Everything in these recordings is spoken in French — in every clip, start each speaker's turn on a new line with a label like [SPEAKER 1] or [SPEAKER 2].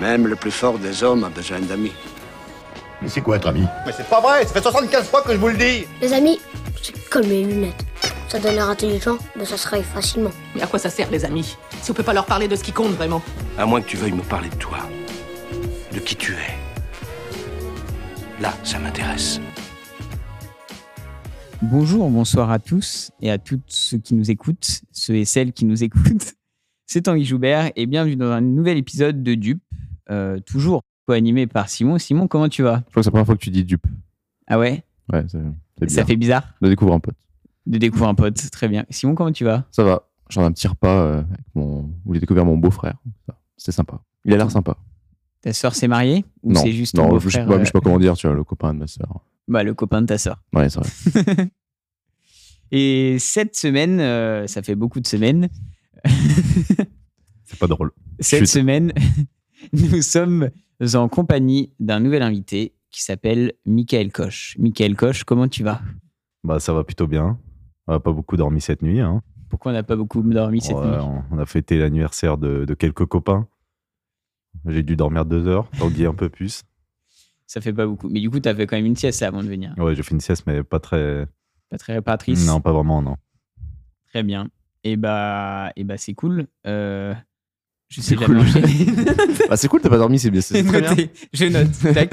[SPEAKER 1] Même le plus fort des hommes a besoin d'amis.
[SPEAKER 2] Mais c'est quoi être ami
[SPEAKER 3] Mais c'est pas vrai, ça fait 75 fois que je vous le dis
[SPEAKER 4] Les amis, c'est comme les lunettes. Ça donne l'air intelligent, mais ça se raye facilement.
[SPEAKER 5] Mais à quoi ça sert, les amis Si on peut pas leur parler de ce qui compte vraiment
[SPEAKER 1] À moins que tu veuilles me parler de toi, de qui tu es. Là, ça m'intéresse.
[SPEAKER 6] Bonjour, bonsoir à tous et à toutes ceux qui nous écoutent, ceux et celles qui nous écoutent. C'est Tanguy Joubert et bienvenue dans un nouvel épisode de Dupe, euh, toujours co-animé par Simon. Simon, comment tu vas
[SPEAKER 7] Je crois que c'est la première fois que tu dis dupe.
[SPEAKER 6] Ah ouais
[SPEAKER 7] Ouais, c'est c'est
[SPEAKER 6] Ça
[SPEAKER 7] bizarre.
[SPEAKER 6] fait bizarre
[SPEAKER 7] Je découvre un pote.
[SPEAKER 6] de découvrir un pote. Très bien. Simon, comment tu vas
[SPEAKER 7] Ça va. J'en ai un petit repas euh, avec mon... où j'ai découvert mon beau-frère. Ça, C'était sympa. Il a l'air sympa.
[SPEAKER 6] Ta sœur s'est mariée Ou
[SPEAKER 7] non,
[SPEAKER 6] c'est juste
[SPEAKER 7] non
[SPEAKER 6] ton
[SPEAKER 7] je, sais
[SPEAKER 6] beau-frère,
[SPEAKER 7] pas,
[SPEAKER 6] euh,
[SPEAKER 7] je sais pas comment dire, tu vois, le copain de ma sœur.
[SPEAKER 6] bah, le copain de ta sœur
[SPEAKER 7] Ouais, c'est vrai.
[SPEAKER 6] Et cette semaine, euh, ça fait beaucoup de semaines,
[SPEAKER 2] C'est pas drôle.
[SPEAKER 6] cette
[SPEAKER 7] Chut.
[SPEAKER 6] semaine, nous sommes en compagnie d'un nouvel invité qui s'appelle Michael Koch. Michael Koch, comment tu vas
[SPEAKER 2] Bah, ça va plutôt bien. On a pas beaucoup dormi cette nuit. hein.
[SPEAKER 6] Pourquoi on n'a pas beaucoup dormi cette
[SPEAKER 2] Ouais,
[SPEAKER 6] nuit
[SPEAKER 2] on- On a fêté l'anniversaire de, de quelques copains. J'ai dû dormir deux heures, tanguer un peu plus.
[SPEAKER 6] Ça fait pas beaucoup. Mais du coup, tu as fait quand même une sieste avant de venir.
[SPEAKER 2] Ouais, j'ai fait une sieste, mais pas très.
[SPEAKER 6] Pas très réparatrice.
[SPEAKER 2] Non, pas vraiment, non.
[SPEAKER 6] Très bien. Et bah, et bah c'est cool. Euh, je sais
[SPEAKER 7] C'est
[SPEAKER 6] jamais
[SPEAKER 7] cool.
[SPEAKER 6] enchaîner.
[SPEAKER 7] Ah, c'est cool, t'as pas dormi, c'est bien.
[SPEAKER 6] C'est
[SPEAKER 7] c'est- c'est très bien.
[SPEAKER 6] noté. Je note. Tac.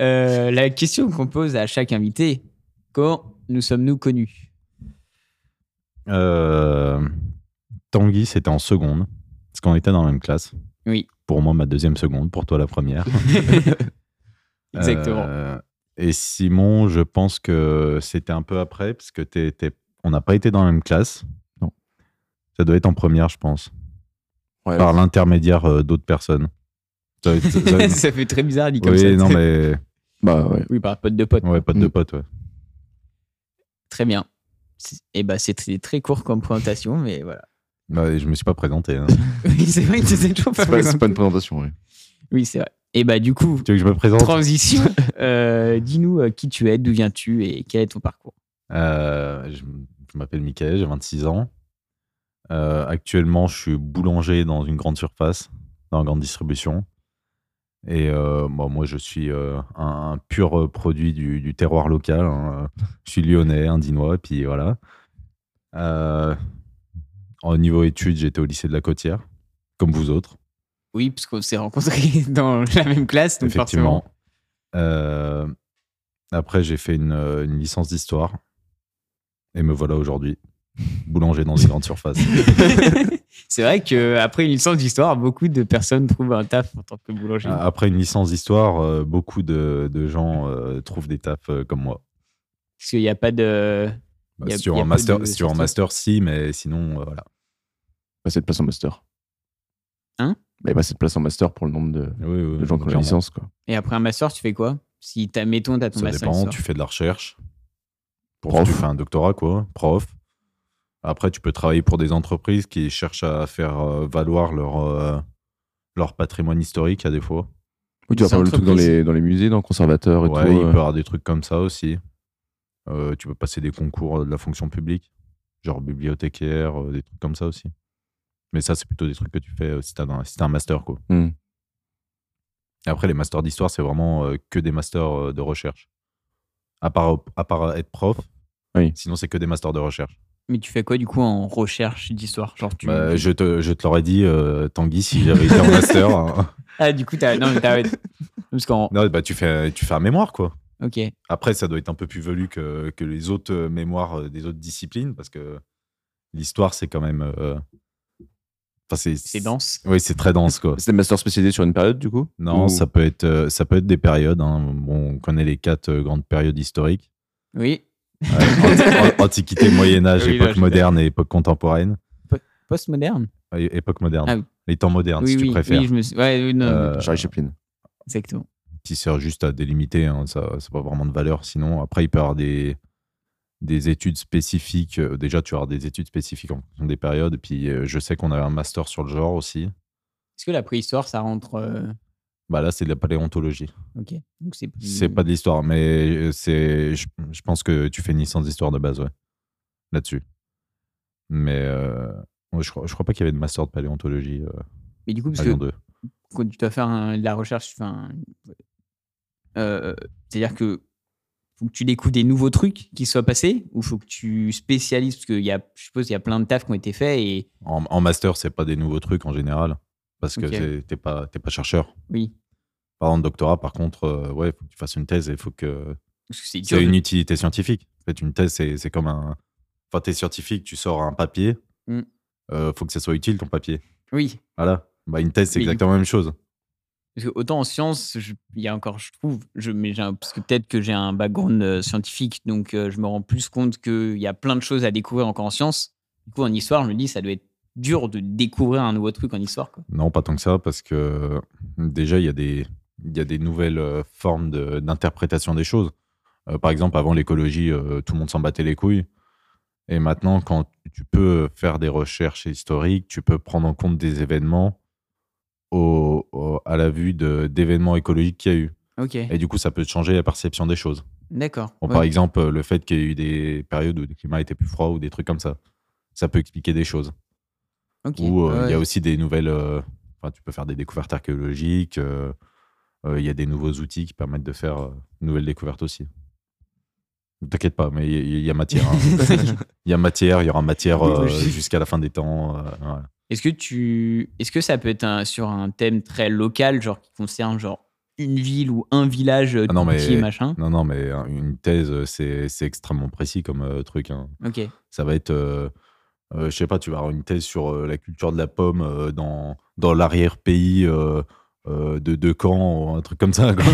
[SPEAKER 6] Euh, la question qu'on pose à chaque invité, quand nous sommes-nous connus
[SPEAKER 2] Euh, Tanguy, c'était en seconde, parce qu'on était dans la même classe.
[SPEAKER 6] Oui.
[SPEAKER 2] Pour moi, ma deuxième seconde, pour toi, la première.
[SPEAKER 6] Exactement.
[SPEAKER 2] Euh, et Simon, je pense que c'était un peu après, parce que t'es- t'es- on n'a pas été dans la même classe.
[SPEAKER 7] Non.
[SPEAKER 2] Ça doit être en première, je pense,
[SPEAKER 7] Ouais, Ah,
[SPEAKER 2] par l'intermédiaire euh, d'autres personnes. Ça doit être- Euh, ça doit être-
[SPEAKER 6] ça fait très bizarre dit comme ça. Mm.
[SPEAKER 2] oui, non, mais.
[SPEAKER 7] Bah, ouais.
[SPEAKER 6] Oui, par pote de pote.
[SPEAKER 2] Ouais, pote de pote, ouais.
[SPEAKER 6] Très bien. Et bah, c'est très, très court comme présentation, mais voilà.
[SPEAKER 2] Ouais, Bah, je me suis pas présenté. hein.
[SPEAKER 6] Oui, c'est vrai que tu sais toujours pas.
[SPEAKER 7] C'est pas,
[SPEAKER 6] présenter.
[SPEAKER 7] c'est pas une présentation, oui.
[SPEAKER 6] Oui, c'est vrai. Et bah, du coup,
[SPEAKER 2] tu veux que je me présente
[SPEAKER 6] transition. Euh, Dis-nous euh, qui tu es, d'où viens-tu et quel est ton parcours
[SPEAKER 2] Euh, je m- je m'appelle Mickaël, j'ai 26 ans. Euh, actuellement, je suis boulanger dans une grande surface, dans la grande distribution. Et euh, moi- moi, je suis euh, un, un pur euh, produit du, du terroir local. hein. Je suis lyonnais, indinois, et puis voilà. Euh, au niveau études, j'étais au lycée de la Côtière, comme vous autres.
[SPEAKER 6] Oui, parce qu'on s'est rencontrés dans la même classe, donc
[SPEAKER 2] Effectivement.
[SPEAKER 6] forcément.
[SPEAKER 2] Euh, après, j'ai fait une, euh, une licence d'histoire. Et me voilà aujourd'hui, boulanger dans une grande surface.
[SPEAKER 6] c'est vrai qu'après une licence d'histoire, beaucoup de personnes trouvent un taf en tant que boulanger.
[SPEAKER 2] Ah, Après une licence d'histoire, euh, beaucoup de, de gens euh, trouvent des tafs euh, comme moi.
[SPEAKER 6] Parce qu'il n'y a pas de.
[SPEAKER 2] Bah,
[SPEAKER 6] Il y a-
[SPEAKER 2] si tu
[SPEAKER 6] il y
[SPEAKER 2] as
[SPEAKER 6] a
[SPEAKER 2] un
[SPEAKER 6] peu
[SPEAKER 2] master,
[SPEAKER 6] de-
[SPEAKER 2] si tu as un
[SPEAKER 6] surtout-
[SPEAKER 2] master, si, mais sinon, euh, voilà.
[SPEAKER 7] Passer de Bah, place en master.
[SPEAKER 6] Hein
[SPEAKER 7] Bah, passer de place en master pour le nombre de,
[SPEAKER 2] Oui, oui,
[SPEAKER 7] de gens qui ont la
[SPEAKER 2] clairement.
[SPEAKER 7] licence, quoi.
[SPEAKER 6] Et après un master, tu fais quoi Si t'as, mettons, t'as ton
[SPEAKER 2] Ça
[SPEAKER 6] master.
[SPEAKER 2] dépend,
[SPEAKER 6] sort.
[SPEAKER 2] tu fais de la recherche. Pour
[SPEAKER 7] Prof.
[SPEAKER 2] tu fais un doctorat, quoi, prof. Après, tu peux travailler pour des entreprises qui cherchent à faire euh, valoir leur, euh, leur patrimoine historique à des fois.
[SPEAKER 7] Oui, tu vas
[SPEAKER 6] C'est
[SPEAKER 7] pas mal de trucs dans
[SPEAKER 6] entreprise.
[SPEAKER 7] les, dans les musées, dans les conservateurs et
[SPEAKER 2] Ouais,
[SPEAKER 7] tout.
[SPEAKER 2] il peut y
[SPEAKER 7] euh.
[SPEAKER 2] avoir des trucs comme ça aussi. Euh, tu peux passer des concours de la fonction publique, genre bibliothécaire, euh, des trucs comme ça aussi. Mais ça, c'est plutôt des trucs que tu fais euh, si t'as un, si t'as un master, quoi.
[SPEAKER 7] Hmm.
[SPEAKER 2] Et après, les masters d'histoire, c'est vraiment euh, que des masters euh, de recherche. À part, à part être prof,
[SPEAKER 7] Oui.
[SPEAKER 2] sinon, c'est que des masters de recherche.
[SPEAKER 6] Mais tu fais quoi du coup en recherche d'histoire Genre tu.
[SPEAKER 2] Bah, je te, je te l'aurais dit, euh, Tanguy, si j'avais été en master. hein.
[SPEAKER 6] Ah, du coup, t'as. Non, mais t'as. Parce qu'en.
[SPEAKER 2] Non, bah, tu fais, tu fais un mémoire, quoi.
[SPEAKER 6] Ok.
[SPEAKER 2] Après, ça doit être un peu plus velu que, que les autres euh, mémoires euh, des autres disciplines, parce que l'histoire, c'est quand même. euh, Enfin, c'est.
[SPEAKER 6] C'est dense.
[SPEAKER 2] Oui, c'est très dense, quoi.
[SPEAKER 7] C'est des masters spécialisés sur une période, du coup
[SPEAKER 2] Non,
[SPEAKER 7] Ou-
[SPEAKER 2] ça peut être, euh, ça peut être des périodes. hein. Bon, on connaît les quatre euh, grandes périodes historiques
[SPEAKER 6] Oui.
[SPEAKER 2] Euh, anti- an- Antiquité, Moyen Âge,
[SPEAKER 6] Oui, là,
[SPEAKER 2] époque
[SPEAKER 6] je-
[SPEAKER 2] moderne et époque contemporaine.
[SPEAKER 6] Postmoderne
[SPEAKER 2] Euh, époque moderne.
[SPEAKER 6] Ah oui.
[SPEAKER 2] Les temps modernes,
[SPEAKER 6] Oui,
[SPEAKER 2] si
[SPEAKER 6] oui.
[SPEAKER 2] tu préfères.
[SPEAKER 6] Oui, je me suis- Ouais, oui, non.
[SPEAKER 2] Euh,
[SPEAKER 7] Charlie Chaplin.
[SPEAKER 6] Exactement.
[SPEAKER 2] qui sert juste à délimiter, hein, ça n'a pas vraiment de valeur. Sinon, après, il peut y avoir des, des études spécifiques. Euh, Déjà, tu vas avoir des études spécifiques en fonction des périodes. Puis, euh, je sais qu'on avait un master sur le genre aussi.
[SPEAKER 6] Est-ce que la préhistoire, ça rentre. euh,
[SPEAKER 2] Bah là, c'est de la paléontologie.
[SPEAKER 6] Ok. Donc c'est. plus-
[SPEAKER 2] C'est pas de l'histoire, mais euh, c'est. Je, je pense que tu fais une licence d'histoire de base, ouais, là-dessus. Mais euh, ouais, je, crois, je crois pas qu'il y avait de master de paléontologie euh,
[SPEAKER 6] Mais du coup, parce
[SPEAKER 2] à
[SPEAKER 6] que
[SPEAKER 2] Lyon 2.
[SPEAKER 6] quand tu dois faire un- de la recherche, enfin, euh, c'est-à-dire que faut que tu découvres des nouveaux trucs qui soient passés ou faut que tu spécialises parce que y a, je suppose il y a plein de tafs qui ont été faits et
[SPEAKER 2] En, en master, c'est pas des nouveaux trucs en général, parce que
[SPEAKER 6] Ok.
[SPEAKER 2] c'est- t'es pas, t'es pas chercheur.
[SPEAKER 6] oui,
[SPEAKER 2] Par exemple, doctorat, par contre, euh, ouais, faut que tu fasses une thèse et faut que
[SPEAKER 6] parce que c'est dur.
[SPEAKER 2] c'est
[SPEAKER 6] de-
[SPEAKER 2] une utilité scientifique. En fait, une thèse, c'est c'est comme un. Enfin, t'es scientifique, tu sors un papier.
[SPEAKER 6] Mm.
[SPEAKER 2] euh, faut que ça soit utile ton papier.
[SPEAKER 6] Oui,
[SPEAKER 2] Voilà. Bah, une thèse, c'est
[SPEAKER 6] Mais du
[SPEAKER 2] exactement la même chose.
[SPEAKER 6] Parce que autant en sciences, je- il y a encore, je trouve, je, mais j'ai un- parce que peut-être que j'ai un background euh, scientifique, donc euh, je me rends plus compte qu'il y a plein de choses à découvrir encore en sciences. Du coup, en histoire, je me dis, ça doit être dur de découvrir un nouveau truc en histoire. Quoi.
[SPEAKER 2] Non, pas tant que ça, parce que déjà, il y a des, il y a des nouvelles euh, formes de- d'interprétation des choses. Euh, par exemple, avant l'écologie, euh, tout le monde s'en battait les couilles. Et maintenant, quand tu peux faire des recherches historiques, tu peux prendre en compte des événements au- au- à la vue de- d'événements écologiques qu'il y a eu.
[SPEAKER 6] Ok,
[SPEAKER 2] Et du coup, ça peut changer la perception des choses.
[SPEAKER 6] d'accord.
[SPEAKER 2] Bon,
[SPEAKER 6] Ouais.
[SPEAKER 2] Par exemple, euh, le fait qu'il y ait eu des périodes où le climat était plus froid ou des trucs comme ça. Ça peut expliquer des choses
[SPEAKER 6] Ok.
[SPEAKER 2] où euh, il y a
[SPEAKER 6] Ouais.
[SPEAKER 2] aussi des nouvelles. euh, Enfin, tu peux faire des découvertes archéologiques. euh, euh, Il y a des nouveaux outils qui permettent de faire euh, de nouvelles découvertes aussi. Ne T'inquiète pas, mais il y a- il y, a matière. hein. Il y a matière, il y aura matière euh,
[SPEAKER 6] Logique.
[SPEAKER 2] jusqu'à la fin des temps. euh, voilà.
[SPEAKER 6] Est-ce que tu, est-ce que ça peut être un- sur un thème très local, genre qui concerne genre une ville ou un village euh,
[SPEAKER 2] Ah non,
[SPEAKER 6] tout
[SPEAKER 2] mais-
[SPEAKER 6] petit, machin
[SPEAKER 2] Non, non, mais hein, une thèse, c'est c'est extrêmement précis comme euh, truc. hein.
[SPEAKER 6] Ok.
[SPEAKER 2] Ça va être, euh, euh, je sais pas, tu vas avoir une thèse sur euh, la culture de la pomme euh, dans, dans l'arrière-pays euh, euh, de, de Caen, ou un truc comme ça. quoi.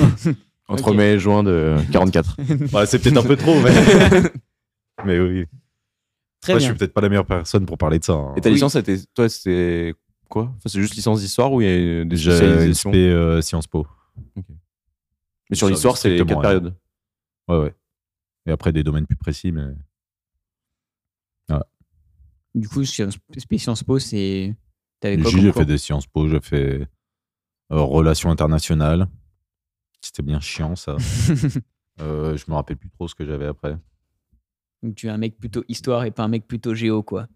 [SPEAKER 7] Entre
[SPEAKER 6] Ok.
[SPEAKER 7] mai et juin de 44.
[SPEAKER 2] Bah, c'est peut-être un peu trop, mais. mais oui.
[SPEAKER 6] Très
[SPEAKER 2] Moi, je
[SPEAKER 6] bien.
[SPEAKER 2] suis peut-être pas la meilleure personne pour parler de ça. hein.
[SPEAKER 7] Et ta
[SPEAKER 6] Oui.
[SPEAKER 7] licence, c'était toi, c'était quoi Enfin, C'est juste licence d'histoire ou il y a des
[SPEAKER 2] J'ai
[SPEAKER 7] spécialisations
[SPEAKER 2] SP euh, Sciences Po.
[SPEAKER 7] Mais sur
[SPEAKER 2] Ça,
[SPEAKER 7] l'histoire, c'est les
[SPEAKER 2] strictement,
[SPEAKER 7] quatre
[SPEAKER 2] ouais.
[SPEAKER 7] périodes.
[SPEAKER 2] Ouais, ouais. Et après, des domaines plus précis, mais.
[SPEAKER 6] Du coup, sur Space Sciences Po, c'est. T'avais quoi
[SPEAKER 2] J'ai
[SPEAKER 6] comme
[SPEAKER 2] fait des Sciences Po, j'ai fait euh, Relations internationales. C'était bien chiant, ça.
[SPEAKER 6] cours
[SPEAKER 2] Euh, je me rappelle plus trop ce que j'avais après.
[SPEAKER 6] Donc tu es un mec plutôt histoire et pas un mec plutôt géo, quoi.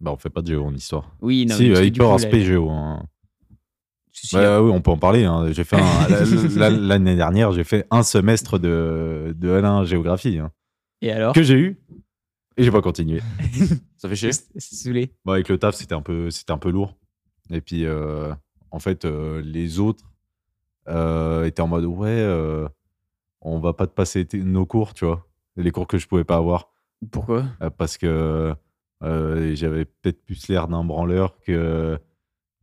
[SPEAKER 2] Bah, on fait pas de géo en histoire.
[SPEAKER 6] Oui, non.
[SPEAKER 2] si,
[SPEAKER 6] mais
[SPEAKER 2] euh,
[SPEAKER 6] parce que
[SPEAKER 2] il
[SPEAKER 6] du
[SPEAKER 2] peut y avoir
[SPEAKER 6] coup, là,
[SPEAKER 2] aspect géo. hein.
[SPEAKER 6] si, si,
[SPEAKER 2] Ouais, ouais, on peut en parler. hein. J'ai fait un- la- la- l'année dernière, j'ai fait un semestre de, de L1 géographie. hein.
[SPEAKER 6] Et alors
[SPEAKER 2] que j'ai eu et j'ai pas continué.
[SPEAKER 7] Ça fait chier
[SPEAKER 6] C'est saoulé.
[SPEAKER 2] Bon, Bah, avec le taf, c'était un peu, c'était un peu lourd. Et puis, euh, en fait, euh, les autres euh, étaient en mode ouais, euh, on va pas te passer tes- nos cours, tu vois, les cours que je pouvais pas avoir
[SPEAKER 6] Pourquoi
[SPEAKER 2] Euh, parce que euh, j'avais peut-être plus l'air d'un branleur que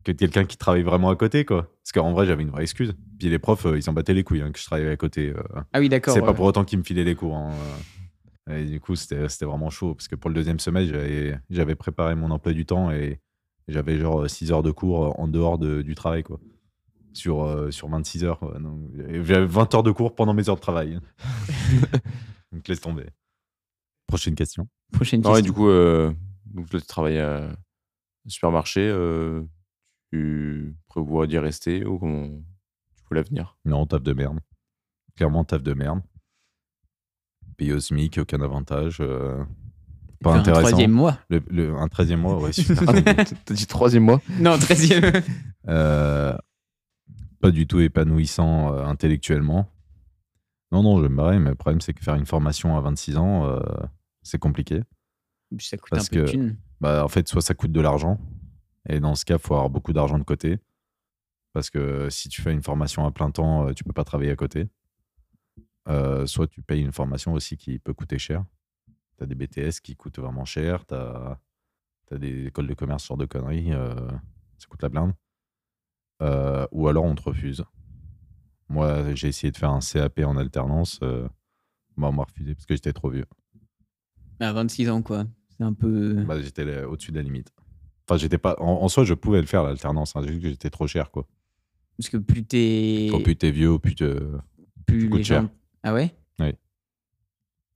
[SPEAKER 2] que de quelqu'un qui travaille vraiment à côté, quoi. Parce qu'en vrai, j'avais une vraie excuse. Puis les profs, euh, ils s'en battaient les couilles hein, que je travaillais à côté. euh,
[SPEAKER 6] Ah oui, d'accord.
[SPEAKER 2] c'est
[SPEAKER 6] ouais.
[SPEAKER 2] pas pour autant qu'ils me filaient les cours. hein. Et du coup, c'était c'était vraiment chaud. Parce que pour le deuxième semestre, j'avais- j'avais préparé mon emploi du temps et j'avais genre 6 heures de cours euh, en dehors de- du travail, quoi. Sur, euh, sur 26 heures. quoi. Donc, J'avais 20 heures de cours pendant mes heures de travail. Donc, laisse tomber. Prochaine question.
[SPEAKER 6] Prochaine
[SPEAKER 2] Ah
[SPEAKER 7] Non,
[SPEAKER 6] question.
[SPEAKER 7] et du coup, euh, donc toi, tu travailles à un supermarché, euh, tu prévois d'y rester ou comment tu vois l'avenir
[SPEAKER 2] Non, taf de merde. Clairement, taf de merde. Payé au SMIC, aucun avantage. euh, pas
[SPEAKER 6] Enfin, un
[SPEAKER 2] intéressant. Ah,
[SPEAKER 6] troisième mois.
[SPEAKER 2] Le, le- un 13e mois, ouais, super.
[SPEAKER 7] T'as dit troisième mois
[SPEAKER 6] Non, treizième.
[SPEAKER 2] Euh, pas du tout épanouissant euh, intellectuellement. Non, non, je vais me barrer, mais le problème, c'est que faire une formation à 26 ans, euh, c'est compliqué.
[SPEAKER 6] ça coûte
[SPEAKER 2] Parce
[SPEAKER 6] un peu de
[SPEAKER 2] que-
[SPEAKER 6] thunes.
[SPEAKER 2] Bah, en fait, soit ça coûte de l'argent, et dans ce cas, faut avoir beaucoup d'argent de côté. Parce que si tu fais une formation à plein temps, euh, tu peux pas travailler à côté. Euh, soit tu payes une formation aussi qui peut coûter cher. Tu as des BTS qui coûtent vraiment cher, tu as, des écoles de commerce, ce genre de conneries, euh, ça coûte la blinde. Euh, ou alors on te refuse. Moi, j'ai essayé de faire un CAP en alternance. euh, bah, on m'a refusé parce que j'étais trop vieux.
[SPEAKER 6] À 26 ans, quoi. C'est un peu.
[SPEAKER 2] Bah, j'étais là- au-dessus de la limite. Enfin, j'étais pas. En, en soi, je pouvais le faire l'alternance. hein, juste que j'étais trop cher, quoi.
[SPEAKER 6] Parce que plus t'es.
[SPEAKER 2] Au plus t'es vieux, au plus te-
[SPEAKER 6] plus
[SPEAKER 2] coûte
[SPEAKER 6] les
[SPEAKER 2] cher.
[SPEAKER 6] gens. Ah ouais
[SPEAKER 2] Oui.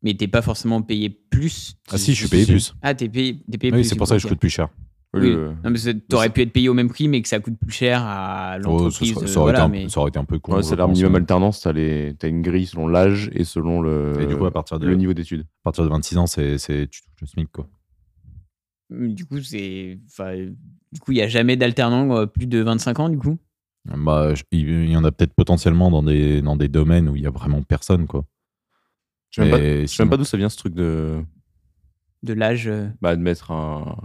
[SPEAKER 6] Mais t'es pas forcément payé plus.
[SPEAKER 2] Ah si, je suis payé plus.
[SPEAKER 6] Ah, t'es payé, t'es payé plus.
[SPEAKER 2] Oui, c'est pour ça que je
[SPEAKER 6] ok.
[SPEAKER 2] coûte plus cher.
[SPEAKER 6] Oui.
[SPEAKER 7] euh,
[SPEAKER 6] Non, mais c'est- t'aurais pu être payé au même prix, mais que ça coûte plus cher à
[SPEAKER 2] Oh, ça,
[SPEAKER 6] l'entreprise.
[SPEAKER 2] serait-
[SPEAKER 6] euh,
[SPEAKER 2] ça aurait
[SPEAKER 6] voilà,
[SPEAKER 2] été un,
[SPEAKER 6] mais-
[SPEAKER 2] ça aurait été un peu con.
[SPEAKER 7] ouais,
[SPEAKER 2] je
[SPEAKER 7] salaire
[SPEAKER 2] pense,
[SPEAKER 7] minimum
[SPEAKER 2] hein.
[SPEAKER 7] alternance, t'as les- t'as une grille selon l'âge et selon le,
[SPEAKER 2] Et du coup, à partir de,
[SPEAKER 7] euh, le niveau d'études.
[SPEAKER 2] à partir de 26 ans, c'est, c'est, tu touches le SMIC, quoi.
[SPEAKER 6] Mmh, euh, Du coup, c'est. enfin, Du coup, il n'y a jamais d'alternant euh, plus de 25 ans, du coup
[SPEAKER 2] Bah, je- il il y en a peut-être potentiellement dans des, dans des domaines où il y a vraiment personne, quoi.
[SPEAKER 7] Je sais même pas-
[SPEAKER 2] Mais
[SPEAKER 7] je sais même
[SPEAKER 2] sinon-
[SPEAKER 7] pas d'où ça vient ce truc de,
[SPEAKER 6] de l'âge. euh,
[SPEAKER 7] bah, de mettre un,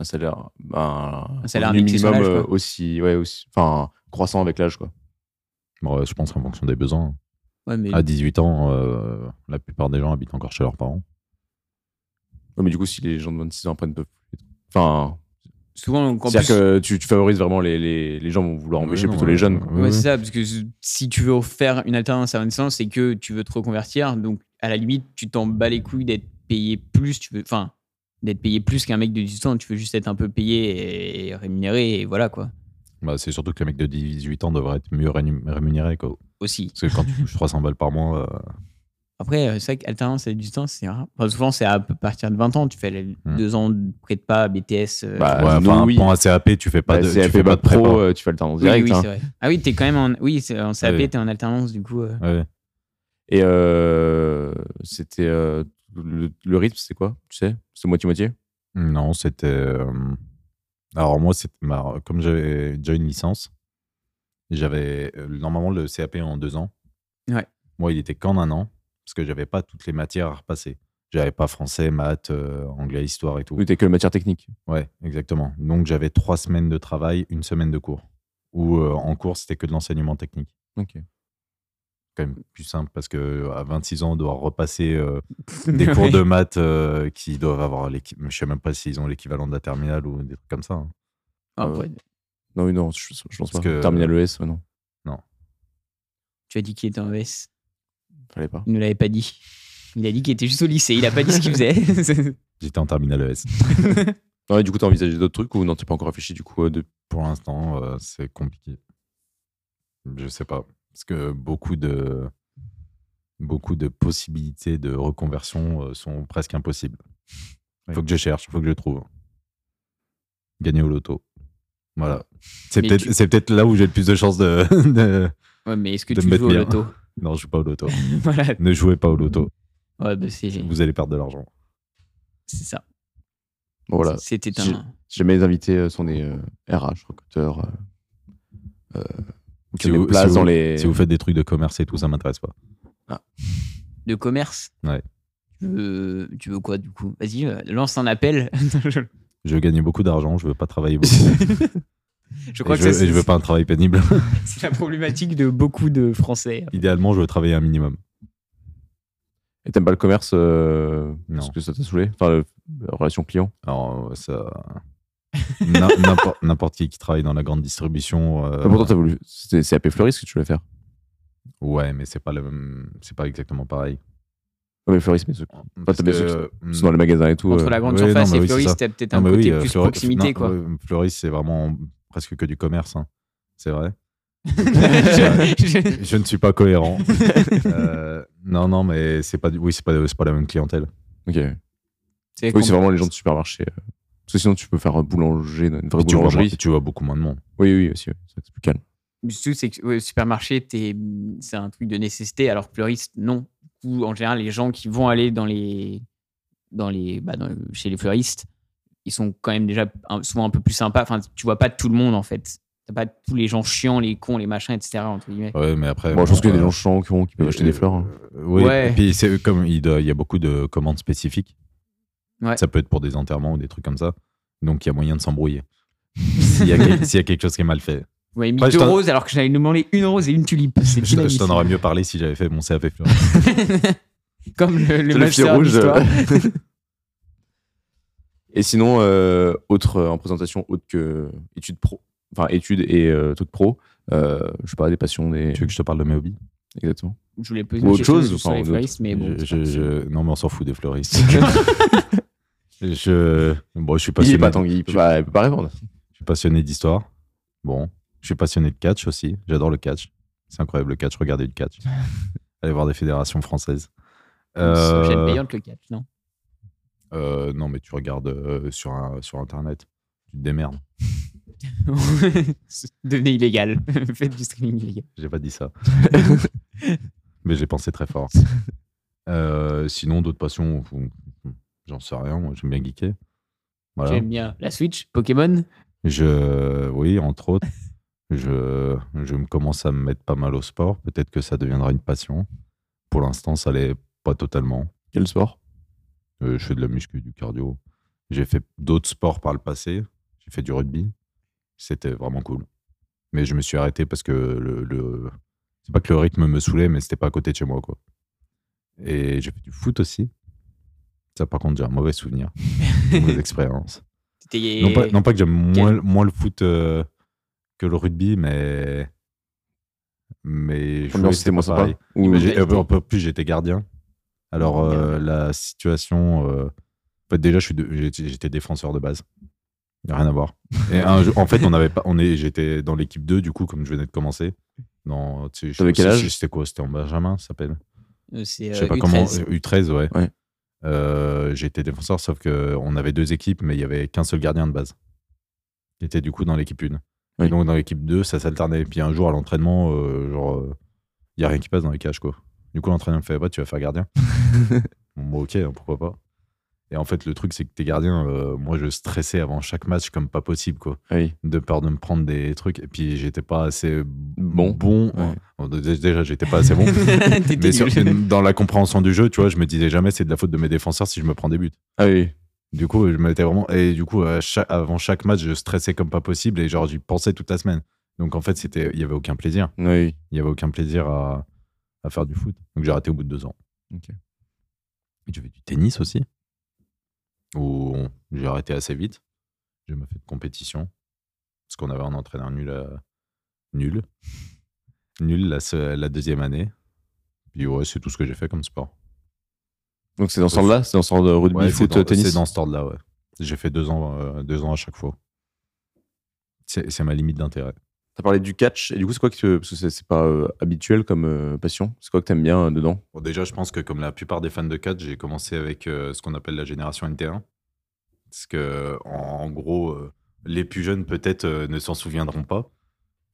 [SPEAKER 7] un salaire, bah,
[SPEAKER 6] Un salaire
[SPEAKER 7] revenu
[SPEAKER 6] indexé sur
[SPEAKER 7] minimum
[SPEAKER 6] l'âge,
[SPEAKER 7] euh,
[SPEAKER 6] quoi.
[SPEAKER 7] aussi, ouais, aussi, enfin, croissant avec l'âge, quoi.
[SPEAKER 2] Bon, je pense en fonction des besoins.
[SPEAKER 6] Ouais, mais
[SPEAKER 2] À 18 ans, euh, la plupart des gens habitent encore chez leurs parents.
[SPEAKER 7] Ouais, mais du coup, si les gens de 26 ans après ne peuvent plus, enfin,
[SPEAKER 6] souvent, on
[SPEAKER 7] c'est-à-dire que tu, tu favorises vraiment les, les, les gens vont vouloir embaucher
[SPEAKER 2] Ouais, non,
[SPEAKER 7] plutôt les
[SPEAKER 2] ouais,
[SPEAKER 7] jeunes.
[SPEAKER 2] ouais,
[SPEAKER 7] quoi.
[SPEAKER 2] ouais,
[SPEAKER 6] Ouais,
[SPEAKER 2] ouais.
[SPEAKER 6] c'est ça, parce que s- si tu veux offrir une alternance à Renaissance, c'est que tu veux te reconvertir. Donc, à la limite, tu t'en bats les couilles d'être payé plus. Tu veux, enfin, d'être payé plus qu'un mec de 18 ans. Tu veux juste être un peu payé et rémunéré. Et voilà, quoi.
[SPEAKER 2] Bah, c'est surtout que les mecs de 18 ans devraient être mieux rému- rémunérés, quoi.
[SPEAKER 6] Aussi.
[SPEAKER 2] Parce que quand tu touches 300 balles par mois, euh,
[SPEAKER 6] Après, euh, c'est vrai qu'alternance à 18 ans, c'est rare. Enfin, souvent, c'est à partir de 20 ans. Tu fais les deux ans de près de pas, BTS. euh,
[SPEAKER 7] Bah,
[SPEAKER 2] ouais,
[SPEAKER 7] nous,
[SPEAKER 2] enfin,
[SPEAKER 7] oui.
[SPEAKER 2] pendant un CAP, tu fais pas
[SPEAKER 7] Bah,
[SPEAKER 2] de,
[SPEAKER 7] c'est
[SPEAKER 2] tu fais pas de prépa.
[SPEAKER 7] pro, euh, tu fais le temps en
[SPEAKER 6] oui,
[SPEAKER 7] direct.
[SPEAKER 6] oui,
[SPEAKER 7] hein.
[SPEAKER 6] c'est vrai. Ah oui, t'es quand même en, oui, c'est en CAP,
[SPEAKER 2] Ah oui.
[SPEAKER 6] t'es en alternance, du coup. euh.
[SPEAKER 2] Ouais.
[SPEAKER 7] Et euh, c'était euh, le, le rythme, c'est quoi Tu sais, c'est moitié-moitié.
[SPEAKER 2] Non, c'était. euh, Alors, moi, c'était ma- comme j'avais déjà une licence, j'avais. euh, Normalement, le CAP en deux ans.
[SPEAKER 6] Ouais.
[SPEAKER 2] Moi, il était qu'en un an, parce que j'avais pas toutes les matières à repasser. J'avais pas français, maths, euh, anglais, histoire et tout.
[SPEAKER 7] Oui, t'es que la matière technique.
[SPEAKER 2] Ouais, exactement. Donc, j'avais trois semaines de travail, une semaine de cours. Ou euh, en cours, c'était que de l'enseignement technique.
[SPEAKER 7] Ok.
[SPEAKER 2] Quand même plus simple, parce que à 26 ans, on doit repasser euh, des cours de maths euh, qui doivent avoir l'équivalent. Je sais même pas s'ils ont l'équivalent de la terminale ou des trucs comme ça. hein.
[SPEAKER 6] Ah, ouais.
[SPEAKER 7] Non, oui, non, je, je pense
[SPEAKER 2] Parce
[SPEAKER 7] pas.
[SPEAKER 2] que-
[SPEAKER 7] Terminal ES, ouais, non,
[SPEAKER 6] Tu as dit qu'il était en ES.
[SPEAKER 7] fallait pas.
[SPEAKER 6] Il ne l'avait pas dit. Il a dit qu'il était juste au lycée. Il a pas dit ce qu'il faisait.
[SPEAKER 2] J'étais en terminale E ES.
[SPEAKER 7] Non, et du coup, t'as envisagé d'autres trucs ou non, t'es pas encore réfléchi du coup euh, de...
[SPEAKER 2] Pour l'instant, euh, c'est compliqué. Je sais pas. Parce que beaucoup de, beaucoup de possibilités de reconversion euh, sont presque impossibles. Il faut que je cherche, il faut que je trouve. Gagner au loto. Voilà. C'est
[SPEAKER 6] Mais
[SPEAKER 2] peut-être
[SPEAKER 6] tu-
[SPEAKER 2] c'est peut-être là où j'ai le plus de chances de, de-
[SPEAKER 6] ouais, mais est-ce que
[SPEAKER 2] De
[SPEAKER 6] tu
[SPEAKER 2] me
[SPEAKER 6] joues au
[SPEAKER 2] mettre
[SPEAKER 6] loto
[SPEAKER 2] Non, je joue pas au loto.
[SPEAKER 6] Voilà.
[SPEAKER 2] ne jouez pas au loto.
[SPEAKER 6] Ouais, bah, c'est c'est
[SPEAKER 2] Vous allez perdre de l'argent.
[SPEAKER 6] ça.
[SPEAKER 7] Bon, voilà.
[SPEAKER 6] C'était
[SPEAKER 7] J'ai-
[SPEAKER 6] un.
[SPEAKER 7] Si jamais les invités euh, sont des euh, RH, recruteurs, euh, euh, qui
[SPEAKER 2] Si
[SPEAKER 7] ont des
[SPEAKER 2] vous-
[SPEAKER 7] places
[SPEAKER 2] si vous-
[SPEAKER 7] dans les.
[SPEAKER 2] Si vous faites des trucs de commerce et tout, ça m'intéresse pas.
[SPEAKER 6] De commerce
[SPEAKER 2] Ouais.
[SPEAKER 6] Tu veux, tu veux quoi du coup Vas-y, euh, lance un appel.
[SPEAKER 2] Je veux gagner beaucoup d'argent, je veux pas travailler beaucoup.
[SPEAKER 6] je crois
[SPEAKER 2] Et
[SPEAKER 6] que
[SPEAKER 2] je,
[SPEAKER 6] ça,
[SPEAKER 2] et je veux pas un travail pénible.
[SPEAKER 6] c'est la problématique de beaucoup de Français.
[SPEAKER 2] Idéalement, je veux travailler un minimum.
[SPEAKER 7] Et t'aimes pas le commerce euh, parce
[SPEAKER 2] Non.
[SPEAKER 7] que ça t'a saoulé Enfin, le- la relation client
[SPEAKER 2] Alors, euh, ça. N'im- n'importe- N'importe qui qui travaille dans la grande distribution. euh,
[SPEAKER 6] Ah,
[SPEAKER 7] Mais Pourtant, t'as voulu. C'était CAP Fleuris que tu voulais faire.
[SPEAKER 2] Ouais, mais c'est pas le même- c'est pas exactement pareil.
[SPEAKER 7] Non, mais Fleuris, mais ce-
[SPEAKER 2] Parce
[SPEAKER 7] t'as bien
[SPEAKER 2] que,
[SPEAKER 7] sûr
[SPEAKER 2] euh,
[SPEAKER 7] c'est dans les magasins et tout.
[SPEAKER 6] Entre
[SPEAKER 7] euh,
[SPEAKER 6] la grande
[SPEAKER 2] ouais,
[SPEAKER 6] surface
[SPEAKER 2] non, mais
[SPEAKER 6] et
[SPEAKER 2] oui, c'est
[SPEAKER 6] Fleuris,
[SPEAKER 2] ça.
[SPEAKER 6] t'as peut-être
[SPEAKER 2] non,
[SPEAKER 6] un
[SPEAKER 2] mais
[SPEAKER 6] côté
[SPEAKER 2] oui, euh,
[SPEAKER 6] plus
[SPEAKER 2] Fleury-
[SPEAKER 6] proximité,
[SPEAKER 2] non,
[SPEAKER 6] quoi.
[SPEAKER 2] euh, Fleury, c'est vraiment presque que du commerce. hein. C'est vrai.
[SPEAKER 6] Je- je-
[SPEAKER 2] Je ne suis pas cohérent. Euh, non, non, mais c'est pas, du- oui, c'est pas, c'est pas la même clientèle.
[SPEAKER 7] euh, Ok.
[SPEAKER 6] c'est
[SPEAKER 7] Oui, c'est vraiment les gens de supermarché. euh. Parce que sinon, tu peux faire euh, boulanger, une vraie
[SPEAKER 2] tu, vois,
[SPEAKER 7] boulangerie.
[SPEAKER 2] tu vois beaucoup moins de monde.
[SPEAKER 7] Oui, oui, aussi. ouais. C'est vrai que c'est plus calme.
[SPEAKER 6] Mais surtout, c'est que ouais, au supermarché, t'es- c'est un truc de nécessité, alors que fleuriste, non. Du coup, en général, les gens qui vont aller dans les, dans les, bah, dans- chez les fleuristes, ils sont quand même déjà un- souvent un peu plus sympas. Enfin, tu vois pas tout le monde, en fait. T'as pas tous les gens chiants, les cons, les machins, etc. Entre guillemets.
[SPEAKER 2] Ouais, mais après.
[SPEAKER 7] Moi, je pense
[SPEAKER 2] bon,
[SPEAKER 7] qu'il y a des
[SPEAKER 2] euh,
[SPEAKER 7] gens chiants qui, ont- qui peuvent acheter des fleurs. hein.
[SPEAKER 2] Euh, oui,
[SPEAKER 6] Ouais.
[SPEAKER 2] et puis c'est comme il, doit- il y a beaucoup de commandes spécifiques.
[SPEAKER 6] Ouais.
[SPEAKER 2] Ça peut être pour des enterrements ou des trucs comme ça. Donc il y a moyen de s'embrouiller. S'il y, a quel- s'il y a quelque chose qui est mal fait.
[SPEAKER 6] Vous m'avez mis
[SPEAKER 2] Ouais, je
[SPEAKER 6] deux
[SPEAKER 2] t'en-
[SPEAKER 6] roses alors que je n'avais demandé une rose et une tulipe. C'est
[SPEAKER 2] Je, je
[SPEAKER 6] inadmissible.
[SPEAKER 2] t'en aurais mieux parlé si j'avais fait mon CAP fleur.
[SPEAKER 6] Comme le, le,
[SPEAKER 7] Le
[SPEAKER 6] master
[SPEAKER 7] fil rouge,
[SPEAKER 6] d'histoire.
[SPEAKER 7] euh. Et sinon, euh, autre euh, en présentation, autre que études pro, enfin études et euh, trucs pro, euh, je sais pas, des passions, des.
[SPEAKER 2] tu veux que je te parle de mes hobbies
[SPEAKER 7] Exactement.
[SPEAKER 6] Je voulais poser
[SPEAKER 7] Ou
[SPEAKER 6] une
[SPEAKER 7] autre
[SPEAKER 6] question
[SPEAKER 7] chose,
[SPEAKER 6] juste sur
[SPEAKER 7] enfin,
[SPEAKER 6] les
[SPEAKER 7] ou d'autres.
[SPEAKER 6] fleuristes, mais bon.
[SPEAKER 2] Je-
[SPEAKER 6] c'est pas-
[SPEAKER 2] je- je- Non, mais on s'en fout des fleuristes. je... Bon, je suis
[SPEAKER 7] Il
[SPEAKER 2] passionné,
[SPEAKER 7] est pas Tanguy,
[SPEAKER 6] bah.
[SPEAKER 7] il peut pas, il peut pas répondre.
[SPEAKER 2] je suis passionné d'histoire. Bon, je suis passionné de catch aussi. J'adore le catch. C'est incroyable le catch. Regardez le catch. Allez voir des fédérations françaises. Euh,
[SPEAKER 6] J'aime payante le catch, non
[SPEAKER 2] Euh, non, mais tu regardes euh, sur, un- sur Internet. Tu te démerdes.
[SPEAKER 6] Devenez illégal. Faites du streaming illégal.
[SPEAKER 2] J'ai pas dit ça. mais j'ai pensé très fort. Euh, sinon, d'autres passions, vous- j'en sais rien. moi, J'aime bien geeker. Voilà.
[SPEAKER 6] J'aime bien la Switch, Pokémon.
[SPEAKER 2] Je, oui, entre autres. Je, je me commence à me mettre pas mal au sport. Peut-être que ça deviendra une passion. Pour l'instant, ça l'est pas totalement.
[SPEAKER 7] Quel sport
[SPEAKER 2] Euh, je fais de la muscu, du cardio. J'ai fait d'autres sports par le passé. J'ai fait du rugby. C'était vraiment cool. Mais je me suis arrêté parce que le, le- c'est pas que le rythme me saoulait, mais c'était pas à côté de chez moi, quoi. Et j'ai fait du foot aussi. Ça, par contre, j'ai un mauvais souvenir, une mauvaise expérience.
[SPEAKER 6] C'était-
[SPEAKER 2] Non pas, non pas que j'aime
[SPEAKER 6] Quel-
[SPEAKER 2] moins, moins le foot euh, que le rugby, mais mais je trouvais que
[SPEAKER 7] L'ambiance était moins
[SPEAKER 2] pas
[SPEAKER 7] sympa
[SPEAKER 2] pareil.
[SPEAKER 7] Ou-
[SPEAKER 2] Mais j'ai- euh, en plus, j'étais gardien. Alors, euh, la situation. euh, en fait, déjà, je suis de- j'étais j'étais défenseur de base. Y a rien à voir. Et un jour- en fait, on avait pas, on est, j'étais dans l'équipe 2, du coup, comme je venais de commencer. Dans, tu sais, je sais
[SPEAKER 7] T'avais
[SPEAKER 2] pas
[SPEAKER 7] quel
[SPEAKER 2] si-
[SPEAKER 7] âge
[SPEAKER 2] C'était quoi C'était en Benjamin, ça s'appelle
[SPEAKER 6] Euh, C'est
[SPEAKER 2] Je
[SPEAKER 6] euh,
[SPEAKER 2] sais pas
[SPEAKER 6] U13.
[SPEAKER 2] comment. U13, ouais.
[SPEAKER 7] Ouais.
[SPEAKER 2] Euh, j'étais défenseur, sauf qu'on avait deux équipes, mais il y avait qu'un seul gardien de base. Qui était du coup dans l'équipe 1.
[SPEAKER 7] Oui.
[SPEAKER 2] Et donc, dans l'équipe 2, ça s'alternait. Puis un jour, à l'entraînement, euh, genre, il y a rien qui passe dans les cages, quoi. Du coup, l'entraîneur me fait Ouais, tu vas faire gardien. Bon, Moi, ok, hein, pourquoi pas. Et en fait, le truc, c'est que tes gardiens, euh, moi, je stressais avant chaque match comme pas possible, quoi.
[SPEAKER 7] Ah oui.
[SPEAKER 2] De peur de me prendre des trucs. Et puis, j'étais pas assez
[SPEAKER 7] Bon.
[SPEAKER 2] bon.
[SPEAKER 7] Ouais.
[SPEAKER 2] Bon, dé- Déjà, j'étais pas assez bon.
[SPEAKER 6] T'étais
[SPEAKER 2] Mais sur-
[SPEAKER 6] nul.
[SPEAKER 2] dans la compréhension du jeu, tu vois, je me disais jamais c'est de la faute de mes défenseurs si je me prends des buts.
[SPEAKER 7] Ah oui.
[SPEAKER 2] Du coup, je m'étais vraiment. Et du coup, à cha- avant chaque match, je stressais comme pas possible et genre, j'y pensais toute la semaine. Donc, en fait, c'était, il y avait aucun plaisir.
[SPEAKER 7] Ah oui.
[SPEAKER 2] Il y avait aucun plaisir à, à faire du foot. Donc, j'ai arrêté au bout de deux ans.
[SPEAKER 7] Ok.
[SPEAKER 2] Et j'ai fait du tennis aussi. Où on- j'ai arrêté assez vite. J'ai pas fait de compétition. Parce qu'on avait un entraîneur nul. à- Nul. Nul la, se- la deuxième année. Puis ouais, c'est tout ce que j'ai fait comme sport.
[SPEAKER 7] Donc c'est dans ce sens-là C'est dans ce sens de rugby,
[SPEAKER 2] Ouais, c'est
[SPEAKER 7] foot,
[SPEAKER 2] dans-
[SPEAKER 7] tennis
[SPEAKER 2] C'est dans ce ordre-là, ouais. J'ai fait deux ans, euh, deux ans à chaque fois. C'est c'est ma limite d'intérêt.
[SPEAKER 7] T'as parlé du catch, et du coup, c'est quoi que tu- Parce que c'est- c'est pas euh, habituel comme euh, passion. C'est quoi que t'aimes bien euh, dedans
[SPEAKER 2] Bon, déjà, je pense que comme la plupart des fans de catch, j'ai commencé avec euh, ce qu'on appelle la génération NT1. Parce que, en, en gros, euh, les plus jeunes, peut-être, euh, ne s'en souviendront pas.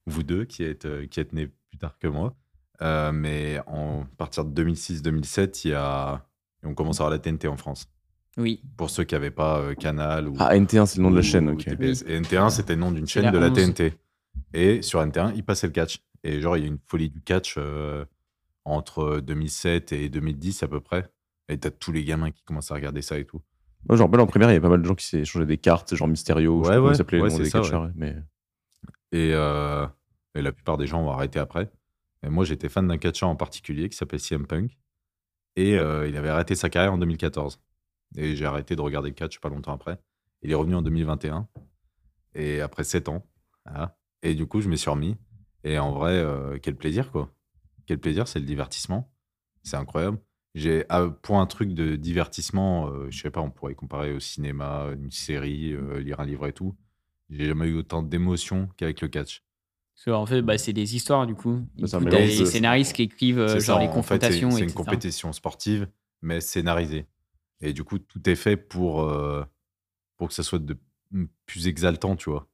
[SPEAKER 2] Vous deux, qui êtes, euh, qui êtes nés plus tard que moi. Euh, mais en à partir de 2006-2007, il y a... on commence à avoir la TNT en France.
[SPEAKER 6] Oui.
[SPEAKER 2] Pour ceux qui n'avaient pas euh, Canal ou,
[SPEAKER 7] Ah, NT1, c'est le nom de la
[SPEAKER 2] ou
[SPEAKER 7] chaîne, ok.
[SPEAKER 2] TPS. Et NT1, c'était le nom d'une
[SPEAKER 6] Ah. C'est
[SPEAKER 2] chaîne de
[SPEAKER 6] la
[SPEAKER 2] la
[SPEAKER 6] 11.
[SPEAKER 2] TNT. Et sur NT1, il passait le catch. Et genre, il y a une folie du catch euh, entre 2007 et 2010 à peu près. Et t'as tous les gamins qui commencent à regarder ça et tout.
[SPEAKER 7] Moi, je me rappelle en primaire, il y a pas mal de gens qui s'échangeaient des cartes, genre Mysterio, je sais
[SPEAKER 2] Ouais,
[SPEAKER 7] pas comment
[SPEAKER 2] ouais,
[SPEAKER 7] ils s'appelaient
[SPEAKER 2] ouais,
[SPEAKER 7] les noms
[SPEAKER 2] c'est
[SPEAKER 7] des
[SPEAKER 2] ça,
[SPEAKER 7] catcheurs, ouais, mais
[SPEAKER 2] Et, euh, et la plupart des gens ont arrêté après. Et moi, j'étais fan d'un catcheur en particulier qui s'appelle CM Punk. Et euh, il avait arrêté sa carrière en 2014. Et j'ai arrêté de regarder le catch pas longtemps après. Il est revenu en 2021. Et après 7 ans. voilà. Et du coup, je m'y suis remis. Et en vrai, euh, quel plaisir, quoi. Quel plaisir, c'est le divertissement. C'est incroyable. J'ai, ah, pour un truc de divertissement, euh, je sais pas, on pourrait comparer au cinéma, une série, euh, lire un livre et tout. J'ai jamais eu autant d'émotions qu'avec le catch.
[SPEAKER 6] Parce que, en fait, bah, c'est des histoires, du coup. Du
[SPEAKER 7] Bah, c'est un
[SPEAKER 6] coup, t'as
[SPEAKER 7] mélange
[SPEAKER 6] les
[SPEAKER 7] de-
[SPEAKER 6] scénaristes qui écrivent euh,
[SPEAKER 2] C'est
[SPEAKER 6] genre
[SPEAKER 2] ça,
[SPEAKER 6] les
[SPEAKER 2] en fait, c'est-
[SPEAKER 6] confrontations,
[SPEAKER 2] C'est une
[SPEAKER 6] etc.
[SPEAKER 2] compétition sportive, mais scénarisée. Et du coup, tout est fait pour, euh, pour que ça soit de mm, plus exaltant, tu vois.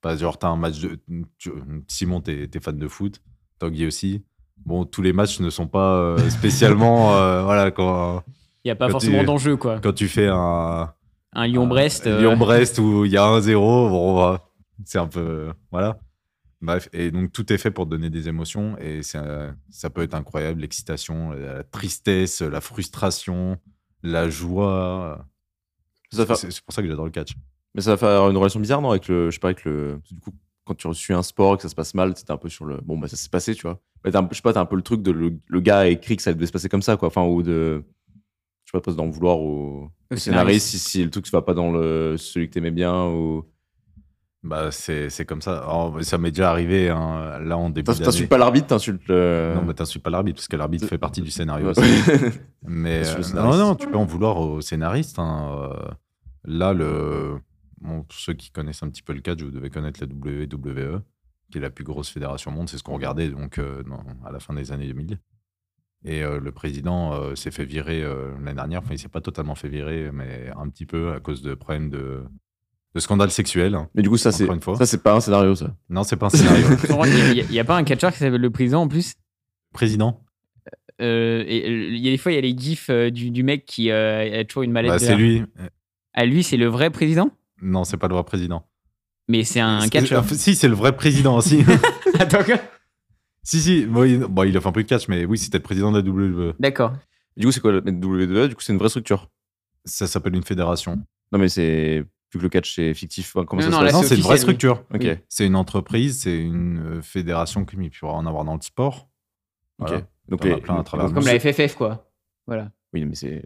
[SPEAKER 2] Pas genre, t'as un match de. mm, tu- Simon, t'es t'es fan de foot, Tanguy aussi. Bon, tous les matchs ne sont pas euh, spécialement. euh, voilà, quand,
[SPEAKER 6] Il n'y a pas
[SPEAKER 2] Quand
[SPEAKER 6] forcément
[SPEAKER 2] tu-
[SPEAKER 6] d'enjeu, quoi.
[SPEAKER 2] quand tu fais un.
[SPEAKER 6] Un Lyon-Brest.
[SPEAKER 2] un
[SPEAKER 6] euh,
[SPEAKER 2] Lyon-Brest où il y a 1-0, bon, bah, c'est un peu. Voilà. Bref, et donc tout est fait pour donner des émotions et ça, ça peut être incroyable, l'excitation, la, la tristesse, la frustration, la joie.
[SPEAKER 7] ça, va faire...
[SPEAKER 2] C'est c'est pour ça que j'adore le catch.
[SPEAKER 7] mais ça va faire une relation bizarre, non Avec le. Je sais pas, avec le. parce que Du coup, quand tu reçus un sport et que ça se passe mal, t'es un peu sur le. Bon, bah ça s'est passé, tu vois. Bah, t'as un- Je sais pas, t'as un peu le truc de le... le gars a écrit que ça devait se passer comme ça, quoi. Enfin, ou de. Je sais pas, presque d'en vouloir au
[SPEAKER 6] au
[SPEAKER 7] scénariste si, si le truc se va pas dans le... celui que t'aimais bien ou.
[SPEAKER 2] Bah, c'est c'est comme ça. Alors, ça m'est déjà arrivé hein, là en début
[SPEAKER 7] T'ins-
[SPEAKER 2] d'année. Euh,
[SPEAKER 7] T'insultes pas l'arbitre, t'insultes le.
[SPEAKER 2] Non, mais t'insultes pas l'arbitre parce que l'arbitre fait partie du scénario.
[SPEAKER 7] Ouais,
[SPEAKER 2] aussi.
[SPEAKER 7] c'est-
[SPEAKER 2] Mais
[SPEAKER 7] Parce que le
[SPEAKER 2] euh, non,
[SPEAKER 7] scénariste-
[SPEAKER 2] non, tu peux en vouloir au scénariste. hein. Euh, Là, le... bon, pour ceux qui connaissent un petit peu le catch, vous devez connaître la WWE, qui est la plus grosse fédération au monde. C'est ce qu'on regardait donc euh, dans- à la fin des années 2000. Et euh, le président euh, s'est fait virer euh, l'année dernière. Enfin, il s'est pas totalement fait virer, mais un petit peu à cause de problèmes de, de scandales sexuels.
[SPEAKER 7] mais du coup, ça, c'est
[SPEAKER 2] Encore une fois.
[SPEAKER 7] ça, c'est pas un scénario, ça.
[SPEAKER 2] Non, c'est pas un scénario. Le
[SPEAKER 6] Il n'y a, pas un catcheur qui s'appelle le président en plus
[SPEAKER 2] président,
[SPEAKER 6] Euh, et, euh, Il y a des fois, il y a les gifs euh, du, du mec qui euh, a toujours une mallette.
[SPEAKER 2] bah,
[SPEAKER 6] de-
[SPEAKER 2] c'est lui. Euh,
[SPEAKER 6] À lui, c'est le vrai président
[SPEAKER 2] Non, c'est pas le vrai président.
[SPEAKER 6] Mais c'est un
[SPEAKER 2] C'est-
[SPEAKER 6] catcheur.
[SPEAKER 2] enfin, Si, c'est le vrai président aussi.
[SPEAKER 6] Attends, quoi
[SPEAKER 2] si, si. Bon, il, bon, il a fait un peu de catch, mais oui, c'était le président de la WWE.
[SPEAKER 6] D'accord.
[SPEAKER 7] Du coup, c'est quoi la WWE E, Du coup, c'est une vraie structure.
[SPEAKER 2] Ça s'appelle une fédération.
[SPEAKER 7] Non, mais c'est. Vu que le catch c'est fictif, enfin, comment
[SPEAKER 6] Non,
[SPEAKER 7] ça
[SPEAKER 6] non,
[SPEAKER 7] se
[SPEAKER 6] là,
[SPEAKER 2] non,
[SPEAKER 7] passe
[SPEAKER 2] c'est une
[SPEAKER 6] officiel,
[SPEAKER 2] vraie
[SPEAKER 6] oui.
[SPEAKER 2] structure.
[SPEAKER 7] Ok.
[SPEAKER 6] oui.
[SPEAKER 2] C'est une entreprise, c'est une euh, fédération comme il peut en avoir dans le sport.
[SPEAKER 7] ok.
[SPEAKER 2] Voilà.
[SPEAKER 7] Donc,
[SPEAKER 2] T'en
[SPEAKER 7] les-
[SPEAKER 2] as plein à travers
[SPEAKER 6] Donc,
[SPEAKER 2] le
[SPEAKER 6] comme
[SPEAKER 2] monde.
[SPEAKER 6] la FFF, quoi. Voilà.
[SPEAKER 7] Oui, mais c'est.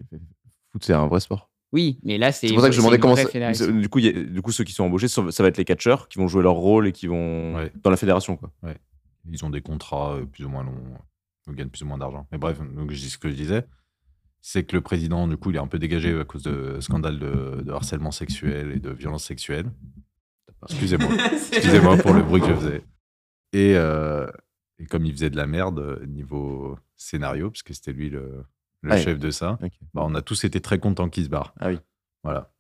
[SPEAKER 7] Foot, c'est un vrai sport.
[SPEAKER 6] Oui, mais là, c'est.
[SPEAKER 7] C'est pour ça que je
[SPEAKER 6] c'est
[SPEAKER 7] demandais
[SPEAKER 6] une
[SPEAKER 7] comment.
[SPEAKER 6] vraie
[SPEAKER 7] ça-
[SPEAKER 6] fédération.
[SPEAKER 7] Du coup, il y a- du coup, ceux qui sont embauchés, ça ça va être les catcheurs qui vont jouer leur rôle et qui vont.
[SPEAKER 2] Ouais.
[SPEAKER 7] Dans la fédération, quoi.
[SPEAKER 2] Ils ont des contrats euh, plus ou moins longs. Ils gagnent plus ou moins d'argent. Mais bref, donc, je dis ce que je disais. C'est que le président, du coup, il est un peu dégagé à cause de scandales de, de harcèlement sexuel et de violence sexuelle. Excusez-moi. Excusez-moi pour le bruit que je faisais. Et, euh, et comme il faisait de la merde euh, niveau scénario, parce que c'était lui le, le
[SPEAKER 7] Ah,
[SPEAKER 2] chef de ça,
[SPEAKER 7] Ok.
[SPEAKER 2] bah, on a tous été très contents qu'il se barre.
[SPEAKER 7] Ah oui.
[SPEAKER 2] Voilà.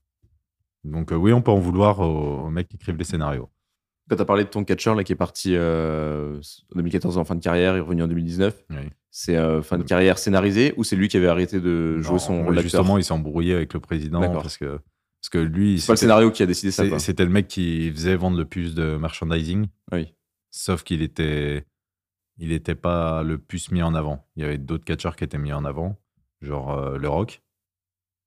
[SPEAKER 2] Donc euh, oui, on peut en vouloir aux, aux mecs qui écrivent les scénarios.
[SPEAKER 7] Quand t'as parlé de ton catcheur là qui est parti euh, en 2014 en fin de carrière, il est revenu en 2019.
[SPEAKER 2] Oui.
[SPEAKER 7] C'est euh, fin de carrière scénarisée ou c'est lui qui avait arrêté de Euh, jouer
[SPEAKER 2] Non,
[SPEAKER 7] son
[SPEAKER 2] ouais,
[SPEAKER 7] rôle d'acteur
[SPEAKER 2] Justement, il s'est embrouillé avec le président
[SPEAKER 7] D'accord.
[SPEAKER 2] parce que, parce que lui,
[SPEAKER 7] C'est pas le
[SPEAKER 2] c'était-
[SPEAKER 7] scénario qui a décidé ça.
[SPEAKER 2] c'est-
[SPEAKER 7] quoi.
[SPEAKER 2] c'était le mec qui faisait vendre le plus de merchandising.
[SPEAKER 7] Oui.
[SPEAKER 2] Sauf qu'il était, il était pas le plus mis en avant. Il y avait d'autres catcheurs qui étaient mis en avant, genre euh, Le Rock.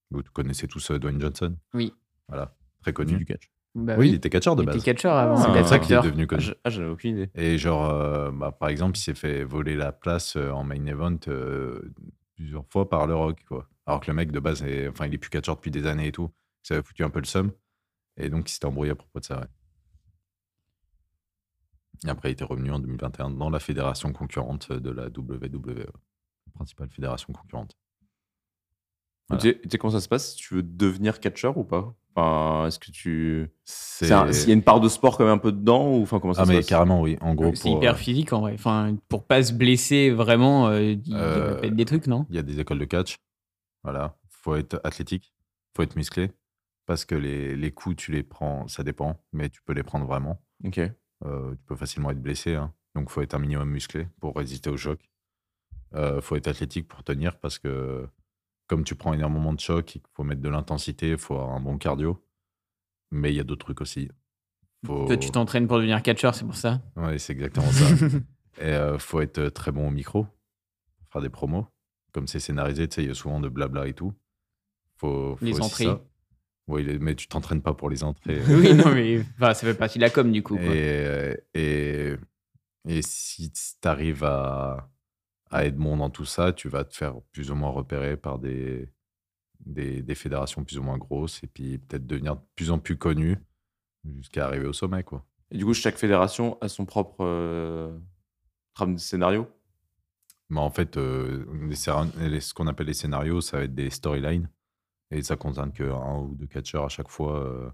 [SPEAKER 2] Vous connaissez tous euh, Dwayne Johnson.
[SPEAKER 6] Oui.
[SPEAKER 2] Voilà, très connu.
[SPEAKER 7] catch.
[SPEAKER 6] Bah
[SPEAKER 2] oui, il était catcheur de
[SPEAKER 6] Il était
[SPEAKER 2] base.
[SPEAKER 6] catcheur avant.
[SPEAKER 7] Ah,
[SPEAKER 2] C'est
[SPEAKER 6] d'être
[SPEAKER 2] comme ça qu'il est
[SPEAKER 6] acteur.
[SPEAKER 2] devenu
[SPEAKER 7] Ah,
[SPEAKER 2] connu.
[SPEAKER 7] je- ah, j'avais aucune idée.
[SPEAKER 2] Et genre, euh, bah, par exemple, il s'est fait voler la place euh, en main event euh, plusieurs fois par le Rock, quoi. Alors que le mec de base, est- enfin, il est plus catcheur depuis des années et tout. Ça avait foutu un peu le seum. Et donc, il s'était embrouillé à propos de ça, ouais. Et après, il était revenu en 2021 dans la fédération concurrente de la WWE, la principale fédération concurrente. Voilà.
[SPEAKER 7] Tu sais- tu sais comment ça se passe Tu veux devenir catcheur ou pas Enfin, Est-ce que tu.
[SPEAKER 2] C'est
[SPEAKER 7] C'est un- S'il y a une part de sport quand même un peu dedans ou enfin comment ça
[SPEAKER 2] ah,
[SPEAKER 7] se
[SPEAKER 2] mais
[SPEAKER 7] passe
[SPEAKER 2] carrément, oui. En gros,
[SPEAKER 6] C'est
[SPEAKER 2] pour,
[SPEAKER 6] hyper
[SPEAKER 2] euh,
[SPEAKER 6] physique en vrai. Enfin, pour pas se blesser vraiment, euh, il
[SPEAKER 2] Euh,
[SPEAKER 6] répète des trucs, non
[SPEAKER 2] Il y a des écoles de catch. Voilà. Faut être athlétique. Faut être musclé. Parce que les, les coups, tu les prends, ça dépend, mais tu peux les prendre vraiment.
[SPEAKER 7] Ok.
[SPEAKER 2] Euh, tu peux facilement être blessé. hein. Donc, faut être un minimum musclé pour résister au choc. Euh, faut être athlétique pour tenir parce que, comme tu prends énormément de choc, il faut mettre de l'intensité, il faut avoir un bon cardio. Mais il y a d'autres trucs aussi. Faut-
[SPEAKER 6] Toi, tu t'entraînes pour devenir catcheur, c'est pour ça
[SPEAKER 2] Ouais, c'est exactement ça. Et euh, faut être très bon au micro, faire des promos. Comme c'est scénarisé, tu sais, il y a souvent de blabla et tout. Faut, faut
[SPEAKER 6] Les
[SPEAKER 2] aussi
[SPEAKER 6] entrées.
[SPEAKER 2] ça. Oui, les- mais tu t'entraînes pas pour les entrées.
[SPEAKER 6] Oui, non, mais enfin, ça fait partie de la com du coup. quoi.
[SPEAKER 2] et, euh, et, et si tu arrives à, à Edmond dans tout ça, tu vas te faire plus ou moins repérer par des, des, des fédérations plus ou moins grosses et puis peut-être devenir de plus en plus connu jusqu'à arriver au sommet, quoi.
[SPEAKER 7] Et du coup, chaque fédération a son propre euh, trame de scénario.
[SPEAKER 2] Mais en fait, euh, les scénar- les- ce qu'on appelle les scénarios, ça va être des storylines. Et ça concerne que un ou deux catcheurs à chaque fois. euh.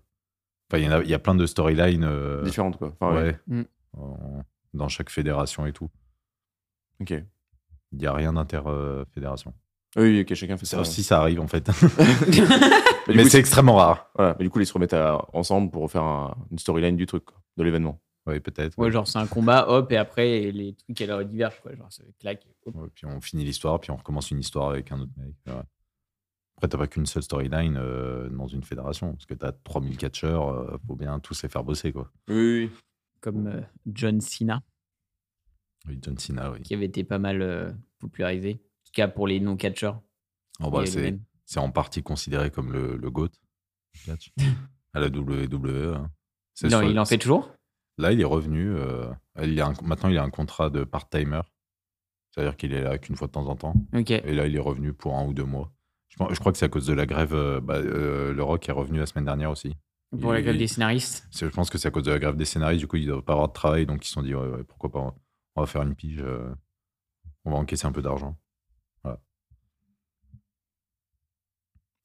[SPEAKER 2] Enfin, il y, en a- il y a plein de storylines. euh,
[SPEAKER 7] Différente quoi. Enfin, ouais.
[SPEAKER 2] ouais,
[SPEAKER 6] Mm.
[SPEAKER 2] en- dans chaque fédération et tout.
[SPEAKER 7] Ok.
[SPEAKER 2] Il n'y a rien d'inter-fédération.
[SPEAKER 7] Oui, ok, chacun fait ça.
[SPEAKER 2] ça, si ça arrive, en fait.
[SPEAKER 7] Mais du
[SPEAKER 2] Mais
[SPEAKER 7] coup,
[SPEAKER 2] c'est extrêmement rare.
[SPEAKER 7] Voilà, mais du coup, ils se remettent à- euh, ensemble pour refaire un- une storyline du truc, quoi, de l'événement.
[SPEAKER 2] Oui, peut-être.
[SPEAKER 6] Ouais, genre c'est un combat, hop, et après les trucs elles leur divergent, quoi. Genre ça claque. hop.
[SPEAKER 2] Ouais, puis on finit l'histoire, puis on recommence une histoire avec un autre mec. ouais. Après, t'as pas qu'une seule storyline euh, dans une fédération. Parce que t'as 3000 catcheurs, euh, faut bien tous les faire bosser, quoi.
[SPEAKER 7] Oui, oui.
[SPEAKER 6] Comme euh, John Cena,
[SPEAKER 2] Oui, John Cena, oui.
[SPEAKER 6] qui avait été pas mal euh, popularisé. En tout cas pour les non-catcheurs.
[SPEAKER 2] Oh, bah,
[SPEAKER 6] Et
[SPEAKER 2] c'est-
[SPEAKER 6] Heyman.
[SPEAKER 2] c'est en partie considéré comme le, le GOAT catch, à la WWE. hein. C'est
[SPEAKER 6] Non,
[SPEAKER 2] soit-
[SPEAKER 6] il en fait toujours
[SPEAKER 2] Là, il est revenu. euh, il a un- maintenant, il a un contrat de part-timer. C'est-à-dire qu'il est là qu'une fois de temps en temps.
[SPEAKER 6] Ok.
[SPEAKER 2] Et là, il est revenu pour un ou deux mois. Je, pense- je crois que c'est à cause de la grève. euh, bah, euh, le Rock est revenu la semaine dernière aussi.
[SPEAKER 6] Pour la
[SPEAKER 2] il-
[SPEAKER 6] gueule des scénaristes.
[SPEAKER 2] C'est- Je pense que c'est à cause de la grève des scénaristes. Du coup, ils doivent pas avoir de travail. Donc, ils se sont dit, ouais, ouais, pourquoi pas, on- on va faire une pige. euh, on va encaisser un peu d'argent.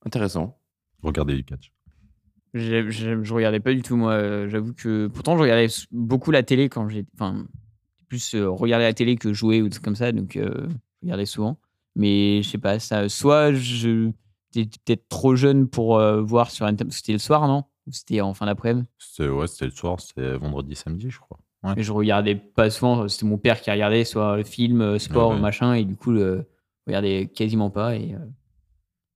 [SPEAKER 7] Intéressant.
[SPEAKER 2] Regardez du catch.
[SPEAKER 6] Je, je, je regardais pas du tout, moi. euh, J'avoue que. Pourtant, je regardais s- beaucoup la télé quand j'ai. Enfin, plus euh, regarder la télé que jouer ou des trucs comme ça. Donc, euh, je regardais souvent. Mais je sais pas, ça. Soit je. J'étais peut-être trop jeune pour euh, voir sur Internet. C'était le soir, non Ou c'était en fin d'après-midi
[SPEAKER 2] C'était ouais, c'était le soir, c'était vendredi, samedi, je crois. Ouais.
[SPEAKER 6] Mais Je regardais pas souvent. euh, C'était mon père qui regardait, soit film, euh, sport,
[SPEAKER 2] Ah ouais.
[SPEAKER 6] machin. Et du coup, euh, je regardais quasiment pas. Et, euh,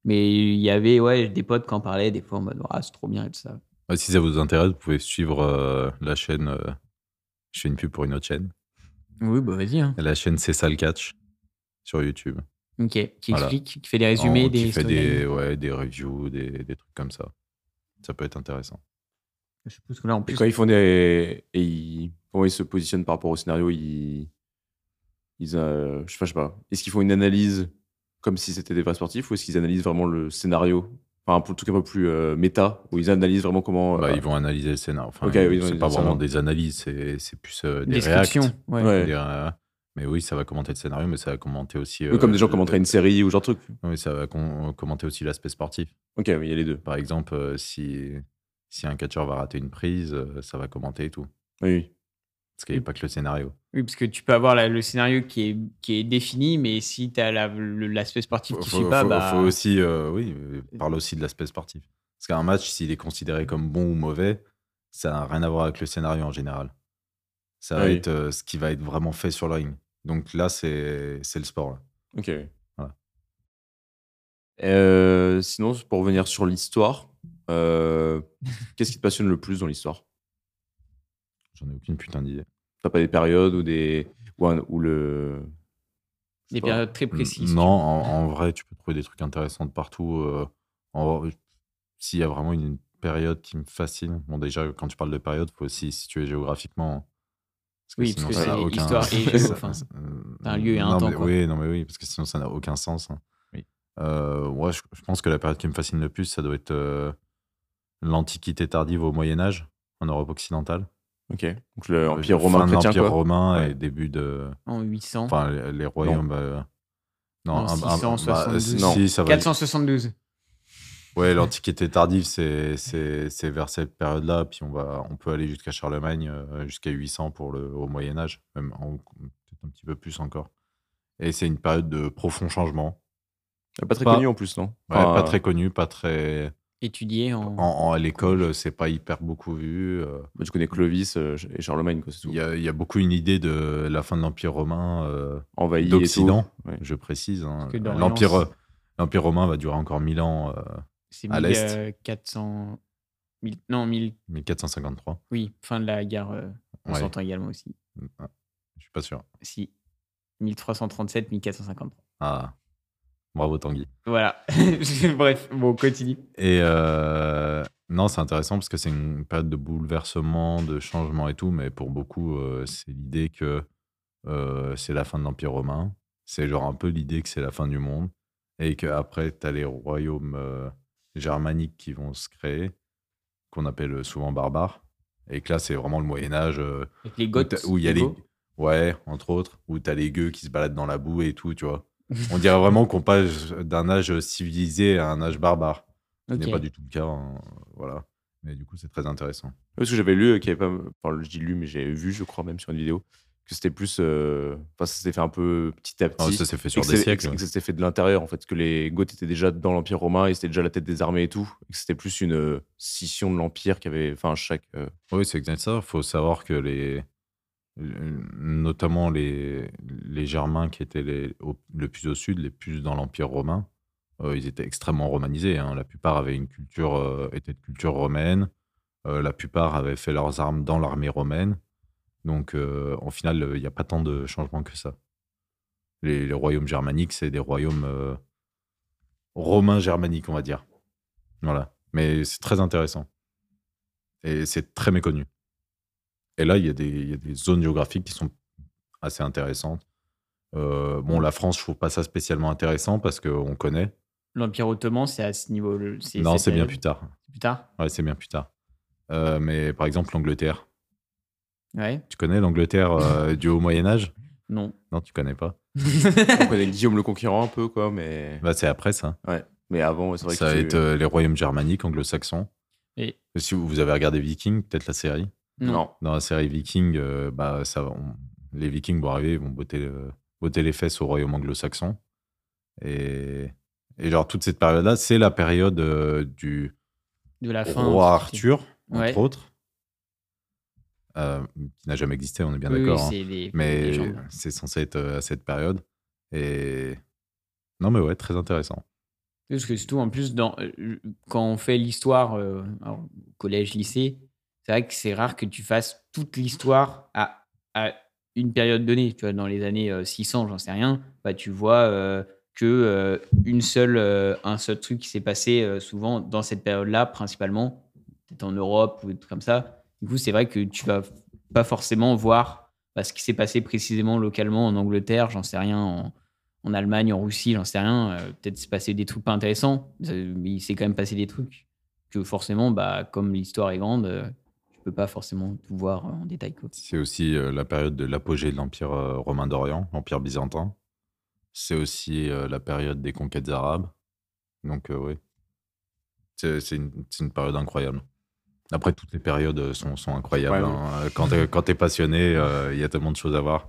[SPEAKER 6] Mais il y avait, ouais, des potes qui en parlaient, des fois en mode, ah, c'est trop bien et tout ça.
[SPEAKER 2] Ah, si ça vous intéresse, vous pouvez suivre euh, la chaîne. euh, je fais une pub pour une autre chaîne.
[SPEAKER 6] Oui, bah vas-y. hein.
[SPEAKER 2] La chaîne C'est ça le catch sur YouTube.
[SPEAKER 6] Ok. Qui
[SPEAKER 2] Voilà.
[SPEAKER 6] explique, qui fait des
[SPEAKER 2] En-
[SPEAKER 6] résumés, des,
[SPEAKER 2] qui fait
[SPEAKER 6] storylines.
[SPEAKER 2] des, ouais, des reviews, des, des trucs comme ça. Ça peut être intéressant.
[SPEAKER 6] Je suppose que là, en
[SPEAKER 7] Et
[SPEAKER 6] plus,
[SPEAKER 7] quand ils font des. Et ils- comment ils se positionnent par rapport au scénario ils, ils, euh, je, sais pas, je sais pas. Est-ce qu'ils font une analyse comme si c'était des vrais sportifs ou est-ce qu'ils analysent vraiment le scénario Enfin, pour le truc un peu plus euh, méta, où ils analysent vraiment comment.
[SPEAKER 2] Bah,
[SPEAKER 7] euh,
[SPEAKER 2] ils vont analyser le scénario. Enfin,
[SPEAKER 7] Ok, oui, ils vont
[SPEAKER 2] c'est pas
[SPEAKER 7] analyser le
[SPEAKER 2] vraiment des analyses, c'est c'est plus euh,
[SPEAKER 6] une
[SPEAKER 2] des réactions.
[SPEAKER 6] description. Ouais.
[SPEAKER 7] Ouais.
[SPEAKER 2] mais oui, ça va commenter le scénario, mais ça va commenter aussi.
[SPEAKER 7] eux, comme
[SPEAKER 2] euh,
[SPEAKER 7] des gens
[SPEAKER 2] le-
[SPEAKER 7] commenteraient une série ou genre de truc.
[SPEAKER 2] Oui, ça va com- commenter aussi l'aspect sportif.
[SPEAKER 7] Ok, oui, il y a les deux.
[SPEAKER 2] Par exemple, euh, si, si un catcheur va rater une prise, euh, ça va commenter et tout.
[SPEAKER 7] Oui, oui.
[SPEAKER 2] Parce qu'il n'y a pas que le scénario.
[SPEAKER 6] Oui, parce que tu peux avoir la- le scénario qui est, qui est défini, mais si tu as l'aspect sportif qui ne suit pas,
[SPEAKER 2] faut-
[SPEAKER 6] bah,
[SPEAKER 2] faut aussi, euh, oui, euh, parle aussi de l'aspect sportif. Parce qu'un match, s'il est considéré comme bon ou mauvais, ça n'a rien à voir avec le scénario en général. Ça va
[SPEAKER 7] Oui.
[SPEAKER 2] être euh, ce qui va être vraiment fait sur le ring. Donc là, c'est c'est le sport. là.
[SPEAKER 7] Ok. oui.
[SPEAKER 2] Voilà.
[SPEAKER 7] Euh, sinon, pour revenir sur l'histoire, euh, qu'est-ce qui te passionne le plus dans l'histoire
[SPEAKER 2] J'en ai aucune putain d'idée.
[SPEAKER 7] T'as pas des périodes ou des. Ou, un- ou le. je sais
[SPEAKER 6] des
[SPEAKER 7] pas.
[SPEAKER 6] périodes très précises.
[SPEAKER 2] Non, en, en vrai, tu peux trouver des trucs intéressants de partout. euh, en- S'il y a vraiment une période qui me fascine, bon, déjà, quand tu parles de période, il faut aussi situer géographiquement. hein,
[SPEAKER 6] Oui, parce que
[SPEAKER 2] ça
[SPEAKER 7] c'est
[SPEAKER 2] n'a
[SPEAKER 6] histoire et géo, enfin,
[SPEAKER 2] ça-
[SPEAKER 6] t'as un lieu et un
[SPEAKER 2] non,
[SPEAKER 6] temps,
[SPEAKER 2] mais
[SPEAKER 6] quoi.
[SPEAKER 2] Oui, non, mais oui, parce que sinon, ça n'a aucun sens. hein.
[SPEAKER 6] Oui.
[SPEAKER 2] Euh, ouais, je, je pense que la période qui me fascine le plus, ça doit être euh, l'Antiquité tardive au Moyen-Âge, en Europe occidentale.
[SPEAKER 7] Ok. Donc le
[SPEAKER 2] Fin
[SPEAKER 7] empire
[SPEAKER 2] de
[SPEAKER 7] romain chrétien.
[SPEAKER 2] L'Empire
[SPEAKER 7] Quoi.
[SPEAKER 2] romain et
[SPEAKER 7] Ouais.
[SPEAKER 2] début de.
[SPEAKER 6] En 800,
[SPEAKER 2] Enfin, les, les royaumes. euh, Non,
[SPEAKER 6] En
[SPEAKER 2] un- un- bah,
[SPEAKER 6] 672.
[SPEAKER 2] si, si, ça va.
[SPEAKER 6] 472.
[SPEAKER 2] Ouais, l'Antiquité tardive, c'est- c'est c'est vers cette période-là. Puis on, va, on peut aller jusqu'à Charlemagne, euh, jusqu'à 800 pour le, au Moyen-Âge, même en- peut-être un petit peu plus encore. Et c'est une période de profond changement.
[SPEAKER 7] Pas très
[SPEAKER 2] Pas-
[SPEAKER 7] connu en plus, non
[SPEAKER 2] Ouais,
[SPEAKER 7] Enfin, euh,
[SPEAKER 2] pas très connu, pas très.
[SPEAKER 6] Étudié en.
[SPEAKER 2] En, en- à l'école, c'est pas hyper beaucoup vu. euh,
[SPEAKER 7] Bah, tu connais Clovis euh, et Charlemagne, quoi, c'est tout.
[SPEAKER 2] Il y, a, il y a beaucoup une idée de la fin de l'Empire romain. euh,
[SPEAKER 7] Envahi. et tout.
[SPEAKER 2] d'Occident,
[SPEAKER 7] Ouais.
[SPEAKER 2] je précise. hein.
[SPEAKER 6] que d'Orient,
[SPEAKER 2] L'Empire l'Empire romain va durer encore 1000 ans, euh,
[SPEAKER 6] C'est euh,
[SPEAKER 2] à l'est.
[SPEAKER 6] 1400. 1000 non, 1000.
[SPEAKER 2] 1453.
[SPEAKER 6] Oui, fin de la guerre. euh, on
[SPEAKER 2] Ouais. Mm,
[SPEAKER 6] s'entend également aussi.
[SPEAKER 2] Je suis pas sûr.
[SPEAKER 6] Si. 1337, 1453.
[SPEAKER 2] Ah, bravo Tanguy.
[SPEAKER 6] Voilà. Bref, bon, continue.
[SPEAKER 2] Et euh, non, c'est intéressant parce que c'est une période de bouleversement, de changement et tout, mais pour beaucoup, euh, c'est l'idée que euh, c'est la fin de l'Empire romain. C'est genre un peu l'idée que c'est la fin du monde et qu'après, tu as les royaumes euh, germaniques qui vont se créer, qu'on appelle souvent barbares. Et que là, c'est vraiment le euh, Moyen-Âge.
[SPEAKER 6] Avec les
[SPEAKER 2] où
[SPEAKER 6] Goths.
[SPEAKER 2] t'as- où il y a les.
[SPEAKER 6] Hugo.
[SPEAKER 2] Ouais, entre autres, où t'as les gueux qui se baladent dans la boue et tout, tu vois. On dirait vraiment qu'on passe d'un âge civilisé à un âge barbare. Ce
[SPEAKER 6] Ok.
[SPEAKER 2] n'est pas du tout le cas, hein, voilà. Mais du coup, c'est très intéressant.
[SPEAKER 7] Parce que j'avais lu, euh, qu'il y avait pas. Enfin, je dis lu, mais j'ai vu, je crois, même sur une vidéo, que c'était plus. euh, Enfin, ça s'était fait un peu petit à petit.
[SPEAKER 2] Ah, ça s'est fait sur
[SPEAKER 7] Et que
[SPEAKER 2] des
[SPEAKER 7] c'est-
[SPEAKER 2] siècles.
[SPEAKER 7] et que
[SPEAKER 2] ouais.
[SPEAKER 7] c'était fait de l'intérieur, en fait. Que les Goths étaient déjà dans l'Empire romain, ils étaient déjà à la tête des armées et tout. Et que c'était plus une euh, scission de l'Empire qui avait. Enfin, chaque. euh,
[SPEAKER 2] Oui, c'est exact ça. Il faut savoir que les, notamment les, les Germains qui étaient les, au- le plus au sud, les plus dans l'Empire romain, euh, ils étaient extrêmement romanisés. hein. La plupart avaient une culture, euh, étaient de culture romaine. Euh, la plupart avaient fait leurs armes dans l'armée romaine. Donc, euh, en final, il n'y a pas tant de changements que ça. Les, les royaumes germaniques, c'est des royaumes euh, romains germaniques, on va dire. Voilà. Mais c'est très intéressant. Et c'est très méconnu. Et là, il y, a des- il y a des zones géographiques qui sont assez intéressantes. Euh, bon, la France, je trouve pas ça spécialement intéressant parce qu'on connaît.
[SPEAKER 6] L'Empire ottoman, c'est à ce niveau. le-
[SPEAKER 2] Non, c'est bien
[SPEAKER 6] période.
[SPEAKER 2] plus tard.
[SPEAKER 6] Plus tard.
[SPEAKER 2] Ouais, c'est bien plus tard. Euh, mais par exemple, l'Angleterre.
[SPEAKER 6] Ouais.
[SPEAKER 2] Tu connais l'Angleterre euh, du haut Moyen-Âge
[SPEAKER 6] Non.
[SPEAKER 2] Non, tu connais pas.
[SPEAKER 7] on connaît Guillaume le Conquérant un peu, quoi, mais.
[SPEAKER 2] Bah, c'est après ça.
[SPEAKER 7] Mais avant, ouais, c'est vrai
[SPEAKER 2] Ça va
[SPEAKER 7] que. tu-
[SPEAKER 2] être euh, les royaumes germaniques, anglo-saxons.
[SPEAKER 6] Et-
[SPEAKER 2] Si vous vous avez regardé Viking, peut-être la série.
[SPEAKER 6] Non.
[SPEAKER 7] Non.
[SPEAKER 2] dans la série Viking, euh, bah, ça, on- les Vikings vont arriver, ils vont botter, le- botter les fesses au royaume anglo-saxon. Et, et genre, toute cette période-là, c'est la période euh, du
[SPEAKER 6] De la fin.
[SPEAKER 2] roi
[SPEAKER 6] c'est-
[SPEAKER 2] Arthur, entre
[SPEAKER 6] Ouais.
[SPEAKER 2] autres, euh, qui n'a jamais existé, on est bien
[SPEAKER 6] Oui, oui,
[SPEAKER 2] d'accord. hein.
[SPEAKER 6] c'est des- des
[SPEAKER 2] Mais
[SPEAKER 6] légendes.
[SPEAKER 2] c'est censé être euh, à cette période. Et non, mais ouais, très intéressant.
[SPEAKER 6] Parce que surtout, en plus, dans, euh, quand on fait l'histoire euh, alors, au collège, lycée, c'est vrai que c'est rare que tu fasses toute l'histoire à, à une période donnée. Tu vois, dans les années euh, 600, j'en sais rien, bah, tu vois euh, que euh, une seule, euh, un seul truc qui s'est passé euh, souvent dans cette période-là, principalement, peut-être en Europe ou des trucs comme ça. Du coup, c'est vrai que tu vas pas forcément voir bah, ce qui s'est passé précisément localement en Angleterre, j'en sais rien, en, en Allemagne, en Russie, j'en sais rien. euh, Peut-être s'est passé des trucs pas intéressants, euh, mais il s'est quand même passé des trucs que forcément, bah, comme l'histoire est grande, euh, tu peux pas forcément tout voir euh, en détail. Quoi.
[SPEAKER 2] C'est aussi euh, la période de l'apogée de l'Empire euh, romain d'Orient, l'Empire byzantin. C'est aussi euh, la période des conquêtes arabes. Donc, euh, oui. C'est c'est une, c'est une période incroyable. Après, toutes les périodes euh, sont, sont incroyables.
[SPEAKER 7] Ouais,
[SPEAKER 2] hein. Euh, Quand t'es- Quand tu es passionné, euh, il y a tellement de choses à voir.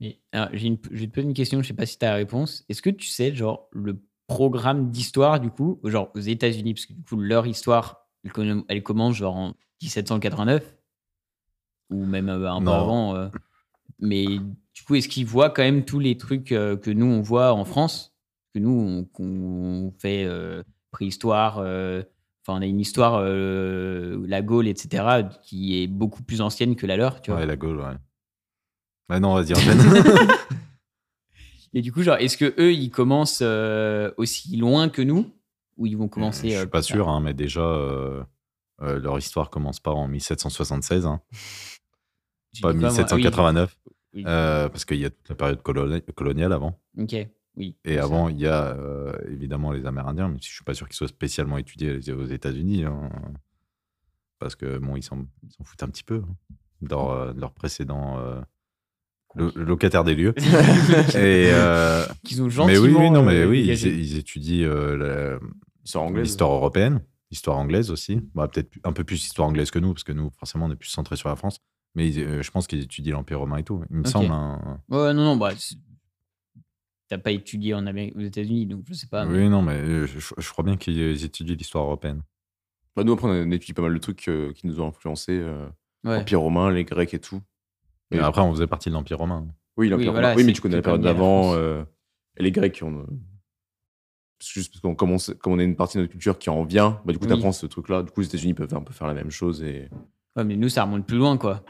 [SPEAKER 6] Mais, alors, j'ai une, je vais te poser une question, je sais pas si tu as la réponse. Est-ce que tu sais, genre, le programme d'histoire, du coup, genre aux États-Unis, parce que du coup, leur histoire, elle, conno- elle commence genre en 1789, ou même euh, un peu
[SPEAKER 2] Non.
[SPEAKER 6] avant. euh, mais du coup, est-ce qu'ils voient quand même tous les trucs euh, que nous, on voit en France Que nous, on, qu'on fait euh, préhistoire, euh, enfin, on a une histoire, euh, la Gaule, etc., qui est beaucoup plus ancienne que la leur, tu vois
[SPEAKER 2] Ouais, la Gaule, ouais. Ouais, non, on va dire Gênes.
[SPEAKER 6] Et du coup, genre, est-ce que eux, ils commencent euh, aussi loin que nous ou ils vont commencer
[SPEAKER 2] Je
[SPEAKER 6] euh,
[SPEAKER 2] suis pas
[SPEAKER 6] plus
[SPEAKER 2] sûr,
[SPEAKER 6] tard
[SPEAKER 2] hein, mais déjà, euh, euh, leur histoire commence pas en 1776, hein,
[SPEAKER 6] Je
[SPEAKER 2] pas
[SPEAKER 6] dis moi. Ah
[SPEAKER 2] 1789,
[SPEAKER 6] Oui, oui.
[SPEAKER 2] euh, parce qu'il y a toute la période coloni- coloniale avant.
[SPEAKER 6] ok, oui.
[SPEAKER 2] Et avant, il y a euh, évidemment les Amérindiens, même si je suis pas sûr qu'ils soient spécialement étudiés aux États-Unis, hein, parce que bon, ils s'en ils s'en foutent un petit peu hein, de leur, euh, de leur précédent euh, lo- locataire des lieux. Et, euh,
[SPEAKER 6] Qu'ils ont
[SPEAKER 2] mais
[SPEAKER 6] gentiment.
[SPEAKER 2] oui, oui, non, mais
[SPEAKER 6] euh,
[SPEAKER 2] oui, ils,
[SPEAKER 6] dégagé.
[SPEAKER 2] ils étudient euh, la,
[SPEAKER 7] Histoire anglaise.
[SPEAKER 2] L'histoire européenne, l'histoire anglaise aussi. Bah, peut-être un peu plus histoire anglaise que nous, parce que nous, forcément, on est plus centré sur la France. Mais ils- euh, je pense qu'ils étudient l'Empire romain et tout. Il me
[SPEAKER 6] Ok.
[SPEAKER 2] semble. hein.
[SPEAKER 6] Ouais, non, non, bah. c'est- T'as pas étudié en Amérique, aux États-Unis, donc je sais pas. mais-
[SPEAKER 2] oui, non, mais euh, je, je crois bien qu'ils étudient l'histoire européenne.
[SPEAKER 7] Bah, nous, après, on étudie pas mal de trucs euh, qui nous ont influencés. euh,
[SPEAKER 6] Ouais.
[SPEAKER 7] L'Empire romain, les Grecs et tout.
[SPEAKER 2] Mais
[SPEAKER 7] Et-
[SPEAKER 2] après, on faisait partie de l'Empire romain.
[SPEAKER 7] Oui, l'Empire
[SPEAKER 6] Oui,
[SPEAKER 7] romain.
[SPEAKER 6] voilà,
[SPEAKER 7] oui,
[SPEAKER 6] c'est
[SPEAKER 7] mais tu connais la
[SPEAKER 6] plus
[SPEAKER 7] période
[SPEAKER 6] comme la
[SPEAKER 7] d'avant.
[SPEAKER 6] France.
[SPEAKER 7] euh, et les Grecs, on, euh, c'est juste parce qu'on comme on, sait- comme on a une partie de notre culture qui en vient, bah, du coup,
[SPEAKER 6] Oui.
[SPEAKER 7] tu apprends ce truc-là. Du coup, les États-Unis peuvent un peu faire la même chose. Et...
[SPEAKER 6] Ouais, mais nous, ça remonte plus loin, quoi.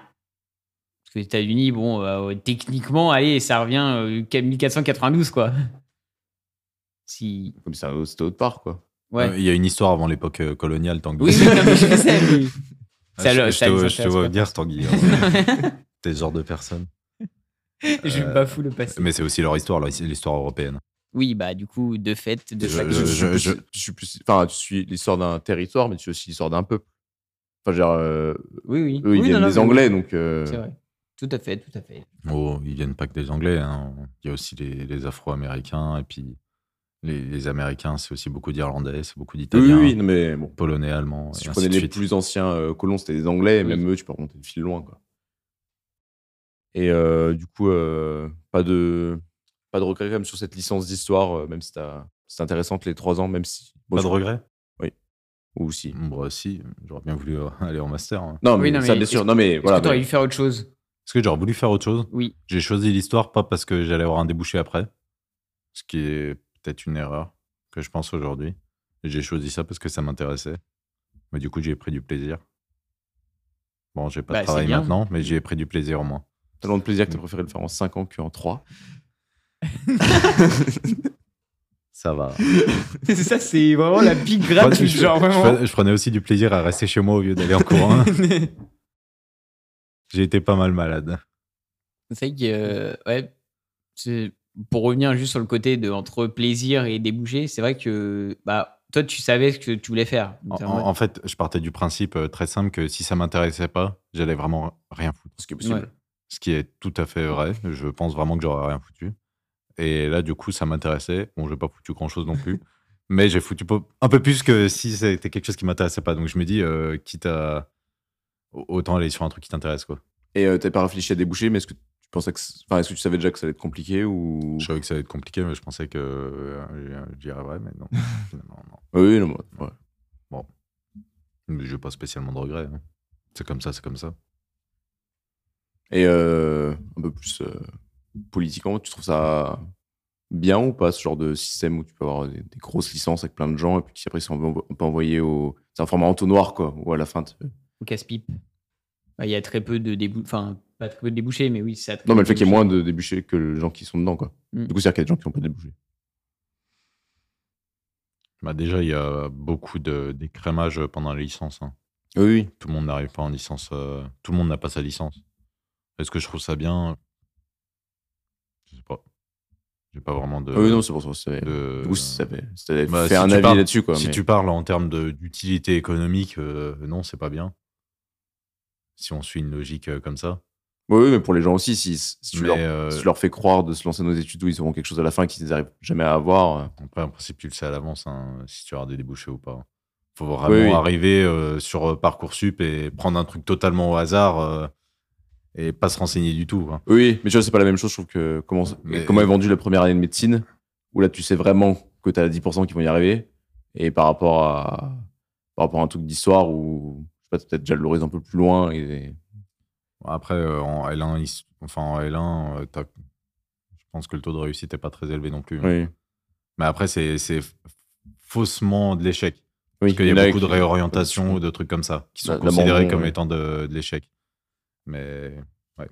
[SPEAKER 6] Parce que les États-Unis, bon, euh, techniquement, allez, ça revient euh, qu'à 1492, quoi. Si.
[SPEAKER 7] Comme ça, c'était autre part, quoi.
[SPEAKER 6] Ouais.
[SPEAKER 2] Euh, Il y a une histoire avant l'époque euh, coloniale, Tanguy.
[SPEAKER 6] Oui, oui, non, mais je sais, mais-
[SPEAKER 2] Ah,
[SPEAKER 6] ça,
[SPEAKER 2] je,
[SPEAKER 6] le-
[SPEAKER 2] je
[SPEAKER 6] ça
[SPEAKER 2] te,
[SPEAKER 6] les
[SPEAKER 2] je te
[SPEAKER 6] intéresse
[SPEAKER 2] vois
[SPEAKER 6] pas.
[SPEAKER 2] venir, Tanguy. T'es ce genre de personne.
[SPEAKER 6] Je
[SPEAKER 2] Euh,
[SPEAKER 6] bafoue le passé.
[SPEAKER 2] Mais c'est aussi leur histoire, leur- l'histoire européenne.
[SPEAKER 6] Oui, bah du coup, de fait, de
[SPEAKER 2] Je-
[SPEAKER 6] chaque...
[SPEAKER 2] je-
[SPEAKER 7] Tu suis
[SPEAKER 2] je-
[SPEAKER 7] plus- tu suis plus- Enfin, tu suis l'histoire d'un territoire, mais tu suis aussi l'histoire d'un peuple. Enfin, je veux dire, euh,
[SPEAKER 6] Oui, oui.
[SPEAKER 7] eux,
[SPEAKER 6] Oui,
[SPEAKER 7] ils
[SPEAKER 6] non,
[SPEAKER 7] viennent
[SPEAKER 6] non,
[SPEAKER 7] des
[SPEAKER 6] mais-
[SPEAKER 7] Anglais, donc. euh,
[SPEAKER 6] C'est vrai. Tout à fait, tout à fait.
[SPEAKER 2] Oh, ils viennent pas que des Anglais. hein. Il y a aussi les, les Afro-Américains. Et puis, les, les Américains, c'est aussi beaucoup d'Irlandais, c'est beaucoup
[SPEAKER 7] Oui, oui,
[SPEAKER 2] d'Italiens,
[SPEAKER 7] oui, non, mais bon.
[SPEAKER 2] Polonais, Allemands.
[SPEAKER 7] Si
[SPEAKER 2] et
[SPEAKER 7] tu
[SPEAKER 2] ainsi
[SPEAKER 7] prenais
[SPEAKER 2] de
[SPEAKER 7] les
[SPEAKER 2] suite.
[SPEAKER 7] plus anciens euh, colons, c'était des Anglais, et
[SPEAKER 6] Oui.
[SPEAKER 7] même eux, tu peux remonter de fil loin. Quoi. Et euh, du coup, euh, pas, de, pas de regret quand même sur cette licence d'histoire, euh, même si t'as- c'est intéressante les trois ans, même si. bon,
[SPEAKER 2] Pas de
[SPEAKER 7] je-
[SPEAKER 2] regret
[SPEAKER 7] Ou si.
[SPEAKER 2] Moi aussi, j'aurais bien voulu euh, aller en master. hein.
[SPEAKER 7] Non, mais,
[SPEAKER 6] Oui, non,
[SPEAKER 7] ça,
[SPEAKER 6] mais
[SPEAKER 7] bien
[SPEAKER 6] est-ce
[SPEAKER 7] sûr.
[SPEAKER 6] que-
[SPEAKER 7] Non, mais
[SPEAKER 6] Est-ce
[SPEAKER 7] voilà.
[SPEAKER 6] que t'aurais
[SPEAKER 7] mais-
[SPEAKER 6] dû faire autre chose
[SPEAKER 2] Parce que j'aurais voulu faire autre chose.
[SPEAKER 6] Oui.
[SPEAKER 2] J'ai choisi l'histoire pas parce que j'allais avoir un débouché après, ce qui est peut-être une erreur que je pense aujourd'hui. J'ai choisi ça parce que ça m'intéressait. Mais du coup, j'ai pris du plaisir. Bon, j'ai pas
[SPEAKER 6] Bah,
[SPEAKER 2] de
[SPEAKER 6] c'est
[SPEAKER 2] travail
[SPEAKER 6] bien.
[SPEAKER 2] maintenant, mais j'ai pris du plaisir au moins.
[SPEAKER 7] Tellement de plaisir que
[SPEAKER 6] Hmm.
[SPEAKER 7] t'as préféré le faire en 5 ans qu'en 3.
[SPEAKER 2] Ça va.
[SPEAKER 6] Ça, c'est vraiment la pique
[SPEAKER 2] Moi, tu- je, je prenais- je prenais aussi du plaisir à rester chez moi au lieu d'aller en cours. hein. J'ai été pas mal malade.
[SPEAKER 6] C'est vrai que, euh, ouais, c'est- pour revenir juste sur le côté de entre plaisir et débouché, c'est vrai que bah, toi, tu savais ce que tu voulais faire.
[SPEAKER 2] En, en- en fait, je partais du principe euh, très simple que si ça m'intéressait pas, j'allais vraiment rien foutre.
[SPEAKER 7] Ce qui est possible.
[SPEAKER 6] Ouais.
[SPEAKER 2] Ce qui est tout à fait vrai. Je pense vraiment que j'aurais rien foutu. Et là, du coup, ça m'intéressait. Bon, j'ai pas foutu grand chose non plus. mais j'ai foutu po- un peu plus que si c'était quelque chose qui m'intéressait pas. Donc je me dis, euh, quitte à. Autant aller sur un truc qui t'intéresse, quoi.
[SPEAKER 7] Et euh, t'as pas réfléchi à déboucher, mais est-ce que tu pensais que. c'est- Enfin, est-ce que tu savais déjà que ça allait être compliqué ou.
[SPEAKER 2] Je savais que ça allait être compliqué, mais je pensais que euh, j'y arriverais, mais non. Finalement, non.
[SPEAKER 7] Oui, non, mais- ouais.
[SPEAKER 2] Mais j'ai pas spécialement de regrets. hein. C'est comme ça, c'est comme ça.
[SPEAKER 7] Et euh, un peu plus euh, politiquement, tu trouves ça bien ou pas, ce genre de système où tu peux avoir des, des grosses licences avec plein de gens et puis qui après sont envo- on peut envoyer au. C'est un format entonnoir, quoi, ou à la fin. tu-
[SPEAKER 6] Au casse-pipe. Bah, Il y a très peu de débouchés. Enfin, pas très peu de débouchés, mais oui, ça. a très
[SPEAKER 7] Non, mais le
[SPEAKER 6] peu
[SPEAKER 7] fait
[SPEAKER 6] de
[SPEAKER 7] qu'il y ait
[SPEAKER 6] débouchés.
[SPEAKER 7] moins de débouchés que les gens qui sont dedans, quoi.
[SPEAKER 6] Mm.
[SPEAKER 7] Du coup, c'est-à-dire qu'il y a des gens qui n'ont pas débouché.
[SPEAKER 2] Bah, déjà, il y a beaucoup de d'écrémage pendant la licence. hein.
[SPEAKER 7] Oui, oui.
[SPEAKER 2] Tout le monde n'arrive pas en licence. euh, tout le monde n'a pas sa licence. Est-ce que je trouve ça bien Je sais pas. J'ai pas vraiment de.
[SPEAKER 7] Ah oui, non, c'est pour ça. c'est-
[SPEAKER 2] de-
[SPEAKER 7] Du coup, ça fait, ça
[SPEAKER 2] Euh, Bah,
[SPEAKER 7] fait
[SPEAKER 2] si
[SPEAKER 7] un
[SPEAKER 2] tu
[SPEAKER 7] avis
[SPEAKER 2] parles-
[SPEAKER 7] là-dessus, quoi.
[SPEAKER 2] si
[SPEAKER 7] mais-
[SPEAKER 2] tu parles en termes de- d'utilité économique, euh, non, c'est pas bien. Si on suit une logique euh, comme ça.
[SPEAKER 7] Oui, oui, mais pour les gens aussi, si, si tu,
[SPEAKER 2] Mais,
[SPEAKER 7] leur,
[SPEAKER 2] euh,
[SPEAKER 7] si tu leur fais croire de se lancer dans des études où ils auront quelque chose à la fin qu'ils n'arrivent jamais à avoir. euh,
[SPEAKER 2] Après, en principe, tu le sais à l'avance hein, si tu auras des débouchés ou pas. Faut vraiment
[SPEAKER 7] Oui, oui.
[SPEAKER 2] arriver euh, sur euh, Parcoursup et prendre un truc totalement au hasard euh, et pas se renseigner du tout. hein. quoi.
[SPEAKER 7] Oui, mais tu vois, c'est pas la même chose, je trouve que comment,
[SPEAKER 2] Mais-
[SPEAKER 7] comment est vendue la première année de médecine, où là, tu sais vraiment que tu as 10% qui vont y arriver, et par rapport à, par rapport à un truc d'histoire où, je sais pas, t'as peut-être déjà l'horizon un peu plus loin, et
[SPEAKER 2] Après, euh, en L1, ils- enfin, en L1 euh, t'as- je pense que le taux de réussite n'est pas très élevé non plus. hein.
[SPEAKER 7] oui.
[SPEAKER 2] Mais après, c'est c'est f- faussement de l'échec.
[SPEAKER 7] Oui,
[SPEAKER 2] Parce qu'il y
[SPEAKER 7] en
[SPEAKER 2] a beaucoup de
[SPEAKER 7] qui-
[SPEAKER 2] réorientations ou de trucs comme ça qui sont
[SPEAKER 7] Bah,
[SPEAKER 2] considérés
[SPEAKER 7] d'abandon,
[SPEAKER 2] comme
[SPEAKER 7] ouais.
[SPEAKER 2] étant de, de l'échec. Mais, ouais.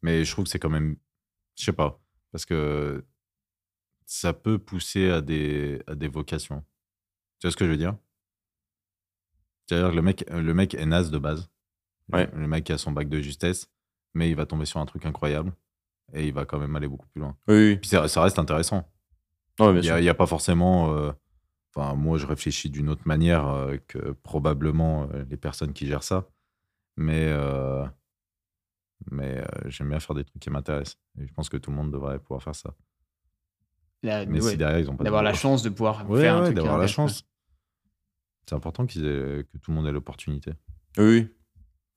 [SPEAKER 2] Mais je trouve que c'est quand même. Je sais pas. Parce que ça peut pousser à des, à des vocations. Tu vois ce que je veux dire C'est-à-dire que le mec, le mec est naze de base.
[SPEAKER 7] Ouais.
[SPEAKER 2] Le mec a son bac de justesse, mais il va tomber sur un truc incroyable et il va quand même aller beaucoup plus loin.
[SPEAKER 7] Oui, oui.
[SPEAKER 2] Puis ça- ça reste intéressant.
[SPEAKER 7] Non, mais bien
[SPEAKER 2] Il
[SPEAKER 7] sûr.
[SPEAKER 2] n'y a, pas forcément. euh, Enfin, moi, je réfléchis d'une autre manière euh, que probablement euh, les personnes qui gèrent ça. Mais, euh, mais euh, j'aime bien faire des trucs qui m'intéressent. Et je pense que tout le monde devrait pouvoir faire ça.
[SPEAKER 6] La-
[SPEAKER 2] Mais
[SPEAKER 6] ouais,
[SPEAKER 2] si derrière, ils n'ont pas.
[SPEAKER 6] D'avoir la
[SPEAKER 2] chance.
[SPEAKER 6] chance de pouvoir
[SPEAKER 2] Ouais,
[SPEAKER 6] faire un
[SPEAKER 2] ouais,
[SPEAKER 6] truc. hein,
[SPEAKER 2] d'avoir la
[SPEAKER 6] intéressant.
[SPEAKER 2] chance. C'est important qu'ils aient- que tout le monde ait l'opportunité.
[SPEAKER 7] Oui, oui.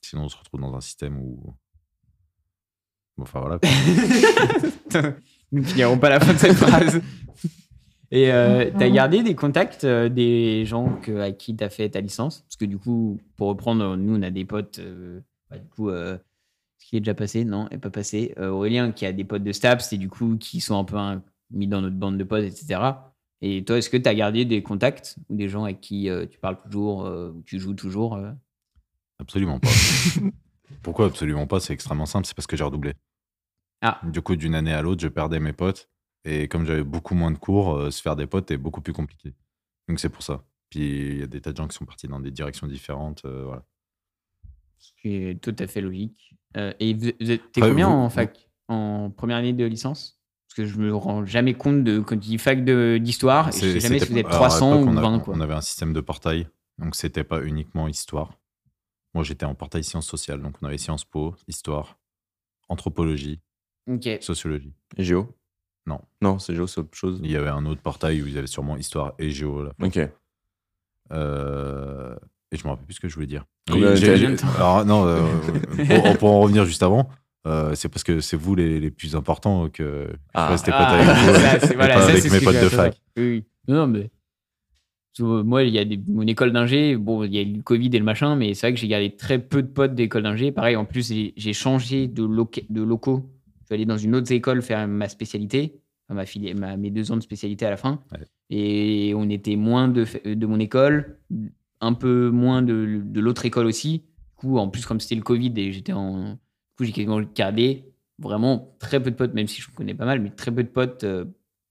[SPEAKER 2] Sinon, on se retrouve dans un système où. Bon, enfin, voilà. quoi.
[SPEAKER 6] Nous ne finirons pas la fin de cette phrase. Et euh, t'as gardé des contacts euh, des gens que, à qui t'as fait ta licence Parce que du coup, pour reprendre, nous on a des potes. euh, bah, du coup, euh, ce qui est déjà passé, non, est pas passé. Euh, Aurélien qui a des potes de Staps et du coup qui sont un peu hein, mis dans notre bande de potes, etc. Et toi, est-ce que t'as gardé des contacts ou des gens à qui euh, tu parles toujours, euh, ou tu joues toujours euh
[SPEAKER 2] Absolument pas. Pourquoi absolument pas C'est extrêmement simple, c'est parce que j'ai redoublé.
[SPEAKER 6] Ah.
[SPEAKER 2] Du coup, d'une année à l'autre, je perdais mes potes. Et comme j'avais beaucoup moins de cours, euh, se faire des potes est beaucoup plus compliqué. Donc c'est pour ça. Puis il y a des tas de gens qui sont partis dans des directions différentes. euh, voilà.
[SPEAKER 6] Ce qui est tout à fait logique. Euh, et vous, vous êtes, t'es
[SPEAKER 2] Après,
[SPEAKER 6] combien
[SPEAKER 2] vous-
[SPEAKER 6] en fac En première année de licence Parce que je me rends jamais compte de quand tu dis fac de- d'histoire, je
[SPEAKER 2] C'est-
[SPEAKER 6] sais Ah, jamais
[SPEAKER 2] c'était-
[SPEAKER 6] si vous êtes
[SPEAKER 2] alors, à
[SPEAKER 6] 300
[SPEAKER 2] l'époque,
[SPEAKER 6] ou
[SPEAKER 2] on a-
[SPEAKER 6] 20 quoi.
[SPEAKER 2] On avait un système de portail, donc c'était pas uniquement histoire. Moi, j'étais en portail sciences sociales, donc on avait sciences po, histoire, anthropologie,
[SPEAKER 6] Ok.
[SPEAKER 2] sociologie.
[SPEAKER 7] Et Géo
[SPEAKER 2] Non.
[SPEAKER 7] Non, c'est Géo, c'est autre chose.
[SPEAKER 2] Il y avait un autre portail où ils avaient sûrement histoire et géo. Là.
[SPEAKER 7] Ok.
[SPEAKER 2] Euh, et je me rappelle plus ce que je voulais dire.
[SPEAKER 7] Combien
[SPEAKER 2] Oui,
[SPEAKER 7] de
[SPEAKER 2] j'ai-
[SPEAKER 7] tangentes
[SPEAKER 2] j'ai- alors, non, euh, pour, pour en revenir juste avant, euh, c'est parce que c'est vous les, les plus importants que je
[SPEAKER 7] Ah.
[SPEAKER 2] restais pote
[SPEAKER 6] Ah,
[SPEAKER 2] avec vous,
[SPEAKER 6] ça,
[SPEAKER 2] et
[SPEAKER 6] c'est- voilà,
[SPEAKER 2] pas
[SPEAKER 6] ça,
[SPEAKER 2] avec
[SPEAKER 6] c'est ce
[SPEAKER 2] mes
[SPEAKER 6] que
[SPEAKER 2] potes
[SPEAKER 6] je
[SPEAKER 2] de
[SPEAKER 6] veux savoir.
[SPEAKER 2] fac.
[SPEAKER 6] Oui, oui. Non, non, mais. Parce que Moi, il y a des- mon école d'ingé, bon, il y a eu le Covid et le machin, mais c'est vrai que j'ai gardé très peu de potes d'école d'ingé. Pareil, en plus, j'ai j'ai changé de, loca- de locaux. Je suis allé dans une autre école faire ma spécialité, enfin, ma fili- ma- mes deux ans de spécialité à la fin.
[SPEAKER 2] Ouais.
[SPEAKER 6] Et on était moins de, fa- de mon école, un peu moins de, de l'autre école aussi. Du coup, en plus, comme c'était le Covid et j'étais en. Du coup, j'ai gardé vraiment très peu de potes, même si je me connais pas mal, mais très peu de potes euh,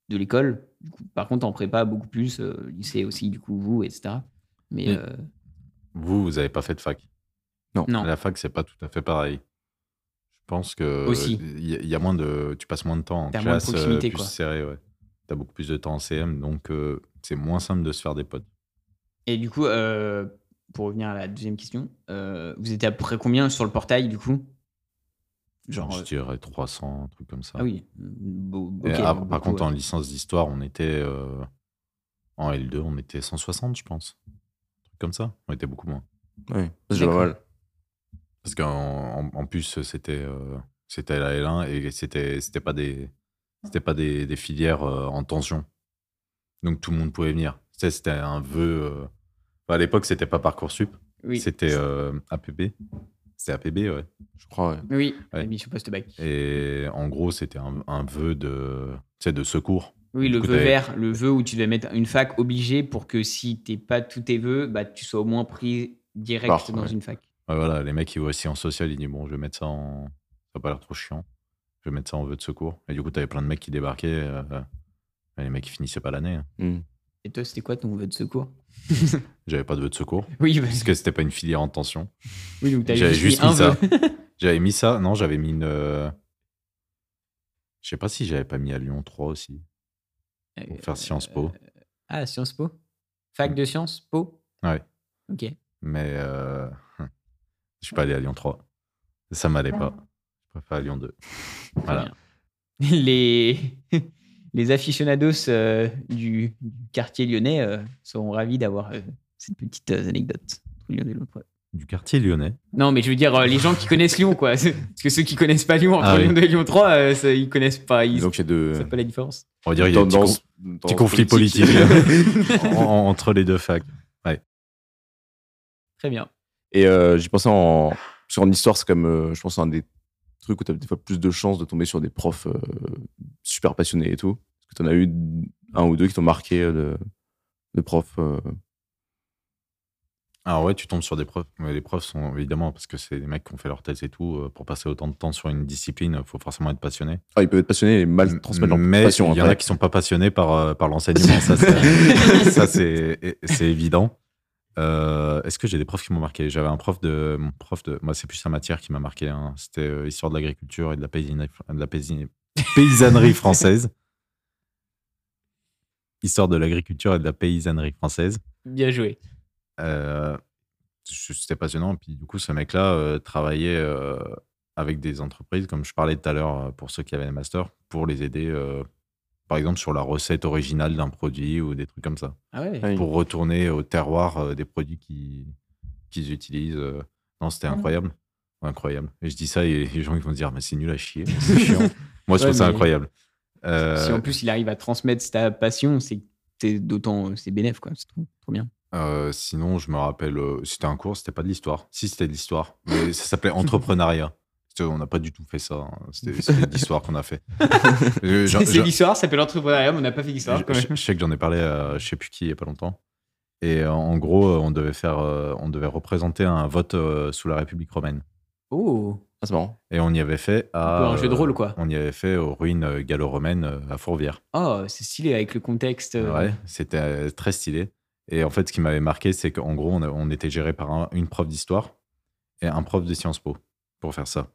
[SPEAKER 6] de l'école. Du coup, par contre, en prépa, beaucoup plus, euh, lycée aussi, du coup, vous, etc. Mais
[SPEAKER 2] Oui.
[SPEAKER 6] euh,
[SPEAKER 2] Vous, vous n'avez pas fait de fac.
[SPEAKER 6] non.
[SPEAKER 2] La fac, c'est pas tout à fait pareil. Je pense que
[SPEAKER 6] Aussi.
[SPEAKER 2] il y, a- il y a moins de, tu passes moins de temps en
[SPEAKER 6] T'as moins de
[SPEAKER 2] classe, euh,
[SPEAKER 6] proximité,
[SPEAKER 2] plus
[SPEAKER 6] quoi.
[SPEAKER 2] serré. Ouais. T'as beaucoup plus de temps en CM, donc euh, c'est moins simple de se faire des potes.
[SPEAKER 6] Et du coup, euh, pour revenir à la deuxième question, euh, vous étiez à peu près combien sur le portail, du coup Genre.
[SPEAKER 2] je
[SPEAKER 6] euh,
[SPEAKER 2] dirais 300, un truc comme ça.
[SPEAKER 6] ah oui. Beau-
[SPEAKER 2] Et
[SPEAKER 6] ok,
[SPEAKER 2] à-
[SPEAKER 6] beaucoup,
[SPEAKER 2] par contre, en
[SPEAKER 6] ouais.
[SPEAKER 2] licence d'histoire, on était. euh, en L2, on était 160, je pense. Un truc comme ça. On était beaucoup moins.
[SPEAKER 7] Oui, c'est déjà pas
[SPEAKER 6] D'accord.
[SPEAKER 7] mal.
[SPEAKER 2] Parce qu'en en, en plus, c'était euh, c'était la L1 et c'était c'était pas des c'était pas des, des filières euh, en tension. Donc tout le monde pouvait venir. Tu sais, C'était un vœu. euh, enfin, à l'époque, c'était pas parcoursup,
[SPEAKER 6] Oui.
[SPEAKER 2] c'était euh, APB. C'était APB, ouais.
[SPEAKER 7] Je crois, ouais.
[SPEAKER 6] Oui,
[SPEAKER 2] Ouais.
[SPEAKER 6] la mission post-bac.
[SPEAKER 2] Et en gros, c'était un, un vœu de, tu sais, de secours
[SPEAKER 6] Oui, le
[SPEAKER 2] Du coup,
[SPEAKER 6] vœu
[SPEAKER 2] t'avais-
[SPEAKER 6] vert, le vœu où tu devais mettre une fac obligée pour que si t'es pas tous tes vœux, bah, tu sois au moins pris direct
[SPEAKER 7] Par-
[SPEAKER 6] dans
[SPEAKER 7] ouais.
[SPEAKER 6] une fac.
[SPEAKER 2] Ouais, voilà, les mecs, ils voient sciences sociales, ils disent bon, je vais mettre ça en. Ça va pas l'air trop chiant. Je vais mettre ça en vœu de secours. Et du coup, t'avais plein de mecs qui débarquaient. euh, euh, et les mecs, ils finissaient pas l'année. hein.
[SPEAKER 7] Hmm.
[SPEAKER 6] Et toi, c'était quoi ton vœu de secours
[SPEAKER 2] J'avais pas de vœu de secours.
[SPEAKER 6] Oui, parce
[SPEAKER 2] Parce
[SPEAKER 6] que-
[SPEAKER 2] que c'était pas une filière en tension.
[SPEAKER 6] oui donc t'avais
[SPEAKER 2] J'avais
[SPEAKER 6] juste,
[SPEAKER 2] juste
[SPEAKER 6] mis
[SPEAKER 2] mis
[SPEAKER 6] un
[SPEAKER 2] ça.
[SPEAKER 6] vœu.
[SPEAKER 2] J'avais mis ça. Non, j'avais mis une. euh, Je sais pas si j'avais pas mis à Lyon 3 aussi. Pour
[SPEAKER 6] Euh,
[SPEAKER 2] faire Sciences Po.
[SPEAKER 6] Ah, Sciences Po Fac de Sciences Po
[SPEAKER 2] Ouais.
[SPEAKER 6] Ok.
[SPEAKER 2] Mais. euh, Je suis pas allé à Lyon 3. Ça m'allait pas.
[SPEAKER 6] Ah.
[SPEAKER 2] Je préfère à Lyon 2. Voilà.
[SPEAKER 6] Les, les aficionados euh, du, du quartier lyonnais euh, seront ravis d'avoir euh, cette petite euh, anecdote. entre Lyon et l'autre.
[SPEAKER 2] Du quartier lyonnais.
[SPEAKER 6] Non, mais je veux dire, euh, les gens qui connaissent Lyon, quoi. Parce que ceux qui connaissent pas Lyon, entre
[SPEAKER 2] Ah oui. euh,
[SPEAKER 6] Lyon 2 et Lyon 3, euh, ça, ils connaissent pas. Ils
[SPEAKER 7] Donc il y a
[SPEAKER 6] ils
[SPEAKER 7] de
[SPEAKER 6] savent pas la différence.
[SPEAKER 2] On va dire, il y a un petit con-
[SPEAKER 7] tendance-
[SPEAKER 2] petit
[SPEAKER 7] tendance
[SPEAKER 2] conflit politique en- en- entre les deux facs.
[SPEAKER 6] Très bien.
[SPEAKER 7] Et euh, j'ai pensé en. Sur en histoire, c'est comme. euh, je pense c'est un des trucs où tu as des fois plus de chances de tomber sur des profs euh, super passionnés et tout. Parce que tu en as eu un ou deux qui t'ont marqué euh, de, de profs. euh,
[SPEAKER 2] Alors Ah ouais, tu tombes sur des profs. Mais les profs sont évidemment, parce que c'est des mecs qui ont fait leur thèse et tout, euh, pour passer autant de temps sur une discipline, il faut forcément être passionné.
[SPEAKER 7] Ah, ils peuvent être passionnés et mal transmettre
[SPEAKER 2] Mais
[SPEAKER 7] leur passion.
[SPEAKER 2] il y en
[SPEAKER 7] après.
[SPEAKER 2] a qui sont pas passionnés par, euh, par l'enseignement, ça c'est ça, c'est c'est évident. Euh, Est-ce que j'ai des profs qui m'ont marqué J'avais un prof de mon prof de moi c'est plus sa matière qui m'a marqué. hein. C'était euh, histoire de l'agriculture et de la, paysina- de la paysina- paysannerie française. Histoire de l'agriculture et de la paysannerie française.
[SPEAKER 6] Bien joué.
[SPEAKER 2] Euh, c- c'était passionnant. Puis du coup, ce mec-là euh, travaillait euh, avec des entreprises, comme je parlais tout à l'heure, euh, pour ceux qui avaient les masters, pour les aider, euh, par exemple, sur la recette originale d'un produit ou des trucs comme ça,
[SPEAKER 6] Ah ouais.
[SPEAKER 7] Oui.
[SPEAKER 2] pour retourner au terroir euh, des produits qui- qu'ils utilisent. euh. Non, c'était incroyable. Incroyable. Et je dis ça, et les gens ils vont se dire, mais c'est nul à chier. c'est chiant. Moi, je
[SPEAKER 6] Ouais,
[SPEAKER 2] trouve ça
[SPEAKER 6] mais-
[SPEAKER 2] incroyable. Euh,
[SPEAKER 6] Si en plus il arrive à transmettre ta passion, c'est que t'es d'autant. euh, C'est bénéf, quoi. C'est trop, trop bien.
[SPEAKER 2] Euh, sinon, je me rappelle, euh, c'était un cours, c'était pas de l'histoire. Si, c'était de l'histoire, mais ça s'appelait entrepreneuriat. C'était- On n'a pas du tout fait ça. hein. C'était c'était de l'histoire qu'on a fait. Je- je-
[SPEAKER 6] C'est
[SPEAKER 2] je-
[SPEAKER 6] l'histoire, ça s'appelle l'entrepreneuriat, mais on n'a pas fait d'histoire. quand
[SPEAKER 2] je, je
[SPEAKER 6] même.
[SPEAKER 2] sais que j'en ai parlé à je sais plus qui il y a pas longtemps. Et euh, en gros, euh, on devait faire, euh, on devait représenter un vote euh, sous la République romaine.
[SPEAKER 6] Oh,
[SPEAKER 7] Ah, c'est marrant.
[SPEAKER 2] Et on y avait fait à
[SPEAKER 6] peu un jeu de
[SPEAKER 2] euh,
[SPEAKER 6] rôle, quoi.
[SPEAKER 2] On y avait fait aux ruines euh, gallo-romaines euh, à Fourvière.
[SPEAKER 6] oh c'est stylé avec le contexte. euh,
[SPEAKER 2] Ouais, c'était euh, très stylé. Et en fait, ce qui m'avait marqué, c'est qu'en gros, on, a- on était géré par un- une prof d'histoire et un prof de Sciences Po pour faire ça.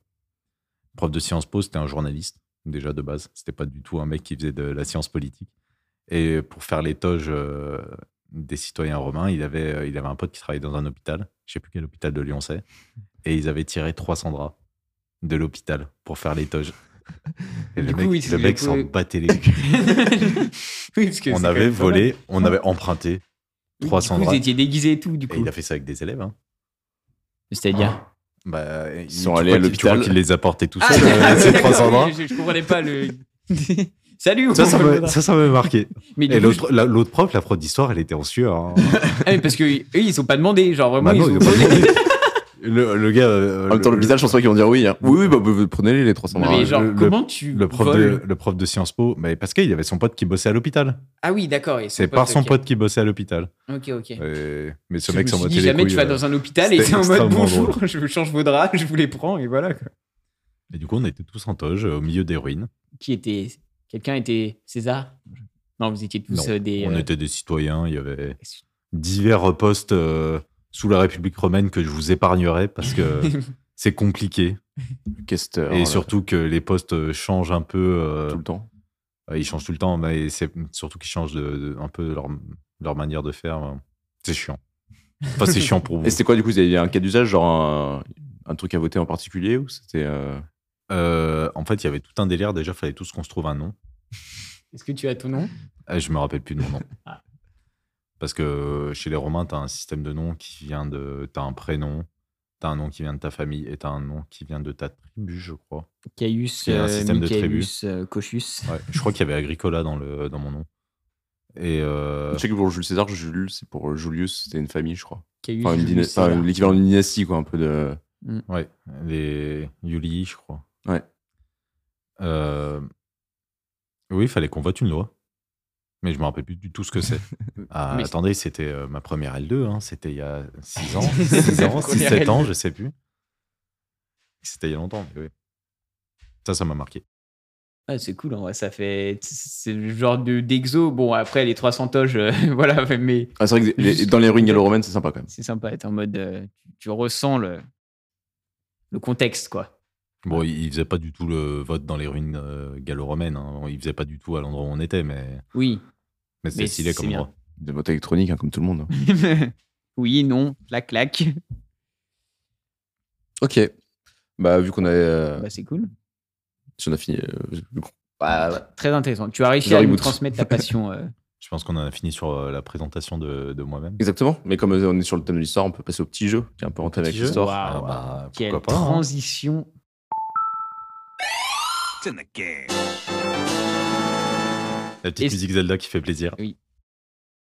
[SPEAKER 2] Le prof de Sciences Po, c'était un journaliste, déjà de base. C'était pas du tout un mec qui faisait de la science politique. Et pour faire les toges euh, des citoyens romains, il avait, euh, il avait un pote qui travaillait dans un hôpital. Je sais plus quel hôpital de Lyon c'est. Et ils avaient tiré 300 draps de l'hôpital pour faire les toges. Et
[SPEAKER 6] Du
[SPEAKER 2] le
[SPEAKER 6] coup,
[SPEAKER 2] mec,
[SPEAKER 6] oui, c'est-
[SPEAKER 2] le mec
[SPEAKER 6] du coup,
[SPEAKER 2] s'en
[SPEAKER 6] oui.
[SPEAKER 2] battait les
[SPEAKER 6] oui, parce que c'est
[SPEAKER 2] on
[SPEAKER 6] quand
[SPEAKER 2] avait
[SPEAKER 6] même pas mal.
[SPEAKER 2] volé, on avait emprunté
[SPEAKER 6] Oui,
[SPEAKER 2] 300
[SPEAKER 6] du coup, Vous
[SPEAKER 2] draps.
[SPEAKER 6] étiez déguisés et tout, du
[SPEAKER 2] Et
[SPEAKER 6] coup.
[SPEAKER 2] il a fait ça avec des élèves. hein.
[SPEAKER 6] C'est-à-dire.
[SPEAKER 2] Bah, ils
[SPEAKER 7] sont allés à l'hôpital.
[SPEAKER 2] qu'il les a portés tout
[SPEAKER 6] Ah,
[SPEAKER 2] seul,
[SPEAKER 6] d'accord,
[SPEAKER 2] ces hein.
[SPEAKER 6] oui,
[SPEAKER 2] 300 draps.
[SPEAKER 6] Je, je comprenais pas le. Salut.
[SPEAKER 2] Ça,
[SPEAKER 6] on
[SPEAKER 2] ça
[SPEAKER 6] voit le
[SPEAKER 2] me-
[SPEAKER 6] drap.
[SPEAKER 2] ça, ça m'avait marqué.
[SPEAKER 6] Mais du
[SPEAKER 2] Et
[SPEAKER 6] coup,
[SPEAKER 2] l'autre la- l'autre prof, la prof d'histoire, elle était en sueur. hein.
[SPEAKER 6] je- ah, mais parce que eux, ils sont pas demandés,
[SPEAKER 7] Ah,
[SPEAKER 6] genre vraiment.
[SPEAKER 2] Bah non,
[SPEAKER 6] ils
[SPEAKER 2] ils
[SPEAKER 6] ont-
[SPEAKER 2] ont pas demandé. le, le gars. euh,
[SPEAKER 7] En même temps,
[SPEAKER 2] le-
[SPEAKER 7] l'hôpital, je pense pas qu'ils vont dire oui. hein. Oui, oui, bah, vous- vous prenez les 300
[SPEAKER 6] Non,
[SPEAKER 7] bras.
[SPEAKER 6] mais genre,
[SPEAKER 2] le-
[SPEAKER 6] comment tu.
[SPEAKER 2] le prof,
[SPEAKER 6] voles
[SPEAKER 2] de, le prof de Sciences Po, mais parce qu'il avait son pote qui bossait à l'hôpital.
[SPEAKER 6] Ah oui, d'accord. et
[SPEAKER 2] C'est par son
[SPEAKER 6] ok.
[SPEAKER 2] pote qui bossait à l'hôpital.
[SPEAKER 6] Ok, ok.
[SPEAKER 2] Et- Mais ce
[SPEAKER 6] Je
[SPEAKER 2] mec
[SPEAKER 6] me suis
[SPEAKER 2] s'en battait
[SPEAKER 6] dit,
[SPEAKER 2] les
[SPEAKER 6] jamais
[SPEAKER 2] couilles,
[SPEAKER 6] tu vas
[SPEAKER 2] euh.
[SPEAKER 6] dans un hôpital et
[SPEAKER 2] c'était
[SPEAKER 6] t'es en mode
[SPEAKER 2] extrêmement
[SPEAKER 6] bonjour, je vous change vos draps, je vous les prends et voilà. quoi.
[SPEAKER 2] Et du coup, on était tous en toge euh, au milieu des ruines.
[SPEAKER 6] Qui était. Quelqu'un était César Non, vous étiez tous
[SPEAKER 2] Non,
[SPEAKER 6] euh, des.
[SPEAKER 2] On
[SPEAKER 6] euh,
[SPEAKER 2] était des citoyens, il y avait divers postes euh, sous la République romaine que je vous épargnerai parce que c'est compliqué.
[SPEAKER 7] Caster,
[SPEAKER 2] et
[SPEAKER 7] là,
[SPEAKER 2] surtout que les postes changent un peu. euh,
[SPEAKER 7] Tout le temps.
[SPEAKER 2] euh, ils changent tout le temps, mais c'est surtout qu'ils changent de- de- un peu leur, leur manière de faire. euh. C'est chiant. Enfin, c'est chiant pour
[SPEAKER 7] Et
[SPEAKER 2] vous.
[SPEAKER 7] c'était quoi, du coup Il y a un cas d'usage, genre un, un truc à voter en particulier Ou c'était. euh,
[SPEAKER 2] Euh, en fait, il y avait tout un délire. Déjà, fallait tous qu'on se trouve un nom.
[SPEAKER 6] Est-ce que tu as ton nom
[SPEAKER 2] Euh, Je me rappelle plus de mon nom. Parce que chez les Romains, tu as un système de nom qui vient de. Tu as un prénom, tu as un nom qui vient de ta famille et tu as un nom qui vient de ta tribu, je crois.
[SPEAKER 6] Caius,
[SPEAKER 2] Il y a un
[SPEAKER 6] euh,
[SPEAKER 2] système de
[SPEAKER 6] Micaeus, euh, Cochus.
[SPEAKER 2] Ouais, je crois qu'il y avait Agricola dans, le, dans mon nom. Et euh,
[SPEAKER 7] Je sais que pour Jules César, Jules, c'est pour euh, Julius, c'était une famille, je crois.
[SPEAKER 6] Caius,
[SPEAKER 7] Enfin, une
[SPEAKER 6] Julius
[SPEAKER 7] dyna-
[SPEAKER 6] César.
[SPEAKER 7] enfin, l'équivalent d'une dynastie, quoi, un peu de.
[SPEAKER 2] ouais, les Yuli, je crois.
[SPEAKER 7] Ouais.
[SPEAKER 2] Euh, Oui, il fallait qu'on vote une loi. mais je me rappelle plus du tout ce que c'est. Ah,
[SPEAKER 6] Mais c'est-
[SPEAKER 2] attendez, c'était euh, ma première L2, hein, c'était il y a 6 ans, 6 ans, 7 ans, je sais plus. C'était il y a longtemps, mais oui. Ça, ça m'a marqué.
[SPEAKER 6] Ah, c'est cool, en vrai, ça fait. C'est le genre de- d'exo. Bon, après, les 300 toges, euh, voilà, mais
[SPEAKER 7] Ah, c'est vrai que les- dans les ruines gallo-romaines, c'est sympa quand même.
[SPEAKER 6] c'est sympa. T'es en mode. euh, tu, tu ressens le, le contexte, quoi.
[SPEAKER 2] Bon, il il faisait pas du tout le vote dans les ruines euh, gallo-romaines. Hein. Il faisait pas du tout à l'endroit où on était, mais,
[SPEAKER 6] Oui.
[SPEAKER 2] mais c'était
[SPEAKER 6] Mais
[SPEAKER 2] stylé
[SPEAKER 6] c'est
[SPEAKER 2] comme
[SPEAKER 6] bien.
[SPEAKER 2] endroit.
[SPEAKER 7] Des votes électroniques, hein, comme tout le monde.
[SPEAKER 6] oui, non, clac, clac.
[SPEAKER 7] Ok. Bah, vu qu'on a, euh,
[SPEAKER 6] Bah, c'est cool.
[SPEAKER 7] si on a fini. euh, le groupe. Bah, ouais.
[SPEAKER 6] Très intéressant. Tu as réussi
[SPEAKER 7] The
[SPEAKER 6] à nous
[SPEAKER 7] Reboot.
[SPEAKER 6] transmettre ta passion. euh,
[SPEAKER 2] Je pense qu'on en a fini sur euh, la présentation de, de moi-même.
[SPEAKER 7] Exactement. Mais comme euh, on est sur le thème de l'histoire, on peut passer au petit jeu qui est un peu rentré avec
[SPEAKER 2] Petit jeu.
[SPEAKER 7] l'histoire.
[SPEAKER 2] Ah,
[SPEAKER 6] waouh,
[SPEAKER 2] bah,
[SPEAKER 6] quelle
[SPEAKER 2] pourquoi pas, hein.
[SPEAKER 6] transition
[SPEAKER 2] La petite
[SPEAKER 6] Et-
[SPEAKER 2] musique Zelda qui fait plaisir.
[SPEAKER 7] Tu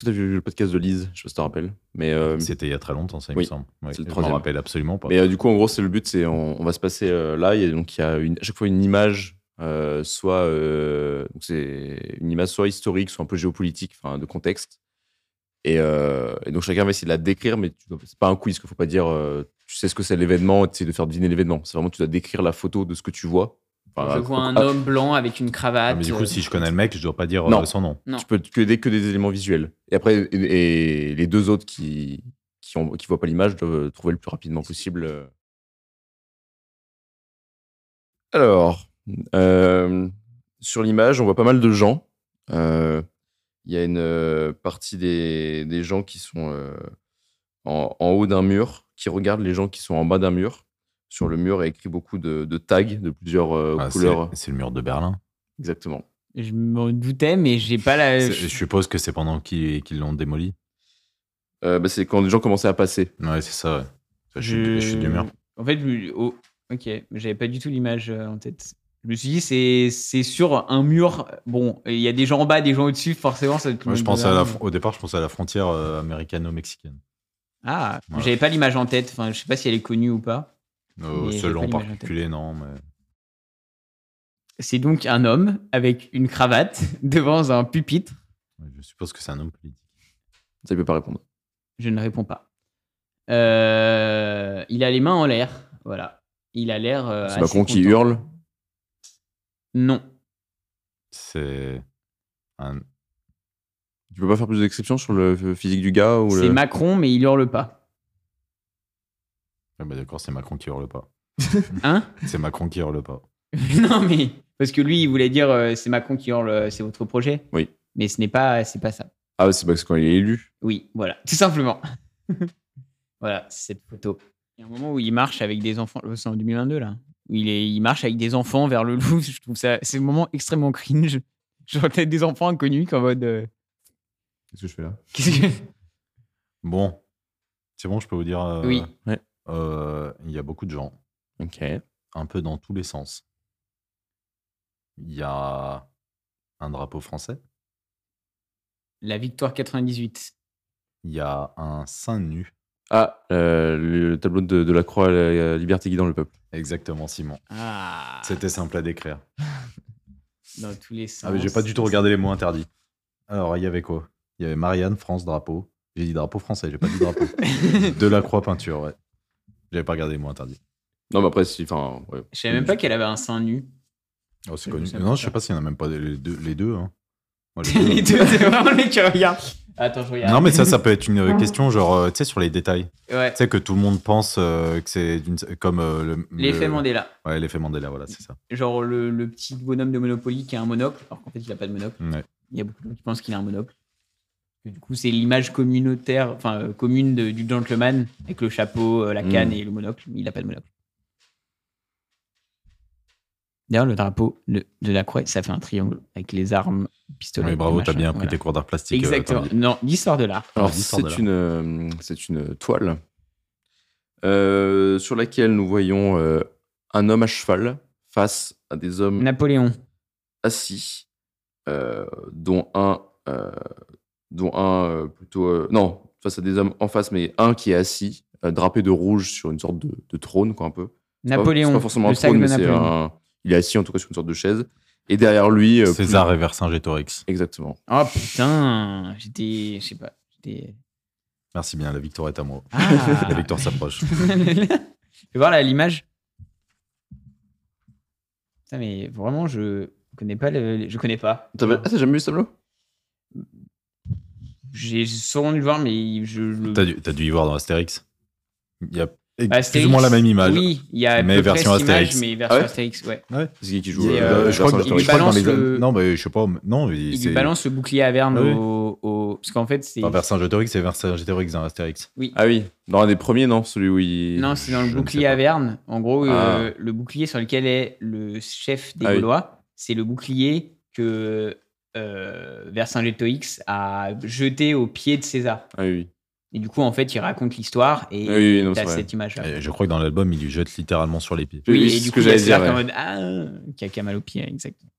[SPEAKER 7] as vu le podcast de Lise, je sais pas si tu te rappelles. Mais, euh,
[SPEAKER 2] C'était il y a très longtemps, ça, il
[SPEAKER 7] oui.
[SPEAKER 2] me semble. Ouais,
[SPEAKER 7] C'est le
[SPEAKER 2] je m'en
[SPEAKER 7] troisième.
[SPEAKER 2] rappelle absolument pas.
[SPEAKER 7] mais euh, du coup, en gros, c'est le but, c'est on, on va se passer euh, là. Il y a donc il y a une, à chaque fois une image, euh, soit euh, donc c'est une image soit historique, soit un peu géopolitique, enfin de contexte. Et, euh, et donc chacun va essayer de la décrire, mais tu dois- c'est pas un quiz, qu'il faut pas dire. euh, tu sais ce que c'est l'événement, et essayer de faire deviner l'événement. C'est vraiment tu dois décrire la photo de ce que tu vois. Enfin,
[SPEAKER 6] Je vois un
[SPEAKER 7] ah,
[SPEAKER 6] homme blanc avec une
[SPEAKER 2] Ah,
[SPEAKER 6] cravate.
[SPEAKER 2] mais du coup,
[SPEAKER 6] euh,
[SPEAKER 2] si je connais le mec, je dois pas dire
[SPEAKER 7] Non.
[SPEAKER 2] euh, son nom.
[SPEAKER 6] Non.
[SPEAKER 7] Tu peux que des, que des éléments visuels. Et après, et, et les deux autres qui qui, ont, qui voient pas l'image doivent trouver le plus rapidement possible. euh. Alors, euh, sur l'image, on voit pas mal de gens. Euh, Il y a une euh, partie des, des gens qui sont euh, en, en haut d'un mur, qui regardent les gens qui sont en bas d'un mur. Sur le mur est écrit beaucoup de, de tags de plusieurs euh,
[SPEAKER 2] Ah, c'est-
[SPEAKER 7] couleurs.
[SPEAKER 2] C'est le mur de Berlin.
[SPEAKER 7] Exactement.
[SPEAKER 6] Je m'en doutais, mais j'ai pas la.
[SPEAKER 2] C'est- Je suppose que c'est pendant qu'ils qu'ils l'ont démoli.
[SPEAKER 7] Euh, bah, C'est quand les gens commençaient à passer.
[SPEAKER 2] Ouais, c'est ça. ouais. Je, suis, je suis du mur.
[SPEAKER 6] En fait, je me- oh, ok, j'avais pas du tout l'image euh, en tête. Je me suis dit, c'est, c'est sur un mur. Bon, il y a des gens en bas, des gens au-dessus, forcément. Ça doit être
[SPEAKER 2] Moi, je
[SPEAKER 6] le
[SPEAKER 2] pensais à la
[SPEAKER 6] même.
[SPEAKER 2] fr- au départ, je pensais à la frontière euh, américano-mexicaine.
[SPEAKER 6] Ah,
[SPEAKER 2] Ouais.
[SPEAKER 6] j'avais pas l'image en tête. Enfin, je sais pas si elle est connue ou pas.
[SPEAKER 2] Euh,
[SPEAKER 6] Mais j'ai
[SPEAKER 2] seul
[SPEAKER 6] pas
[SPEAKER 2] en
[SPEAKER 6] l'image en
[SPEAKER 2] particulier, non. Mais...
[SPEAKER 6] C'est donc un homme avec une cravate devant un pupitre.
[SPEAKER 2] ouais, Je suppose que c'est un homme politique.
[SPEAKER 7] Ça, il peut pas répondre.
[SPEAKER 6] Je ne réponds pas. Euh, il a les mains en l'air. Voilà. Il a l'air. euh,
[SPEAKER 7] C'est
[SPEAKER 6] assez
[SPEAKER 7] Macron qui
[SPEAKER 6] content.
[SPEAKER 7] hurle.
[SPEAKER 6] Non.
[SPEAKER 2] C'est un.
[SPEAKER 7] Tu peux pas faire plus d'exceptions sur le physique du gars
[SPEAKER 2] Oh
[SPEAKER 7] ou
[SPEAKER 6] C'est
[SPEAKER 7] le...
[SPEAKER 6] Macron, mais il hurle pas.
[SPEAKER 2] Ah bah D'accord, c'est Macron qui hurle pas.
[SPEAKER 6] Hein
[SPEAKER 2] C'est Macron qui hurle pas.
[SPEAKER 6] non, mais parce que lui, il voulait dire euh, c'est Macron qui hurle, euh, c'est votre projet.
[SPEAKER 7] Oui.
[SPEAKER 6] Mais ce n'est pas, c'est pas ça.
[SPEAKER 7] Ah, c'est parce qu'il est élu.
[SPEAKER 6] Oui, voilà, tout simplement. voilà, c'est cette photo. Il y a un moment où il marche avec des enfants. euh, C'est en 2022 là. Où il, est, il marche avec des enfants vers le Louvre. Je trouve ça, c'est un moment extrêmement cringe. Genre peut-être des enfants inconnus qui en mode. euh,
[SPEAKER 7] Qu'est-ce que je fais là
[SPEAKER 6] qu'est-ce que-
[SPEAKER 2] Bon, c'est bon, je peux vous dire. euh,
[SPEAKER 6] Oui.
[SPEAKER 7] Ouais.
[SPEAKER 2] euh, Il y a beaucoup de gens,
[SPEAKER 7] Ok.
[SPEAKER 2] un peu dans tous les sens. Il y a un drapeau français.
[SPEAKER 6] La victoire 98.
[SPEAKER 2] Il y a un sein nu.
[SPEAKER 7] Ah, euh, le tableau de, de la croix, la, la liberté guidant le peuple.
[SPEAKER 2] Exactement, Simon.
[SPEAKER 6] Ah.
[SPEAKER 2] C'était simple à décrire.
[SPEAKER 6] Dans tous les sens.
[SPEAKER 2] Ah, mais j'ai pas du tout regardé les mots interdits. Alors, il y avait quoi Il y avait Marianne, France, drapeau. J'ai dit drapeau français, j'ai pas dit drapeau. de la croix peinture, ouais. J'avais pas regardé les mots interdits.
[SPEAKER 7] Non, mais après, si, enfin, ouais.
[SPEAKER 6] Je savais même pas qu'elle avait un sein nu.
[SPEAKER 2] Oh, c'est
[SPEAKER 6] Je
[SPEAKER 2] connu.
[SPEAKER 6] sais pas
[SPEAKER 2] Non, je sais
[SPEAKER 6] faire.
[SPEAKER 2] pas s'il y en a même pas les deux. Les deux, hein. Moi, les deux,
[SPEAKER 6] Les
[SPEAKER 2] hein.
[SPEAKER 6] deux, c'est vraiment les qui regardent. Attends, je regarde.
[SPEAKER 2] Non, mais ça, ça peut être une euh, question, genre, euh, tu sais, sur les détails.
[SPEAKER 6] Ouais.
[SPEAKER 2] Tu sais, que tout le monde pense euh, que c'est d'une- comme euh, le.
[SPEAKER 6] L'effet
[SPEAKER 2] le-
[SPEAKER 6] Mandela.
[SPEAKER 2] Ouais, l'effet Mandela, voilà, c'est ça.
[SPEAKER 6] Genre le, le petit bonhomme de Monopoly qui a un monocle, alors qu'en fait il a pas de monocle.
[SPEAKER 2] Ouais.
[SPEAKER 6] Il y a beaucoup de gens qui pensent qu'il a un monocle. Et du coup, c'est l'image communautaire, enfin euh, commune de- du gentleman avec le chapeau, euh, la
[SPEAKER 7] Mm.
[SPEAKER 6] canne et le monocle. mais Il a pas de monocle. D'ailleurs, le drapeau de, de la Croix, ça fait un triangle avec les armes, pistolets.
[SPEAKER 2] Oui, bravo,
[SPEAKER 6] les
[SPEAKER 2] t'as
[SPEAKER 6] machins,
[SPEAKER 2] bien appris
[SPEAKER 6] voilà.
[SPEAKER 2] tes cours d'art plastique. euh,
[SPEAKER 6] Exactement.
[SPEAKER 2] Tanguy.
[SPEAKER 6] Non, l'histoire de l'art.
[SPEAKER 7] Alors,
[SPEAKER 2] l'histoire de
[SPEAKER 7] c'est
[SPEAKER 2] l'art.
[SPEAKER 7] une, euh, c'est une toile euh, sur laquelle nous voyons euh, un homme à cheval face à des hommes
[SPEAKER 6] Napoléon.
[SPEAKER 7] assis, euh, dont un, euh, dont un euh, plutôt. euh, non, face à des hommes en face, mais un qui est assis, euh, drapé de rouge sur une sorte de, de trône, quoi, un peu. C'est pas-
[SPEAKER 6] Napoléon.
[SPEAKER 7] C'est pas forcément
[SPEAKER 6] le
[SPEAKER 7] un
[SPEAKER 6] sac
[SPEAKER 7] trône,
[SPEAKER 6] de
[SPEAKER 2] euh,
[SPEAKER 7] mais c'est
[SPEAKER 6] Napoléon.
[SPEAKER 7] un. Il est assis en tout cas sur une sorte de chaise. Et derrière lui. euh,
[SPEAKER 2] César
[SPEAKER 7] plus-
[SPEAKER 2] et Vercingétorix.
[SPEAKER 7] Exactement.
[SPEAKER 6] Oh putain, j'étais, je sais pas, j'étais.
[SPEAKER 2] Merci bien, la victoire est à moi.
[SPEAKER 6] Ah.
[SPEAKER 2] La victoire s'approche.
[SPEAKER 6] Je vais voir là l'image. Putain, mais vraiment, je connais pas. Le... Je connais pas.
[SPEAKER 7] T'avais- Ah, T'as jamais vu ce tableau
[SPEAKER 6] J'ai sûrement dû le voir, mais je. je-
[SPEAKER 2] T'as dû, t'as dû y voir dans Astérix. Il y a plus
[SPEAKER 6] Bah, Astérix,
[SPEAKER 2] ou moins la même image.
[SPEAKER 6] Oui, il y a
[SPEAKER 2] Mais
[SPEAKER 6] à peu près
[SPEAKER 2] version
[SPEAKER 6] cette image,
[SPEAKER 2] Astérix.
[SPEAKER 6] mais version
[SPEAKER 7] Ah ouais
[SPEAKER 6] Astérix, ouais.
[SPEAKER 7] C'est qui qui joue
[SPEAKER 6] Et,
[SPEAKER 7] euh,
[SPEAKER 6] euh,
[SPEAKER 7] la
[SPEAKER 2] je crois que,
[SPEAKER 7] version
[SPEAKER 6] il
[SPEAKER 2] je
[SPEAKER 7] historique
[SPEAKER 2] crois que dans
[SPEAKER 6] balance
[SPEAKER 2] les-
[SPEAKER 6] le-
[SPEAKER 2] Non, mais je sais pas. mais- Non, mais
[SPEAKER 6] Il
[SPEAKER 2] c'est.
[SPEAKER 6] lui balance le bouclier à Verne
[SPEAKER 2] Ah oui.
[SPEAKER 6] au, au- Parce qu'en fait, c'est.
[SPEAKER 2] Enfin, Vercingétorix, c'est Vercingétorix dans Astérix.
[SPEAKER 7] Ah oui, dans un des premiers, non Celui où il.
[SPEAKER 6] Non, c'est dans
[SPEAKER 2] je
[SPEAKER 6] le
[SPEAKER 2] ne
[SPEAKER 6] bouclier
[SPEAKER 2] sais pas.
[SPEAKER 6] à Verne. En gaulle,
[SPEAKER 7] Ah.
[SPEAKER 6] euh, le bouclier sur lequel est le chef des
[SPEAKER 7] Ah oui.
[SPEAKER 6] Gaulois, c'est le bouclier que euh, Vercingétorix a jeté au pied de César.
[SPEAKER 7] Ah oui,
[SPEAKER 6] Et du coup, en fait, il raconte l'histoire et
[SPEAKER 7] Ah oui, oui, non,
[SPEAKER 6] t'as
[SPEAKER 7] c'est vrai.
[SPEAKER 6] cette image-là.
[SPEAKER 2] Et Je crois que dans l'album, il lui jette littéralement sur les pieds.
[SPEAKER 7] oui.
[SPEAKER 6] Oui,
[SPEAKER 7] Oui,
[SPEAKER 6] et
[SPEAKER 7] c'est
[SPEAKER 6] du
[SPEAKER 7] ce
[SPEAKER 6] coup, bah,
[SPEAKER 7] que
[SPEAKER 6] il y a
[SPEAKER 7] j'allais
[SPEAKER 6] César qui
[SPEAKER 7] dire.
[SPEAKER 6] est en
[SPEAKER 7] ouais.
[SPEAKER 6] mode Ah, qui a qui a mal au pied, exactement.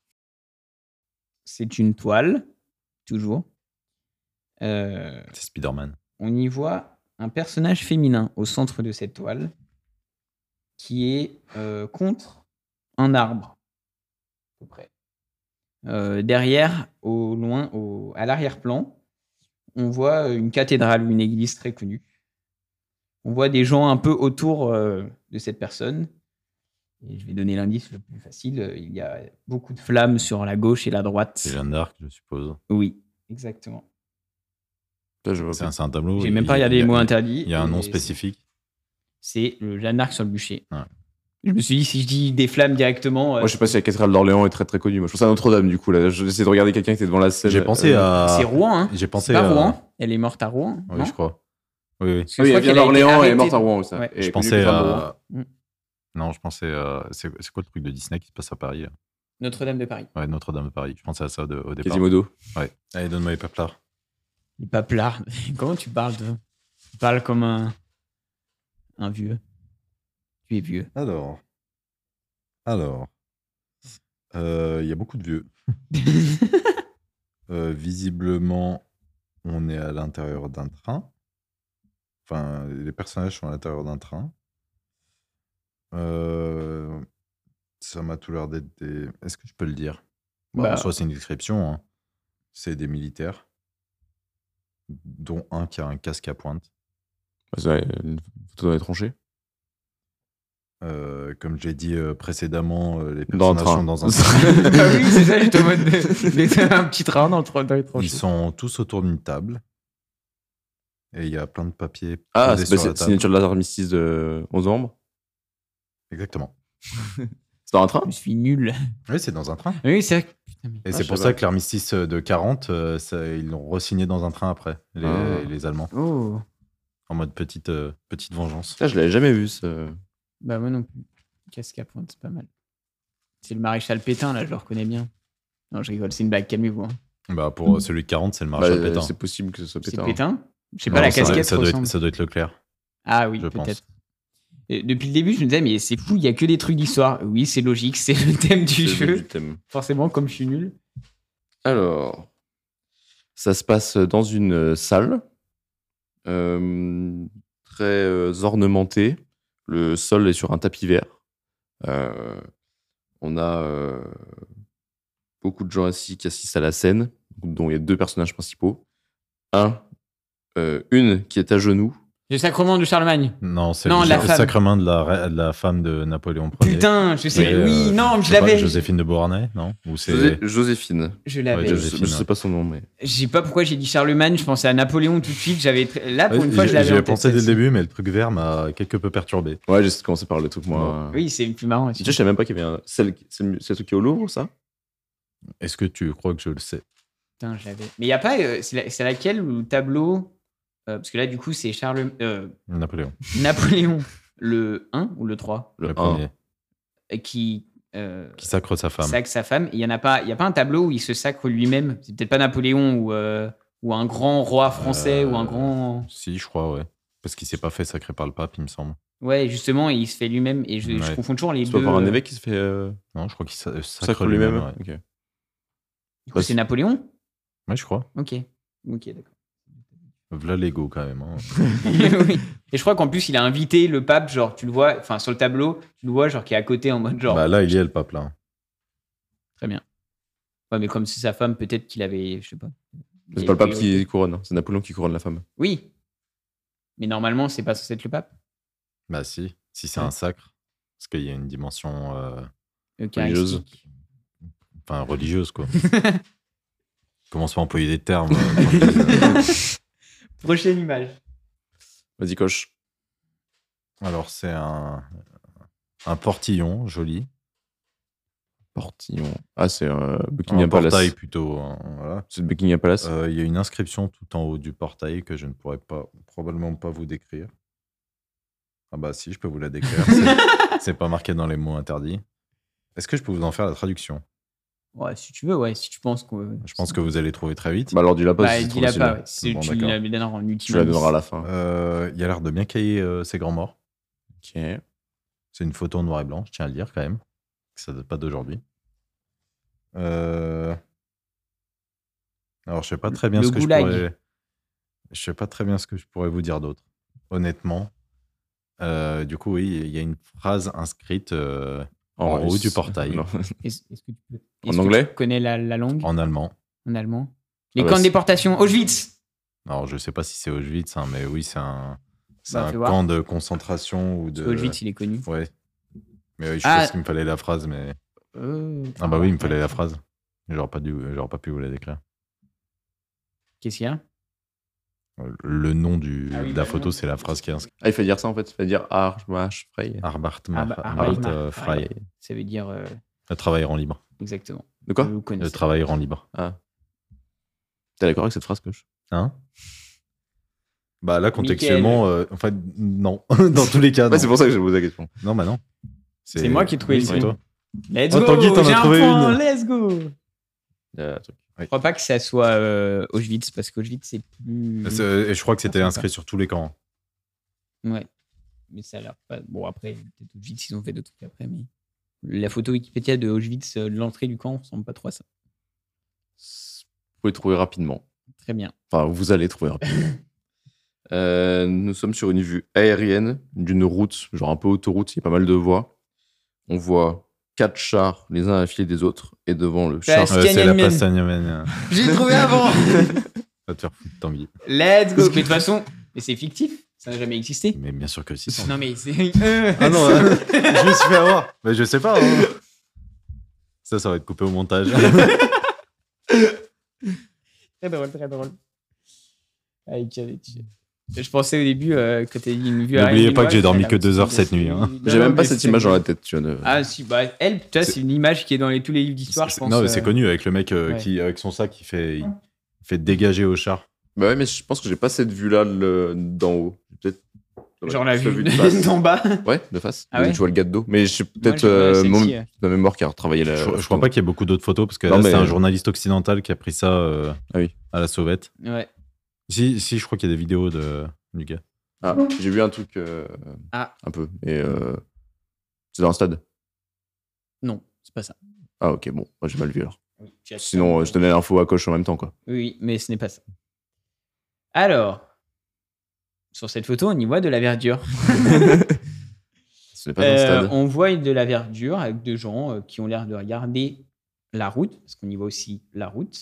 [SPEAKER 6] C'est une toile, toujours. Euh,
[SPEAKER 2] C'est Spider-Man.
[SPEAKER 6] on y voit un personnage féminin au centre de cette toile qui est euh, contre un arbre. à peu près. Euh, derrière, au loin, au- à l'arrière-plan, on voit une cathédrale ou une église très connue. On voit des gens un peu autour euh, de cette personne. Et je vais donner l'indice le plus facile. euh, Il y a beaucoup de flammes sur la gauche et la droite.
[SPEAKER 2] C'est Jeanne d'Arc, je suppose.
[SPEAKER 6] Oui, exactement.
[SPEAKER 7] Putain, je vois
[SPEAKER 2] C'est
[SPEAKER 7] pas.
[SPEAKER 2] un, c'est un tableau.
[SPEAKER 6] J'ai
[SPEAKER 2] il-
[SPEAKER 6] même pas regardé
[SPEAKER 2] il y
[SPEAKER 6] les
[SPEAKER 2] a-
[SPEAKER 6] mots interdits.
[SPEAKER 2] Il y a un nom
[SPEAKER 6] mais-
[SPEAKER 2] spécifique.
[SPEAKER 6] c'est le Jeanne d'Arc sur le bûcher.
[SPEAKER 2] Ouais.
[SPEAKER 6] Je me suis dit, si je dis des flammes directement, euh,
[SPEAKER 7] Moi, je sais pas si la cathédrale d'Orléans est très très connue. Moi, je pense à Notre-Dame, du coup. Là, j'essaie de regarder quelqu'un qui était devant la scène.
[SPEAKER 2] J'ai pensé
[SPEAKER 7] Euh,
[SPEAKER 2] à.
[SPEAKER 6] c'est Rouen. Hein.
[SPEAKER 2] J'ai pensé
[SPEAKER 6] C'est pas
[SPEAKER 2] à.
[SPEAKER 6] Rouen. Elle est morte à Rouen.
[SPEAKER 2] Oui,
[SPEAKER 6] non
[SPEAKER 2] je crois. Oui, oui.
[SPEAKER 6] Parce que
[SPEAKER 7] Ah
[SPEAKER 6] je crois
[SPEAKER 7] Oui, elle vient
[SPEAKER 6] qu'elle a été
[SPEAKER 7] d'Orléans et est
[SPEAKER 6] arrêtée-
[SPEAKER 7] morte à Rouen, ça.
[SPEAKER 6] Ouais.
[SPEAKER 7] Et connue
[SPEAKER 2] Je pensais euh,
[SPEAKER 7] comme Rouen.
[SPEAKER 2] à.
[SPEAKER 6] Mm.
[SPEAKER 2] Non, je pensais à. C'est c'est quoi le truc de Disney qui se passe à Paris là
[SPEAKER 6] Notre-Dame de Paris.
[SPEAKER 2] Ouais, Notre-Dame de Paris. Je pensais à ça de- au départ.
[SPEAKER 7] Quasimodo.
[SPEAKER 2] Ouais. Allez, donne-moi les paplards.
[SPEAKER 6] Les paplards. Comment tu parles de... Tu parles comme un... un vieux. Tu es vieux.
[SPEAKER 2] Alors. Alors. Euh, Il y a beaucoup de vieux. Euh, visiblement, on est à l'intérieur d'un train. Enfin, les personnages sont à l'intérieur d'un train. Euh, ça m'a tout l'air d'être des. Est-ce que je peux le dire Bah,
[SPEAKER 6] Bah.
[SPEAKER 2] En soi, c'est une description. hein. C'est des militaires, dont un qui a un casque à pointe.
[SPEAKER 7] Bah, c'est vrai, Une photo dans les tranchées.
[SPEAKER 2] Euh, comme j'ai dit euh, précédemment, euh, les
[SPEAKER 7] Dans un
[SPEAKER 2] personnages
[SPEAKER 7] train.
[SPEAKER 2] sont dans un train.
[SPEAKER 6] Ah oui, c'est ça, j'étais en mode. un petit train dans le train dans les
[SPEAKER 2] Ils
[SPEAKER 6] tranchées.
[SPEAKER 2] sont tous autour d'une table. Et il y a plein de papiers.
[SPEAKER 7] Ah,
[SPEAKER 2] posés
[SPEAKER 7] c'est bah,
[SPEAKER 2] sur la
[SPEAKER 7] c'est
[SPEAKER 2] table.
[SPEAKER 7] signature de l'armistice de 11 novembre.
[SPEAKER 2] Exactement.
[SPEAKER 7] C'est dans un train
[SPEAKER 6] Je suis nul.
[SPEAKER 2] Oui, c'est dans un train.
[SPEAKER 6] Oui, c'est vrai. que-
[SPEAKER 2] Et
[SPEAKER 7] Ah,
[SPEAKER 2] c'est
[SPEAKER 7] je
[SPEAKER 2] pour
[SPEAKER 7] sais
[SPEAKER 2] ça
[SPEAKER 7] pas.
[SPEAKER 2] que l'armistice de 40, euh, ça- ils l'ont re-signé dans un train après, les,
[SPEAKER 7] Ah.
[SPEAKER 2] les Allemands,
[SPEAKER 6] Oh.
[SPEAKER 2] en mode petite, euh, petite vengeance.
[SPEAKER 7] Ça, je l'avais jamais vu, ce.
[SPEAKER 6] Bah, moi non plus. Casque à pointe, c'est pas mal. C'est le maréchal Pétain, là, je le reconnais bien. Non, je rigole, c'est une blague, calmez-vous. hein.
[SPEAKER 2] Bah, pour euh, celui de 40, c'est le maréchal
[SPEAKER 7] Mmh. Bah,
[SPEAKER 2] Pétain.
[SPEAKER 7] C'est possible que ce soit
[SPEAKER 6] C'est
[SPEAKER 7] Pétain.
[SPEAKER 6] Pétain Je sais
[SPEAKER 2] Non,
[SPEAKER 6] pas, la
[SPEAKER 2] ça doit-
[SPEAKER 6] casquette
[SPEAKER 2] ça doit, être,
[SPEAKER 6] ressemble.
[SPEAKER 2] ça doit être Leclerc.
[SPEAKER 6] Ah oui,
[SPEAKER 2] je pense.
[SPEAKER 6] peut-être. Et Depuis le début, je me disais, mais c'est fou, il y a que des trucs d'histoire. Oui, c'est logique, c'est le thème
[SPEAKER 7] C'est
[SPEAKER 6] du
[SPEAKER 7] le
[SPEAKER 6] jeu.
[SPEAKER 7] but du thème.
[SPEAKER 6] Forcément, comme je suis nul.
[SPEAKER 7] Alors, ça se passe dans une euh, salle euh, très euh, ornementée. Le sol est sur un tapis vert. Euh, on a euh, beaucoup de gens assis qui assistent à la scène, dont il y a deux personnages principaux. Un, euh, une qui est à genoux.
[SPEAKER 6] Le sacrement de Charlemagne.
[SPEAKER 2] Non, c'est
[SPEAKER 6] Non,
[SPEAKER 2] le,
[SPEAKER 6] la
[SPEAKER 2] le
[SPEAKER 6] femme.
[SPEAKER 2] sacrement de la, re- de la femme de Napoléon Ier.
[SPEAKER 6] Putain, je sais,
[SPEAKER 2] Et, euh,
[SPEAKER 6] oui, non, mais
[SPEAKER 2] sais
[SPEAKER 6] je
[SPEAKER 2] pas,
[SPEAKER 6] l'avais.
[SPEAKER 2] Joséphine de Beauharnais, non Ou
[SPEAKER 7] José-
[SPEAKER 2] c'est.
[SPEAKER 7] Joséphine.
[SPEAKER 6] Je
[SPEAKER 2] Ouais,
[SPEAKER 6] l'avais.
[SPEAKER 7] Je,
[SPEAKER 2] Joséphine.
[SPEAKER 7] je sais pas son nom, mais.
[SPEAKER 6] Je sais pas pourquoi j'ai dit Charlemagne, je pensais à Napoléon tout de suite. J'avais tr- Là, pour une fois, je
[SPEAKER 2] J'ai
[SPEAKER 6] l'avais. en
[SPEAKER 2] j'y ai
[SPEAKER 6] tête,
[SPEAKER 2] pensé dès le
[SPEAKER 6] celle-ci.
[SPEAKER 2] début, mais le truc vert m'a quelque peu perturbé.
[SPEAKER 7] Ouais, j'ai commencé par le truc, moi.
[SPEAKER 6] Oui, c'est le plus marrant.
[SPEAKER 7] Tu sais, je savais même pas qu'il y avait un. celle qui- C'est le c'est le truc qui est au Louvre, ça
[SPEAKER 2] Est-ce que tu crois que je le sais
[SPEAKER 6] Putain, je l'avais. Mais il y a pas. euh, c'est la- c'est laquelle ou le tableau euh, Parce que là, du coup, c'est Charlemagne.
[SPEAKER 2] Napoléon,
[SPEAKER 6] Napoléon, le 1 ou le 3,
[SPEAKER 2] le,
[SPEAKER 7] un.
[SPEAKER 2] premier,
[SPEAKER 6] euh, qui euh,
[SPEAKER 2] qui sacre sa femme.
[SPEAKER 6] sacre sa femme. Il n'y a, pas- il y a pas un tableau où il se sacre lui-même. C'est peut-être pas Napoléon ou, euh, ou un grand roi français
[SPEAKER 2] Euh,
[SPEAKER 6] ou un grand.
[SPEAKER 2] Si, je crois, ouais. Parce qu'il s'est pas fait sacrer par le pape, il me semble.
[SPEAKER 6] Ouais, justement, il se fait lui-même. Et je, je
[SPEAKER 2] Ouais.
[SPEAKER 6] confonds toujours les
[SPEAKER 7] C'est
[SPEAKER 6] deux.
[SPEAKER 7] pas par un
[SPEAKER 6] euh,
[SPEAKER 7] évêque qui se fait euh,
[SPEAKER 2] Non, je crois qu'il sa- euh, sacre,
[SPEAKER 7] sacre
[SPEAKER 2] lui-même.
[SPEAKER 7] lui-même.
[SPEAKER 2] ouais.
[SPEAKER 7] Ok.
[SPEAKER 6] du coup, c'est Napoléon
[SPEAKER 2] Ouais, je crois.
[SPEAKER 6] Ok. Ok, d'accord.
[SPEAKER 2] V'là l'ego quand même. hein.
[SPEAKER 6] Oui. Et je crois qu'en plus, il a invité le pape, genre, tu le vois, enfin, sur le tableau, tu le vois, genre, qui est à côté en mode genre.
[SPEAKER 2] Bah, là, il y a le pape, là.
[SPEAKER 6] Très bien. Ouais, mais comme c'est sa femme, peut-être qu'il avait, je sais pas. il
[SPEAKER 7] C'est
[SPEAKER 6] avait
[SPEAKER 7] pas le pape
[SPEAKER 6] priorité.
[SPEAKER 7] qui couronne, hein. c'est Napoléon qui couronne la femme.
[SPEAKER 6] Oui. Mais normalement, c'est pas censé être le pape.
[SPEAKER 2] Bah si, si c'est un sacre, parce qu'il y a une dimension euh,
[SPEAKER 6] Eucharistique.
[SPEAKER 2] enfin, religieuse, quoi. Commence pas à employer des termes. euh, quand je dis, euh,
[SPEAKER 6] Prochaine image.
[SPEAKER 7] Vas-y, coche.
[SPEAKER 2] Alors c'est un, un portillon, joli.
[SPEAKER 7] Portillon. Ah, c'est euh,
[SPEAKER 2] Un
[SPEAKER 7] Buckingham
[SPEAKER 2] portail
[SPEAKER 7] Palace.
[SPEAKER 2] plutôt. hein, voilà.
[SPEAKER 7] C'est le Buckingham Palace.
[SPEAKER 2] Euh, Il y a une inscription tout en haut du portail que je ne pourrais pas, probablement pas vous décrire. Ah bah si, je peux vous la décrire. C'est- C'est pas marqué dans les mots interdits. Est-ce que je peux vous en faire la traduction
[SPEAKER 6] Ouais, si tu veux, ouais, si tu penses que.
[SPEAKER 2] Je pense que vous allez trouver très vite.
[SPEAKER 7] Bah, alors, du lapin,
[SPEAKER 6] Bah,
[SPEAKER 7] c'est
[SPEAKER 6] il
[SPEAKER 7] trop
[SPEAKER 6] l'a
[SPEAKER 7] facile.
[SPEAKER 6] pas. ouais. C'est-
[SPEAKER 2] Bon,
[SPEAKER 6] tu
[SPEAKER 2] d'accord.
[SPEAKER 6] la donneras en ultime.
[SPEAKER 7] Tu la donneras à la fin.
[SPEAKER 2] Euh, il a l'air de bien cailler euh, ses grands morts.
[SPEAKER 7] Ok.
[SPEAKER 2] C'est une photo en noir et blanc, je tiens à le dire quand même. Ça date pas d'aujourd'hui. Euh, Alors, je sais pas très bien
[SPEAKER 6] Le
[SPEAKER 2] ce que je
[SPEAKER 6] goulag.
[SPEAKER 2] pourrais. Je sais pas très bien ce que je pourrais vous dire d'autre, honnêtement. Euh, du coup, oui, il y a une phrase inscrite euh, En haut
[SPEAKER 7] russe.
[SPEAKER 2] du portail.
[SPEAKER 7] Non.
[SPEAKER 6] Est-ce est-ce que tu peux.
[SPEAKER 7] En
[SPEAKER 6] est-ce que
[SPEAKER 7] anglais
[SPEAKER 6] tu connais la, la langue
[SPEAKER 2] en allemand.
[SPEAKER 6] En allemand Les
[SPEAKER 7] Ah bah,
[SPEAKER 6] camps de
[SPEAKER 7] c'est-
[SPEAKER 6] déportation, Auschwitz
[SPEAKER 2] Alors, je sais pas si c'est Auschwitz, hein, mais oui, c'est un, c'est
[SPEAKER 6] Bah,
[SPEAKER 2] un
[SPEAKER 6] fais voir.
[SPEAKER 2] camp de concentration ou de.
[SPEAKER 6] Auschwitz, il est connu.
[SPEAKER 2] Ouais. Mais oui, je
[SPEAKER 6] Ah.
[SPEAKER 2] pense qu'il me fallait la phrase, mais.
[SPEAKER 6] Euh,
[SPEAKER 2] Ah bah oui, il me fallait la phrase. J'aurais pas dû, j'aurais pas pu vous la décrire.
[SPEAKER 6] Qu'est-ce qu'il y a
[SPEAKER 2] Le nom du,
[SPEAKER 6] Ah oui,
[SPEAKER 2] de
[SPEAKER 6] bah
[SPEAKER 2] la
[SPEAKER 6] non.
[SPEAKER 2] photo, c'est la phrase qui est inscrite.
[SPEAKER 7] Ah, il faut dire ça en fait. Il faut dire Armach Frey.
[SPEAKER 2] Arbart
[SPEAKER 6] Ah
[SPEAKER 2] Mar-
[SPEAKER 6] bah,
[SPEAKER 2] Arbart,
[SPEAKER 6] Arbart Mar- ah bah.
[SPEAKER 2] euh, Frey.
[SPEAKER 6] Ça veut dire. euh,
[SPEAKER 2] Le travailleur en libre.
[SPEAKER 6] exactement.
[SPEAKER 7] De quoi
[SPEAKER 6] Vous connaissez.
[SPEAKER 2] Le travailleur en libre.
[SPEAKER 7] T'es d'accord avec cette phrase, coche
[SPEAKER 2] Hein Bah là, contextuellement, euh, en fait, non. Dans tous les cas, Ah, non.
[SPEAKER 7] Ouais, c'est pour ça que j'ai posé la question.
[SPEAKER 2] Non, bah non.
[SPEAKER 6] C'est moi qui ai trouvé
[SPEAKER 2] oui,
[SPEAKER 6] le
[SPEAKER 2] c'est
[SPEAKER 6] film.
[SPEAKER 2] toi.
[SPEAKER 6] Let's
[SPEAKER 2] Oh,
[SPEAKER 6] go
[SPEAKER 2] Tanguy, t'en as
[SPEAKER 6] J'ai un
[SPEAKER 2] trouvé
[SPEAKER 6] point,
[SPEAKER 2] une.
[SPEAKER 6] Let's go
[SPEAKER 7] Euh, truc.
[SPEAKER 6] Je crois pas que ça soit euh, Auschwitz, parce qu'Auschwitz, c'est plus.
[SPEAKER 2] C'est- euh, Je crois que c'était
[SPEAKER 6] Ah, c'est
[SPEAKER 2] inscrit sur tous les camps.
[SPEAKER 6] Ouais. Mais ça a l'air pas. Bon, après, peut-être Auschwitz, ils ont fait d'autres trucs après, mais. La photo Wikipédia de Auschwitz, euh, de l'entrée du camp, ressemble pas trop à ça.
[SPEAKER 7] Vous pouvez trouver rapidement.
[SPEAKER 6] Très bien.
[SPEAKER 7] Enfin, vous allez trouver rapidement. Euh, nous sommes sur une vue aérienne d'une route, genre un peu autoroute. Il y a pas mal de voies. On voit quatre chars les uns à la file des autres. Et devant le char.
[SPEAKER 6] Parce
[SPEAKER 2] Euh,
[SPEAKER 6] qu'il y a
[SPEAKER 2] c'est la
[SPEAKER 6] une mienne.
[SPEAKER 2] passe Sanyamène.
[SPEAKER 6] J'ai trouvé avant
[SPEAKER 2] Va te faire foutre, Tanguy.
[SPEAKER 6] Let's go Mais de toute façon, mais c'est fictif, ça n'a jamais existé.
[SPEAKER 2] Mais bien sûr que si. Tanguy.
[SPEAKER 6] Non, mais c'est. Euh,
[SPEAKER 2] Ah non, hein. je me suis fait avoir. Mais je sais pas. hein. Ça, ça va être coupé au montage.
[SPEAKER 6] Très drôle, très drôle. Avec, euh, tu- Je pensais au début euh, que t'as dit une vue
[SPEAKER 2] N'oubliez
[SPEAKER 6] aérienne,
[SPEAKER 2] pas que j'ai
[SPEAKER 6] ouais,
[SPEAKER 2] dormi
[SPEAKER 6] ça a
[SPEAKER 2] que
[SPEAKER 6] l'air
[SPEAKER 2] deux heures
[SPEAKER 6] de-
[SPEAKER 2] cette nuit, hein.
[SPEAKER 6] Non,
[SPEAKER 7] J'ai
[SPEAKER 6] non,
[SPEAKER 7] même pas
[SPEAKER 6] mais
[SPEAKER 7] cette
[SPEAKER 6] c'est-
[SPEAKER 7] image dans la tête, tu vois. de-
[SPEAKER 6] Ah si, bah elle, tu vois,
[SPEAKER 2] C'est-
[SPEAKER 6] c'est une image qui est dans les, tous les livres d'histoire, je
[SPEAKER 2] C'est-
[SPEAKER 6] pense.
[SPEAKER 2] non, mais
[SPEAKER 6] euh,
[SPEAKER 2] c'est connu avec le mec euh,
[SPEAKER 6] ouais.
[SPEAKER 2] qui, avec son sac, il fait, il fait dégager au char.
[SPEAKER 7] Bah ouais, mais je pense que j'ai pas cette vue-là le- d'en haut. Peut-être.
[SPEAKER 6] Genre la
[SPEAKER 7] Juste
[SPEAKER 6] vue
[SPEAKER 7] de face.
[SPEAKER 6] d'en bas.
[SPEAKER 7] Ouais, de face.
[SPEAKER 6] Ah ouais
[SPEAKER 7] tu vois le gars de dos. Mais je suis
[SPEAKER 6] Moi,
[SPEAKER 7] peut-être
[SPEAKER 6] je vois
[SPEAKER 7] euh,
[SPEAKER 6] celle-ci,
[SPEAKER 7] mon-
[SPEAKER 6] euh.
[SPEAKER 7] ma mémoire qui a retravaillé la.
[SPEAKER 2] je, je crois pas qu'il y ait beaucoup d'autres photos parce que
[SPEAKER 7] Non,
[SPEAKER 2] là,
[SPEAKER 7] mais-
[SPEAKER 2] c'est un journaliste occidental qui a pris ça euh,
[SPEAKER 7] Ah oui.
[SPEAKER 2] à la sauvette.
[SPEAKER 6] euh, Ouais.
[SPEAKER 2] Si, si, je crois qu'il y a des vidéos de du gars.
[SPEAKER 7] Ah, j'ai vu un truc euh,
[SPEAKER 6] Ah.
[SPEAKER 7] un peu. Et euh, c'est dans un stade.
[SPEAKER 6] Non, c'est pas ça.
[SPEAKER 7] Ah ok, bon, moi, j'ai mal vu alors.
[SPEAKER 6] Oui, tu as-
[SPEAKER 7] Sinon, euh, je donnais l'info à Coche en même temps, quoi.
[SPEAKER 6] Oui, mais ce n'est pas ça. Alors, sur cette photo, on y voit de la verdure.
[SPEAKER 7] Ce n'est pas dans le
[SPEAKER 6] Euh,
[SPEAKER 7] stade.
[SPEAKER 6] on voit de la verdure avec deux gens euh, qui ont l'air de regarder la route, parce qu'on y voit aussi la route.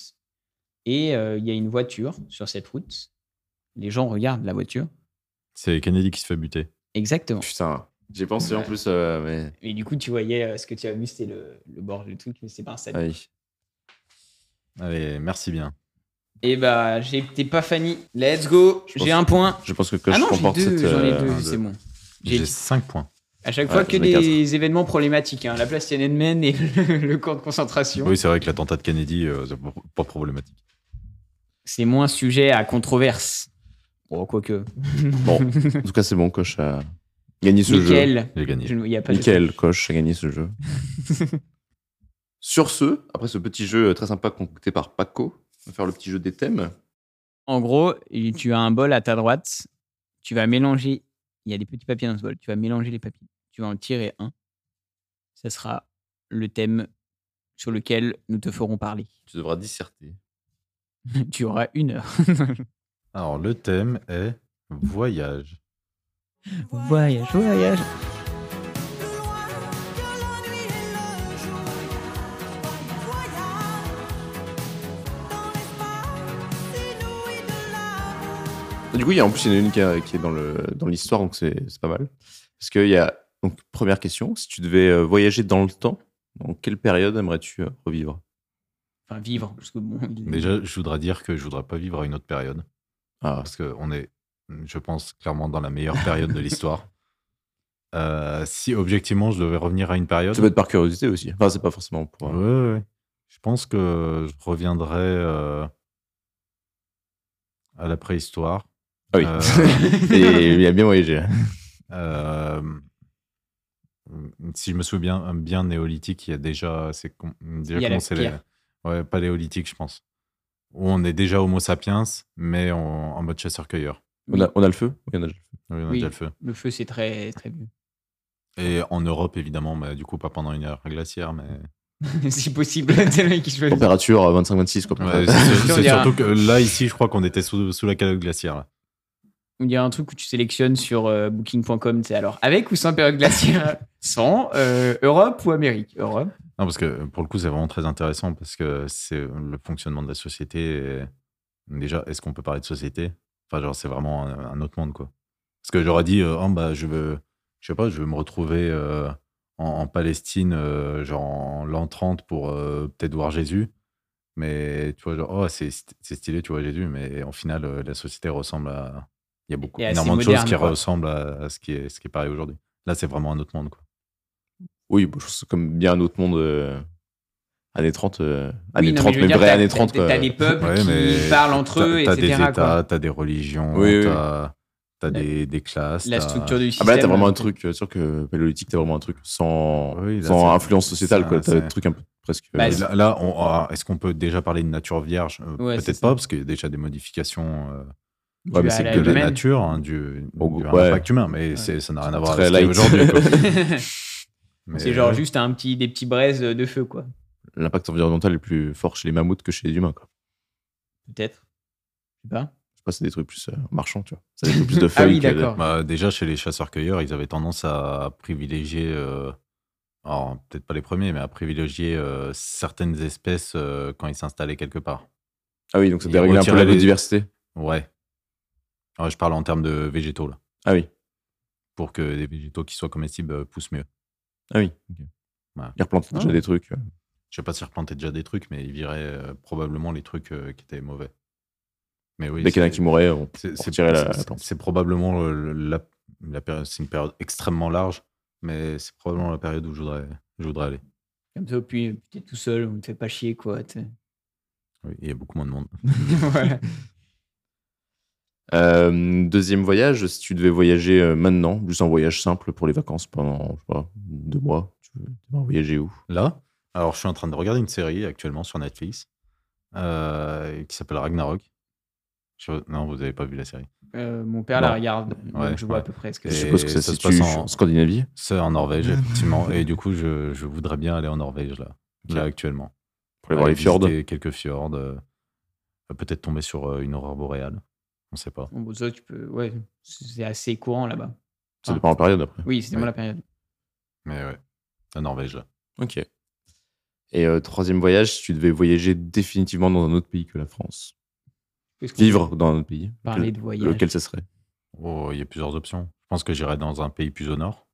[SPEAKER 6] Et euh, il y a une voiture sur cette route. Les gens regardent la voiture.
[SPEAKER 2] C'est Kennedy qui se fait buter.
[SPEAKER 6] Exactement.
[SPEAKER 7] Putain, j'ai pensé en
[SPEAKER 6] Ouais.
[SPEAKER 7] plus, euh, mais.
[SPEAKER 6] Et du coup, tu voyais euh, ce que tu as vu, c'était le, le bord du truc, mais c'est pas un stade.
[SPEAKER 7] Aïe.
[SPEAKER 2] Allez, merci bien.
[SPEAKER 6] Et bah, j'ai- t'es pas Fanny. Let's go.
[SPEAKER 7] pense-
[SPEAKER 6] J'ai un point.
[SPEAKER 7] Je pense que Coche
[SPEAKER 6] Ah non, j'ai
[SPEAKER 7] remporte
[SPEAKER 6] deux.
[SPEAKER 7] cette.
[SPEAKER 6] J'en ai
[SPEAKER 7] euh,
[SPEAKER 6] deux,
[SPEAKER 2] un,
[SPEAKER 6] c'est
[SPEAKER 2] deux.
[SPEAKER 6] bon. J'ai-
[SPEAKER 2] J'ai 5 points.
[SPEAKER 6] À chaque
[SPEAKER 7] Ouais,
[SPEAKER 6] fois que
[SPEAKER 7] j'en ai
[SPEAKER 6] des événements problématiques. hein. La place Tiananmen et le, le camp de concentration.
[SPEAKER 2] Oui, c'est vrai que l'attentat de Kennedy, euh, c'est pas- pas problématique.
[SPEAKER 6] C'est moins sujet à controverse. Bon, quoique.
[SPEAKER 7] Bon, en tout cas, c'est bon, Coche a gagné ce jeu.
[SPEAKER 6] Michael.
[SPEAKER 2] J'ai gagné.
[SPEAKER 6] Je ne- Il n'y a pas de-
[SPEAKER 7] Nickel, Coche a gagné ce jeu. Sur ce, après ce petit jeu euh, très sympa concocté par Paco, on va faire le petit jeu des thèmes.
[SPEAKER 6] En gros, il- tu as un bol à ta droite. Tu vas mélanger. Il y a des petits papiers dans ce bol. Tu vas mélanger les papiers. Tu vas en tirer un. Ça sera le thème sur lequel nous te ferons parler.
[SPEAKER 7] Tu devras disserter.
[SPEAKER 6] tu auras une heure.
[SPEAKER 2] Alors, le thème est voyage.
[SPEAKER 6] Voyage, voyage.
[SPEAKER 7] Du coup, il y a, en plus, il y en a une qui, a- qui est dans le- dans l'histoire, donc c'est c'est pas mal. Parce qu'il y a. Donc, première question, si tu devais euh, voyager dans le temps, dans quelle période aimerais-tu euh, revivre
[SPEAKER 6] Enfin, vivre. Parce que bon, il-
[SPEAKER 2] Déjà, je voudrais dire que je voudrais pas vivre à une autre période.
[SPEAKER 7] Ah,
[SPEAKER 2] Parce qu'on est, je pense, clairement dans la meilleure période de l'histoire. Euh, si objectivement je devais revenir à une période.
[SPEAKER 7] ça peut être par curiosité aussi. Enfin, c'est pas forcément pour.
[SPEAKER 2] Ouais,
[SPEAKER 7] euh,
[SPEAKER 2] ouais, ouais. Je pense que je reviendrai euh, à la préhistoire.
[SPEAKER 7] Ah oui.
[SPEAKER 2] Euh.
[SPEAKER 7] Et il a bien voyagé.
[SPEAKER 2] Euh, si je me souviens bien, néolithique, il y a déjà, c'est com- déjà
[SPEAKER 6] Il y a la
[SPEAKER 2] commencé les-
[SPEAKER 6] pierre.
[SPEAKER 2] ouais, paléolithique, je pense, où on est déjà Homo sapiens, mais en- en mode chasseur-cueilleur.
[SPEAKER 7] On a, on a le feu Oui, on a le feu.
[SPEAKER 2] Oui, on a
[SPEAKER 6] Oui.
[SPEAKER 2] déjà le feu.
[SPEAKER 6] le feu, c'est très, très vieux.
[SPEAKER 2] Et en Europe, évidemment, mais du coup, pas pendant une ère glaciaire, mais.
[SPEAKER 6] si possible, c'est le mec qui choisit.
[SPEAKER 7] Température euh, 25-26, quoi.
[SPEAKER 2] Ouais, c'est-
[SPEAKER 6] On
[SPEAKER 2] c'est
[SPEAKER 6] dirait-
[SPEAKER 2] surtout que là, ici, je crois qu'on était sous, sous la calotte glaciaire. là.
[SPEAKER 6] Il y a un truc où tu sélectionnes sur euh, booking.com, c'est alors avec ou sans période glaciaire Sans euh, Europe ou Amérique Europe.
[SPEAKER 2] Non, parce que euh, pour le coup, c'est vraiment très intéressant parce que c'est euh, le fonctionnement de la société. et- Déjà, est-ce qu'on peut parler de société Enfin, genre, c'est vraiment un, un autre monde, quoi. Parce que j'aurais dit, euh, Ah, bah, je veux, je sais pas, je veux me retrouver euh, en, en Palestine, euh, genre en l'an 30 pour euh, peut-être voir Jésus. Mais tu vois, genre, oh, c'est st- c'est stylé, tu vois Jésus, mais en final, euh, la société ressemble à. Il y a beaucoup,
[SPEAKER 6] Et assez
[SPEAKER 2] énormément de choses
[SPEAKER 6] moderne,
[SPEAKER 2] qui
[SPEAKER 6] quoi.
[SPEAKER 2] ressemblent à, à ce qui est, ce qui est pareil aujourd'hui. Là, c'est vraiment un autre monde, quoi.
[SPEAKER 7] Oui, bon, je pense que c'est comme bien un autre monde. euh, années 30, euh,
[SPEAKER 6] Oui,
[SPEAKER 7] années
[SPEAKER 6] non,
[SPEAKER 7] 30,
[SPEAKER 6] je
[SPEAKER 7] mais,
[SPEAKER 6] veux dire,
[SPEAKER 7] vraies
[SPEAKER 6] t'as-
[SPEAKER 7] années 30.
[SPEAKER 6] T'as
[SPEAKER 7] Quoi. Ah, bah
[SPEAKER 6] t'as des peuples
[SPEAKER 2] Ouais,
[SPEAKER 6] qui
[SPEAKER 2] mais
[SPEAKER 6] parlent entre
[SPEAKER 2] t'as-
[SPEAKER 6] eux,
[SPEAKER 2] T'as
[SPEAKER 6] etc.
[SPEAKER 2] des
[SPEAKER 6] quoi.
[SPEAKER 2] États, t'as des religions,
[SPEAKER 7] Oui, oui.
[SPEAKER 2] t'as t'as
[SPEAKER 6] La-
[SPEAKER 2] des, des classes.
[SPEAKER 6] La
[SPEAKER 2] t'as-
[SPEAKER 6] structure du
[SPEAKER 7] Ah
[SPEAKER 6] système.
[SPEAKER 7] bah là, t'as vraiment un truc, euh, sûr que paléolithique, t'as vraiment un truc sans,
[SPEAKER 2] Oui, là,
[SPEAKER 7] sans
[SPEAKER 2] c'est-
[SPEAKER 7] influence sociétale,
[SPEAKER 2] c'est
[SPEAKER 7] quoi.
[SPEAKER 2] un-
[SPEAKER 7] T'as un
[SPEAKER 2] c'est-
[SPEAKER 7] truc un peu presque.
[SPEAKER 6] Bah,
[SPEAKER 2] Et Là, là, on- ah, est-ce qu'on peut déjà parler de nature vierge Euh,
[SPEAKER 6] Ouais, c'est
[SPEAKER 2] Peut-être
[SPEAKER 6] ça.
[SPEAKER 2] pas, parce qu'il y a déjà des modifications euh,
[SPEAKER 6] dû
[SPEAKER 7] ouais, mais
[SPEAKER 6] à
[SPEAKER 7] c'est
[SPEAKER 6] la
[SPEAKER 7] que
[SPEAKER 2] de la
[SPEAKER 6] humaine.
[SPEAKER 2] nature, hein, du,
[SPEAKER 7] Au
[SPEAKER 2] du
[SPEAKER 7] goût,
[SPEAKER 2] un
[SPEAKER 7] ouais.
[SPEAKER 2] impact humain, mais c'est- ça n'a rien à voir
[SPEAKER 7] Très
[SPEAKER 2] avec ce qu'il y a
[SPEAKER 7] light.
[SPEAKER 2] aujourd'hui. quoi. Mais-
[SPEAKER 6] c'est genre juste un petit, des petits braises de feu, quoi.
[SPEAKER 7] l'impact environnemental est plus fort chez les mammouths que chez les humains, quoi.
[SPEAKER 6] Peut-être. Je sais pas.
[SPEAKER 7] Je sais pas, c'est des trucs plus euh, marchands, tu vois. Ça a plus de
[SPEAKER 6] Ah
[SPEAKER 7] feuilles.
[SPEAKER 6] oui,
[SPEAKER 7] que de-
[SPEAKER 6] d'accord.
[SPEAKER 2] Bah, déjà, chez les chasseurs-cueilleurs, ils avaient tendance à privilégier, euh, alors peut-être pas les premiers, mais à privilégier euh, certaines espèces euh, quand ils s'installaient quelque part.
[SPEAKER 7] Ah oui, donc ça
[SPEAKER 2] Ils
[SPEAKER 7] dérègle un peu
[SPEAKER 2] retirent
[SPEAKER 7] la
[SPEAKER 2] les-
[SPEAKER 7] biodiversité.
[SPEAKER 2] Ouais. Ouais, je parle en termes de végétaux, là.
[SPEAKER 7] Ah oui.
[SPEAKER 2] Pour que des végétaux qui soient comestibles euh, poussent mieux.
[SPEAKER 7] Ah oui.
[SPEAKER 2] Ouais.
[SPEAKER 7] Ils replantent déjà
[SPEAKER 6] Ah.
[SPEAKER 7] des trucs. euh.
[SPEAKER 2] Je sais pas s'ils replantaient déjà des trucs, mais ils viraient euh, probablement les trucs euh, qui étaient mauvais. Mais oui.
[SPEAKER 7] Dès qu'il y en a
[SPEAKER 2] c'est-
[SPEAKER 7] qui mouraient, on
[SPEAKER 2] c'est-
[SPEAKER 7] on
[SPEAKER 2] c'est-
[SPEAKER 7] retirait la,
[SPEAKER 2] c'est-
[SPEAKER 7] la plante.
[SPEAKER 2] C'est probablement euh, la, la période. C'est une période extrêmement large, mais c'est probablement la période où je voudrais, je voudrais aller.
[SPEAKER 6] Comme ça, puis puis t'es tout seul, on te fait pas chier, quoi. t'es-
[SPEAKER 2] Oui, il y a beaucoup moins de monde.
[SPEAKER 6] voilà.
[SPEAKER 7] Euh, deuxième voyage, si tu devais voyager euh, maintenant, juste un voyage simple pour les vacances pendant, je sais pas, deux mois, tu veux tu vas voyager où
[SPEAKER 2] Là, alors je suis en train de regarder une série actuellement sur Netflix euh, qui s'appelle Ragnarok. Je- Non, vous avez pas vu la série.
[SPEAKER 6] Euh, mon père la
[SPEAKER 2] Bon.
[SPEAKER 6] regarde, donc
[SPEAKER 2] Ouais,
[SPEAKER 6] je vois
[SPEAKER 2] ouais.
[SPEAKER 6] à peu près ce que
[SPEAKER 2] Et
[SPEAKER 7] Je
[SPEAKER 6] c'est.
[SPEAKER 7] suppose que ça,
[SPEAKER 2] ça
[SPEAKER 7] se
[SPEAKER 2] se passe
[SPEAKER 7] situe
[SPEAKER 2] en-
[SPEAKER 7] en Scandinavie.
[SPEAKER 2] C'est en Norvège, effectivement. et du coup, je, je voudrais bien aller en Norvège, là, là actuellement.
[SPEAKER 7] Pour aller voir les
[SPEAKER 2] visiter
[SPEAKER 7] fjords.
[SPEAKER 2] Quelques fjords. euh, Peut-être tomber sur euh, une aurore boréale. On sait pas.
[SPEAKER 6] Bon, bah, ça, tu peux. Ouais, c'est assez courant là-bas.
[SPEAKER 7] Ça dépend en période après.
[SPEAKER 6] Oui, c'était
[SPEAKER 2] Ouais.
[SPEAKER 6] moi la période.
[SPEAKER 2] Mais ouais, la Norvège, là.
[SPEAKER 7] Ok. Et euh, troisième voyage, si tu devais voyager définitivement dans un autre pays que la France,
[SPEAKER 6] Est-ce qu'on
[SPEAKER 7] vivre dans un autre pays,
[SPEAKER 6] peut Parler
[SPEAKER 7] lequel-
[SPEAKER 6] de voyage.
[SPEAKER 7] lequel ça serait
[SPEAKER 2] Oh, il y a plusieurs options. Je pense que j'irai dans un pays plus au nord.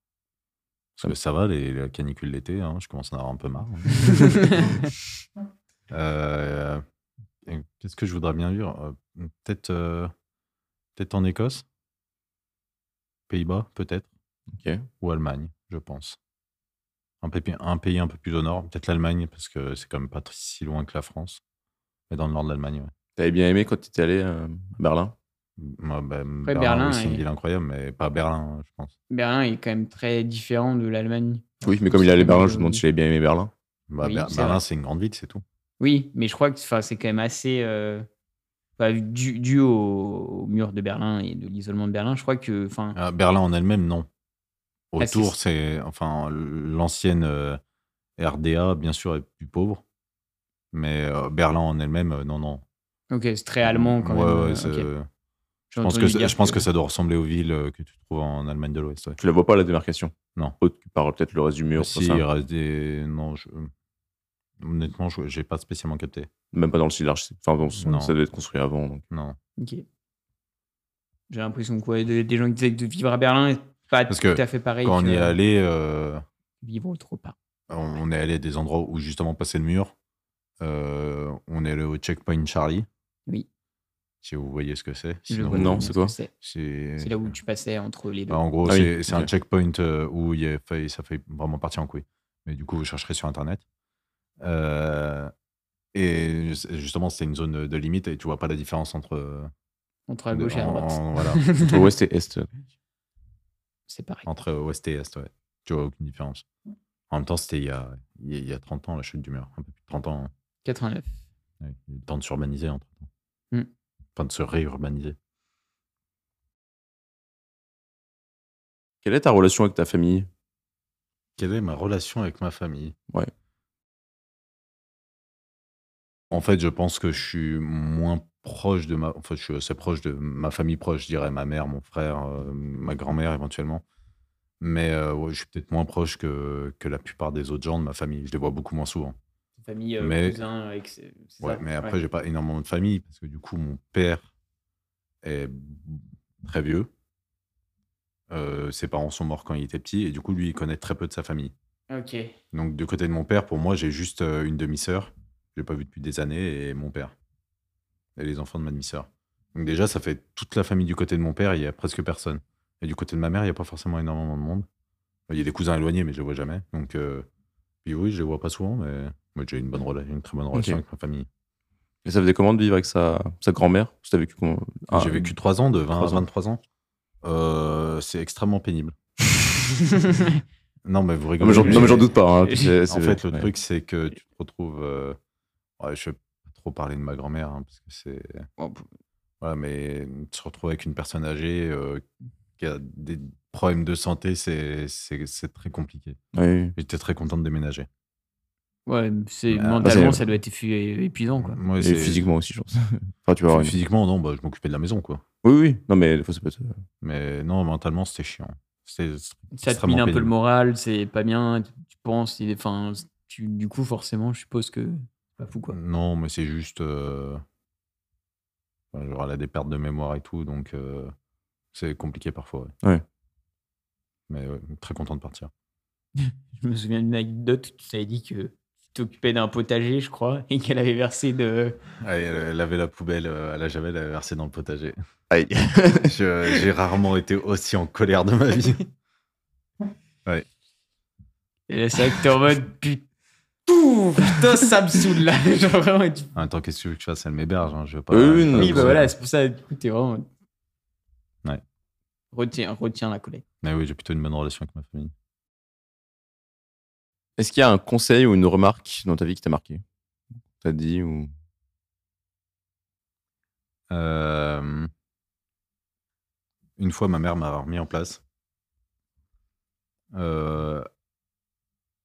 [SPEAKER 2] Parce que ça va, les, la canicule d'été, hein, je commence à en avoir un peu marre. Euh, et Qu'est-ce que je voudrais bien vivre Euh, Peut-être peut en Écosse Pays-Bas, peut-être
[SPEAKER 7] Ok.
[SPEAKER 2] Ou Allemagne, je pense. Un pays un, pays un peu plus au nord, peut-être l'Allemagne, parce que c'est quand même pas tr- si loin que la France. Mais dans le nord de l'Allemagne, ouais.
[SPEAKER 7] T'avais bien aimé quand tu étais allé euh, à Berlin
[SPEAKER 2] Moi, bah,
[SPEAKER 6] Après,
[SPEAKER 2] Berlin,
[SPEAKER 6] Berlin
[SPEAKER 2] oui, c'est une
[SPEAKER 6] est-
[SPEAKER 2] ville incroyable, mais pas Berlin, hein, je pense.
[SPEAKER 6] Berlin est quand même très différent de l'Allemagne. Euh,
[SPEAKER 7] Oui, mais comme il est allé à Berlin, je me demande si j'avais bien aimé Berlin.
[SPEAKER 2] Bah,
[SPEAKER 6] Oui,
[SPEAKER 2] Ber-
[SPEAKER 6] c'est
[SPEAKER 2] Berlin,
[SPEAKER 6] vrai.
[SPEAKER 2] c'est une grande ville, c'est tout.
[SPEAKER 6] Oui, mais je crois que enfin, c'est quand même assez. euh, enfin, dû, dû au, au mur de Berlin et de l'isolement de Berlin, je crois que. Enfin,
[SPEAKER 2] Euh, Berlin en elle-même, non.
[SPEAKER 6] Ah, si,
[SPEAKER 2] Autour, c'est enfin l'ancienne euh, RDA, bien sûr, est plus pauvre, mais euh, Berlin en elle-même, euh, non, non.
[SPEAKER 6] ok, c'est très allemand quand
[SPEAKER 2] Ouais,
[SPEAKER 6] même.
[SPEAKER 2] ouais,
[SPEAKER 6] euh,
[SPEAKER 2] c'est-
[SPEAKER 6] ok. J'ai
[SPEAKER 2] je pense
[SPEAKER 6] entendu
[SPEAKER 2] que ça-
[SPEAKER 6] dire
[SPEAKER 2] je pense que ça doit ressembler aux villes euh, que tu trouves en Allemagne de l'Ouest. ouais.
[SPEAKER 7] Tu la vois pas la démarcation
[SPEAKER 2] Non. Bah
[SPEAKER 7] Autre que par peut-être le reste du mur,
[SPEAKER 2] Si, euh.
[SPEAKER 7] tout ça.
[SPEAKER 2] il reste des- non, je- hum, honnêtement, je j'ai pas spécialement capté.
[SPEAKER 7] même pas dans le si large. Enfin bon,
[SPEAKER 2] Non.
[SPEAKER 7] ça devait être construit avant. donc.
[SPEAKER 2] Non.
[SPEAKER 6] Ok. J'ai l'impression quoi, des, des gens qui disaient que de vivre à Berlin est pas
[SPEAKER 2] Parce
[SPEAKER 6] tout
[SPEAKER 2] que
[SPEAKER 6] à fait pareil.
[SPEAKER 2] Quand on
[SPEAKER 6] que
[SPEAKER 2] y est allé, euh,
[SPEAKER 6] Vivre trop part.
[SPEAKER 2] on- Euh, on est allé à des endroits où justement passer le mur. Euh, on est allé au checkpoint Charlie.
[SPEAKER 6] Oui.
[SPEAKER 2] Si vous voyez ce que c'est.
[SPEAKER 6] Je
[SPEAKER 2] Sinon,
[SPEAKER 6] vois
[SPEAKER 7] non,
[SPEAKER 6] bien
[SPEAKER 7] c'est
[SPEAKER 6] ce
[SPEAKER 7] quoi
[SPEAKER 6] que C'est
[SPEAKER 2] C'est
[SPEAKER 6] C'est là où tu passais entre les deux.
[SPEAKER 2] Bah, en gros,
[SPEAKER 7] Ah oui,
[SPEAKER 2] c'est c'est un
[SPEAKER 7] ok.
[SPEAKER 2] checkpoint euh, où il y a failli- ça fait vraiment partie en couille. Mais du coup, vous chercherez sur Internet. Euh, et ju- justement, c'est une zone de limite et tu vois pas la différence entre. euh,
[SPEAKER 6] Entre à
[SPEAKER 2] de-
[SPEAKER 6] gauche et à
[SPEAKER 2] en-
[SPEAKER 6] droite.
[SPEAKER 2] en- voilà,
[SPEAKER 7] Entre ouest et est.
[SPEAKER 6] C'est pareil.
[SPEAKER 2] entre ouest et est. Ouais. Tu vois aucune différence. En même temps, c'était il, y a- il y a- il y a 30 ans, la chute du mur. Un peu plus de 30 ans. hein.
[SPEAKER 6] 89.
[SPEAKER 2] Ouais, il y a eu le temps de s'urbaniser entre temps.
[SPEAKER 6] Hmm.
[SPEAKER 2] Enfin, de se réurbaniser.
[SPEAKER 7] Quelle est ta relation avec ta famille
[SPEAKER 2] Quelle est ma relation avec ma famille
[SPEAKER 7] Ouais.
[SPEAKER 2] En fait, je pense que je suis moins proche de ma. En fait, je suis assez proche de ma famille proche, je dirais ma mère, mon frère, euh, ma grand-mère éventuellement. Mais euh, ouais, je suis peut-être moins proche que, que la plupart des autres gens de ma famille. Je les vois beaucoup moins souvent.
[SPEAKER 6] Famille,
[SPEAKER 2] Mais-
[SPEAKER 6] cousin, avec. c'est- c'est
[SPEAKER 2] Ouais,
[SPEAKER 6] ça
[SPEAKER 2] mais après, j'ai pas énormément de famille parce que du coup, mon père est très vieux. Euh, ses parents sont morts quand il était petit et du coup, lui, il connaît très peu de sa famille.
[SPEAKER 6] Ok.
[SPEAKER 2] Donc, du côté de mon père, pour moi, j'ai juste euh, une demi-sœur. Je l'ai pas vue depuis des années et mon père. Et les enfants de ma demi-sœur. Donc, déjà, ça fait toute la famille du côté de mon père, il y a presque personne. Et du côté de ma mère, il n'y a pas forcément énormément de monde. Il y a des cousins éloignés, mais je les vois jamais. Donc, euh, puis oui, je les vois pas souvent, mais moi, j'ai une, bonne rela- une très bonne relation
[SPEAKER 7] Ok.
[SPEAKER 2] avec ma famille.
[SPEAKER 7] Et ça faisait comment de vivre avec sa, sa grand-mère Tu as vécu comment Ah,
[SPEAKER 2] J'ai vécu 3 ans, de 20
[SPEAKER 7] trois
[SPEAKER 2] à
[SPEAKER 7] ans.
[SPEAKER 2] 23 ans. Euh, c'est extrêmement pénible. Non, mais vous
[SPEAKER 7] Non,
[SPEAKER 2] rigolez.
[SPEAKER 7] mais j'en non, mais j'en doute pas. hein.
[SPEAKER 6] En
[SPEAKER 7] C'est-
[SPEAKER 2] En
[SPEAKER 7] c'est-
[SPEAKER 2] fait, le
[SPEAKER 7] ouais.
[SPEAKER 2] truc, c'est que tu te retrouves. euh, ouais, je vais pas trop parler de ma grand-mère, hein, parce que c'est.
[SPEAKER 6] Bon, p-
[SPEAKER 2] Voilà, mais tu te retrouves avec une personne âgée euh, qui a des problèmes de santé, c'est- c'est c'est très compliqué.
[SPEAKER 7] Ouais, ouais.
[SPEAKER 2] J'étais très content de déménager.
[SPEAKER 6] Ouais, c'est
[SPEAKER 2] Ah,
[SPEAKER 6] mentalement,
[SPEAKER 7] c'est-
[SPEAKER 6] ça doit être effu- épuisant, quoi.
[SPEAKER 2] Moi,
[SPEAKER 7] Et
[SPEAKER 2] c'est-
[SPEAKER 7] physiquement aussi, je pense. Enfin, tu vas avoir une-
[SPEAKER 2] Physiquement, non, bah, je m'occupais de la maison, quoi.
[SPEAKER 7] Oui, oui. Non, mais des fois, ça peut être. euh.
[SPEAKER 2] Mais non, mentalement, c'était chiant. C'était
[SPEAKER 6] Ça te
[SPEAKER 2] extrêmement
[SPEAKER 6] mine un peu le
[SPEAKER 2] pénible.
[SPEAKER 6] moral, c'est pas bien, tu, tu penses, il est- enfin, tu- du coup, forcément, je suppose que c'est pas fou, quoi.
[SPEAKER 2] Non, mais c'est juste. euh, enfin, genre, elle a des pertes de mémoire et tout, donc euh, c'est compliqué parfois. ouais.
[SPEAKER 7] Ouais.
[SPEAKER 2] Mais ouais, très content de partir.
[SPEAKER 6] Je me souviens d'une anecdote où tu t'avais dit que tu t'occupais d'un potager, je crois, et qu'elle avait versé de.
[SPEAKER 2] Ouais, Ah, elle, elle avait la poubelle euh, à la javel, elle avait versé dans le potager.
[SPEAKER 7] Aïe.
[SPEAKER 2] Je- J'ai rarement été aussi en colère de ma vie.
[SPEAKER 6] Et là, c'est vrai que t'es en mode pu- Pouf, putain, ça me saoule là. Genre vraiment, et tu-
[SPEAKER 2] En même temps, qu'est-ce que tu veux que je fasse Elle m'héberge. hein, je veux pas.
[SPEAKER 7] Oui, oui,
[SPEAKER 2] je veux pas
[SPEAKER 7] non,
[SPEAKER 6] Oui,
[SPEAKER 2] vous-
[SPEAKER 6] bah voilà, c'est pour ça, du coup, t'es vraiment.
[SPEAKER 2] Ouais.
[SPEAKER 6] Retiens, retiens la colère.
[SPEAKER 2] Mais oui, j'ai plutôt une bonne relation avec ma famille.
[SPEAKER 7] Est-ce qu'il y a un conseil ou une remarque dans ta vie qui t'a marqué T'as dit ou.
[SPEAKER 2] Euh, Une fois, ma mère m'a remis en place. Euh,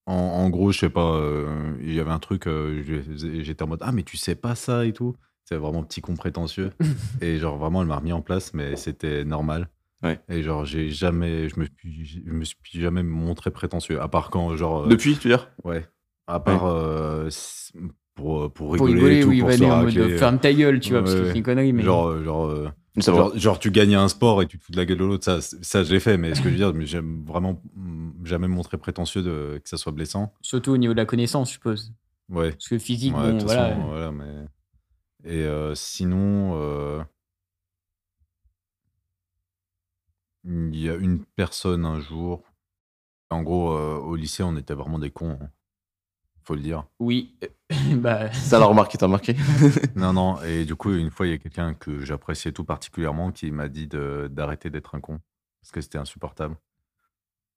[SPEAKER 2] En, en gros, je sais pas, euh, il y avait un truc, euh, je- j'étais en mode Ah, mais tu sais pas ça et tout. C'est vraiment petit con prétentieux. et genre, vraiment, elle m'a remis en place, mais c'était normal.
[SPEAKER 7] Ouais.
[SPEAKER 2] Et genre, j'ai jamais, je me, suis- je me suis jamais montré prétentieux, à part quand, genre. euh,
[SPEAKER 7] Depuis, tu veux dire
[SPEAKER 2] Ouais. À part euh, s- pour, pour rigoler,
[SPEAKER 6] Pour
[SPEAKER 2] et
[SPEAKER 6] rigoler,
[SPEAKER 2] tout,
[SPEAKER 6] oui,
[SPEAKER 2] pour
[SPEAKER 6] va
[SPEAKER 2] se
[SPEAKER 6] dire en mode
[SPEAKER 2] racler, euh,
[SPEAKER 6] de ferme ta gueule, tu vois, parce que
[SPEAKER 2] ouais,
[SPEAKER 6] c'est une connerie, mais.
[SPEAKER 2] Genre, euh, genre, euh,
[SPEAKER 7] Ça va.
[SPEAKER 2] genre, genre, tu gagnes à un sport et tu te fous de la gueule de l'autre, ça, c'est- ça je l'ai fait, mais ce que je veux dire, mais j'aime vraiment mm, jamais montré prétentieux de, que ça soit blessant.
[SPEAKER 6] Surtout au niveau de la connaissance, je suppose.
[SPEAKER 2] Ouais.
[SPEAKER 6] Parce que physique,
[SPEAKER 2] Ouais, de
[SPEAKER 6] bon,
[SPEAKER 2] toute
[SPEAKER 6] voilà.
[SPEAKER 2] façon, voilà, mais... Et euh, sinon, euh, il y a une personne un jour. En gros, euh, au lycée, on était vraiment des cons. hein. Faut le dire.
[SPEAKER 6] Oui, bah,
[SPEAKER 7] Ça, la remarque qui t'a marqué
[SPEAKER 2] Non, non, et du coup, une fois, il y a quelqu'un que j'appréciais tout particulièrement qui m'a dit de- d'arrêter d'être un con parce que c'était insupportable.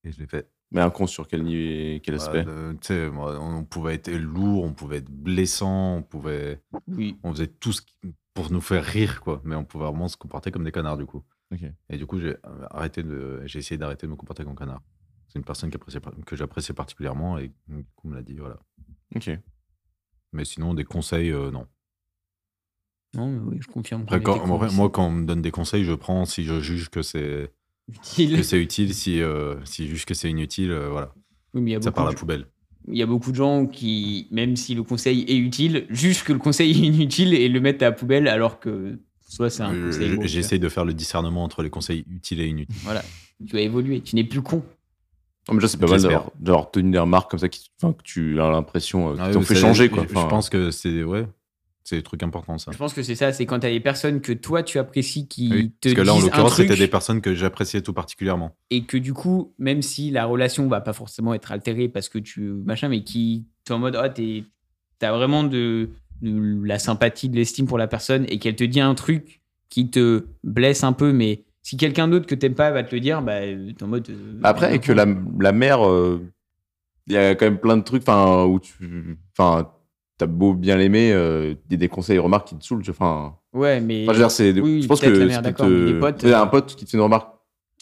[SPEAKER 2] Et je l'ai fait.
[SPEAKER 7] Mais un con sur quel niveau, quel
[SPEAKER 2] Bah,
[SPEAKER 7] aspect
[SPEAKER 2] de- tu sais, moi, on on pouvait être lourd, on pouvait être blessant, on pouvait.
[SPEAKER 6] oui.
[SPEAKER 2] On faisait tout ce qui- pour nous faire rire, quoi. Mais on pouvait vraiment se comporter comme des connards, du coup.
[SPEAKER 7] Ok.
[SPEAKER 2] Et du coup, j'ai euh, arrêté de. J'ai essayé d'arrêter de me comporter comme connard. C'est une personne qui appréciait par- que j'appréciais particulièrement et du coup, on me l'a dit, voilà.
[SPEAKER 7] Ok.
[SPEAKER 2] Mais sinon, des conseils, euh, non.
[SPEAKER 6] Non, mais oui, je confirme.
[SPEAKER 2] Après,
[SPEAKER 6] qu'on
[SPEAKER 2] quand-
[SPEAKER 6] était
[SPEAKER 2] moi,
[SPEAKER 6] convaincus.
[SPEAKER 2] moi, quand on me donne des conseils, je prends si je juge que c'est.
[SPEAKER 6] Utile.
[SPEAKER 2] que c'est utile, si, euh, si juste que c'est inutile, euh, voilà,
[SPEAKER 6] Oui, mais il y a
[SPEAKER 2] ça
[SPEAKER 6] beaucoup
[SPEAKER 2] part à
[SPEAKER 6] de-
[SPEAKER 2] la poubelle.
[SPEAKER 6] il y a beaucoup de gens qui, même si le conseil est utile, jugent que le conseil est inutile et le mettent à la poubelle alors que Soit c'est un
[SPEAKER 2] Je-
[SPEAKER 6] conseil.
[SPEAKER 2] je-
[SPEAKER 6] mauvais.
[SPEAKER 2] J'essaye de faire le discernement entre les conseils utiles et inutiles.
[SPEAKER 6] Voilà. Tu as évolué. Tu n'es plus con.
[SPEAKER 7] Non, mais déjà, c'est pas mal
[SPEAKER 2] J'espère.
[SPEAKER 7] d'avoir d'avoir tenu des remarques comme ça qui, enfin, que tu as l'impression euh, qui
[SPEAKER 2] Ah oui,
[SPEAKER 7] t'ont
[SPEAKER 2] mais
[SPEAKER 7] fait
[SPEAKER 2] ça,
[SPEAKER 7] changer.
[SPEAKER 2] je-
[SPEAKER 7] Quoi.
[SPEAKER 2] Je,
[SPEAKER 7] Enfin,
[SPEAKER 2] pense que c'est ouais, c'est des trucs importants ça.
[SPEAKER 6] Je pense que c'est ça. C'est quand tu as des personnes que toi, tu apprécies qui
[SPEAKER 2] Oui,
[SPEAKER 6] te
[SPEAKER 2] Parce que là, en
[SPEAKER 6] disent un
[SPEAKER 2] l'occurrence,
[SPEAKER 6] truc
[SPEAKER 2] c'était des personnes que j'appréciais tout particulièrement.
[SPEAKER 6] et que du coup, même si la relation va pas forcément être altérée parce que tu machin, mais qui t'es en mode, oh, t'es- t'as vraiment de, de la sympathie, de l'estime pour la personne et qu'elle te dit un truc qui te blesse un peu, mais si quelqu'un d'autre que t'aimes pas va te le dire, bah, euh, t'es en mode. euh,
[SPEAKER 7] Après, que la, la mère, euh, il y a quand même plein de trucs enfin, où tu. Enfin, t'as beau bien l'aimer, euh, il y a des conseils et remarques qui te saoulent. tu vois, Enfin,
[SPEAKER 6] Ouais, mais.
[SPEAKER 7] enfin, je veux dire, c'est.
[SPEAKER 6] Oui,
[SPEAKER 7] je pense que.
[SPEAKER 6] peut-être la mère,
[SPEAKER 7] ce qui
[SPEAKER 6] d'accord,
[SPEAKER 7] te-
[SPEAKER 6] mais les potes,
[SPEAKER 7] il y a
[SPEAKER 6] euh,
[SPEAKER 7] un pote qui te fait une remarque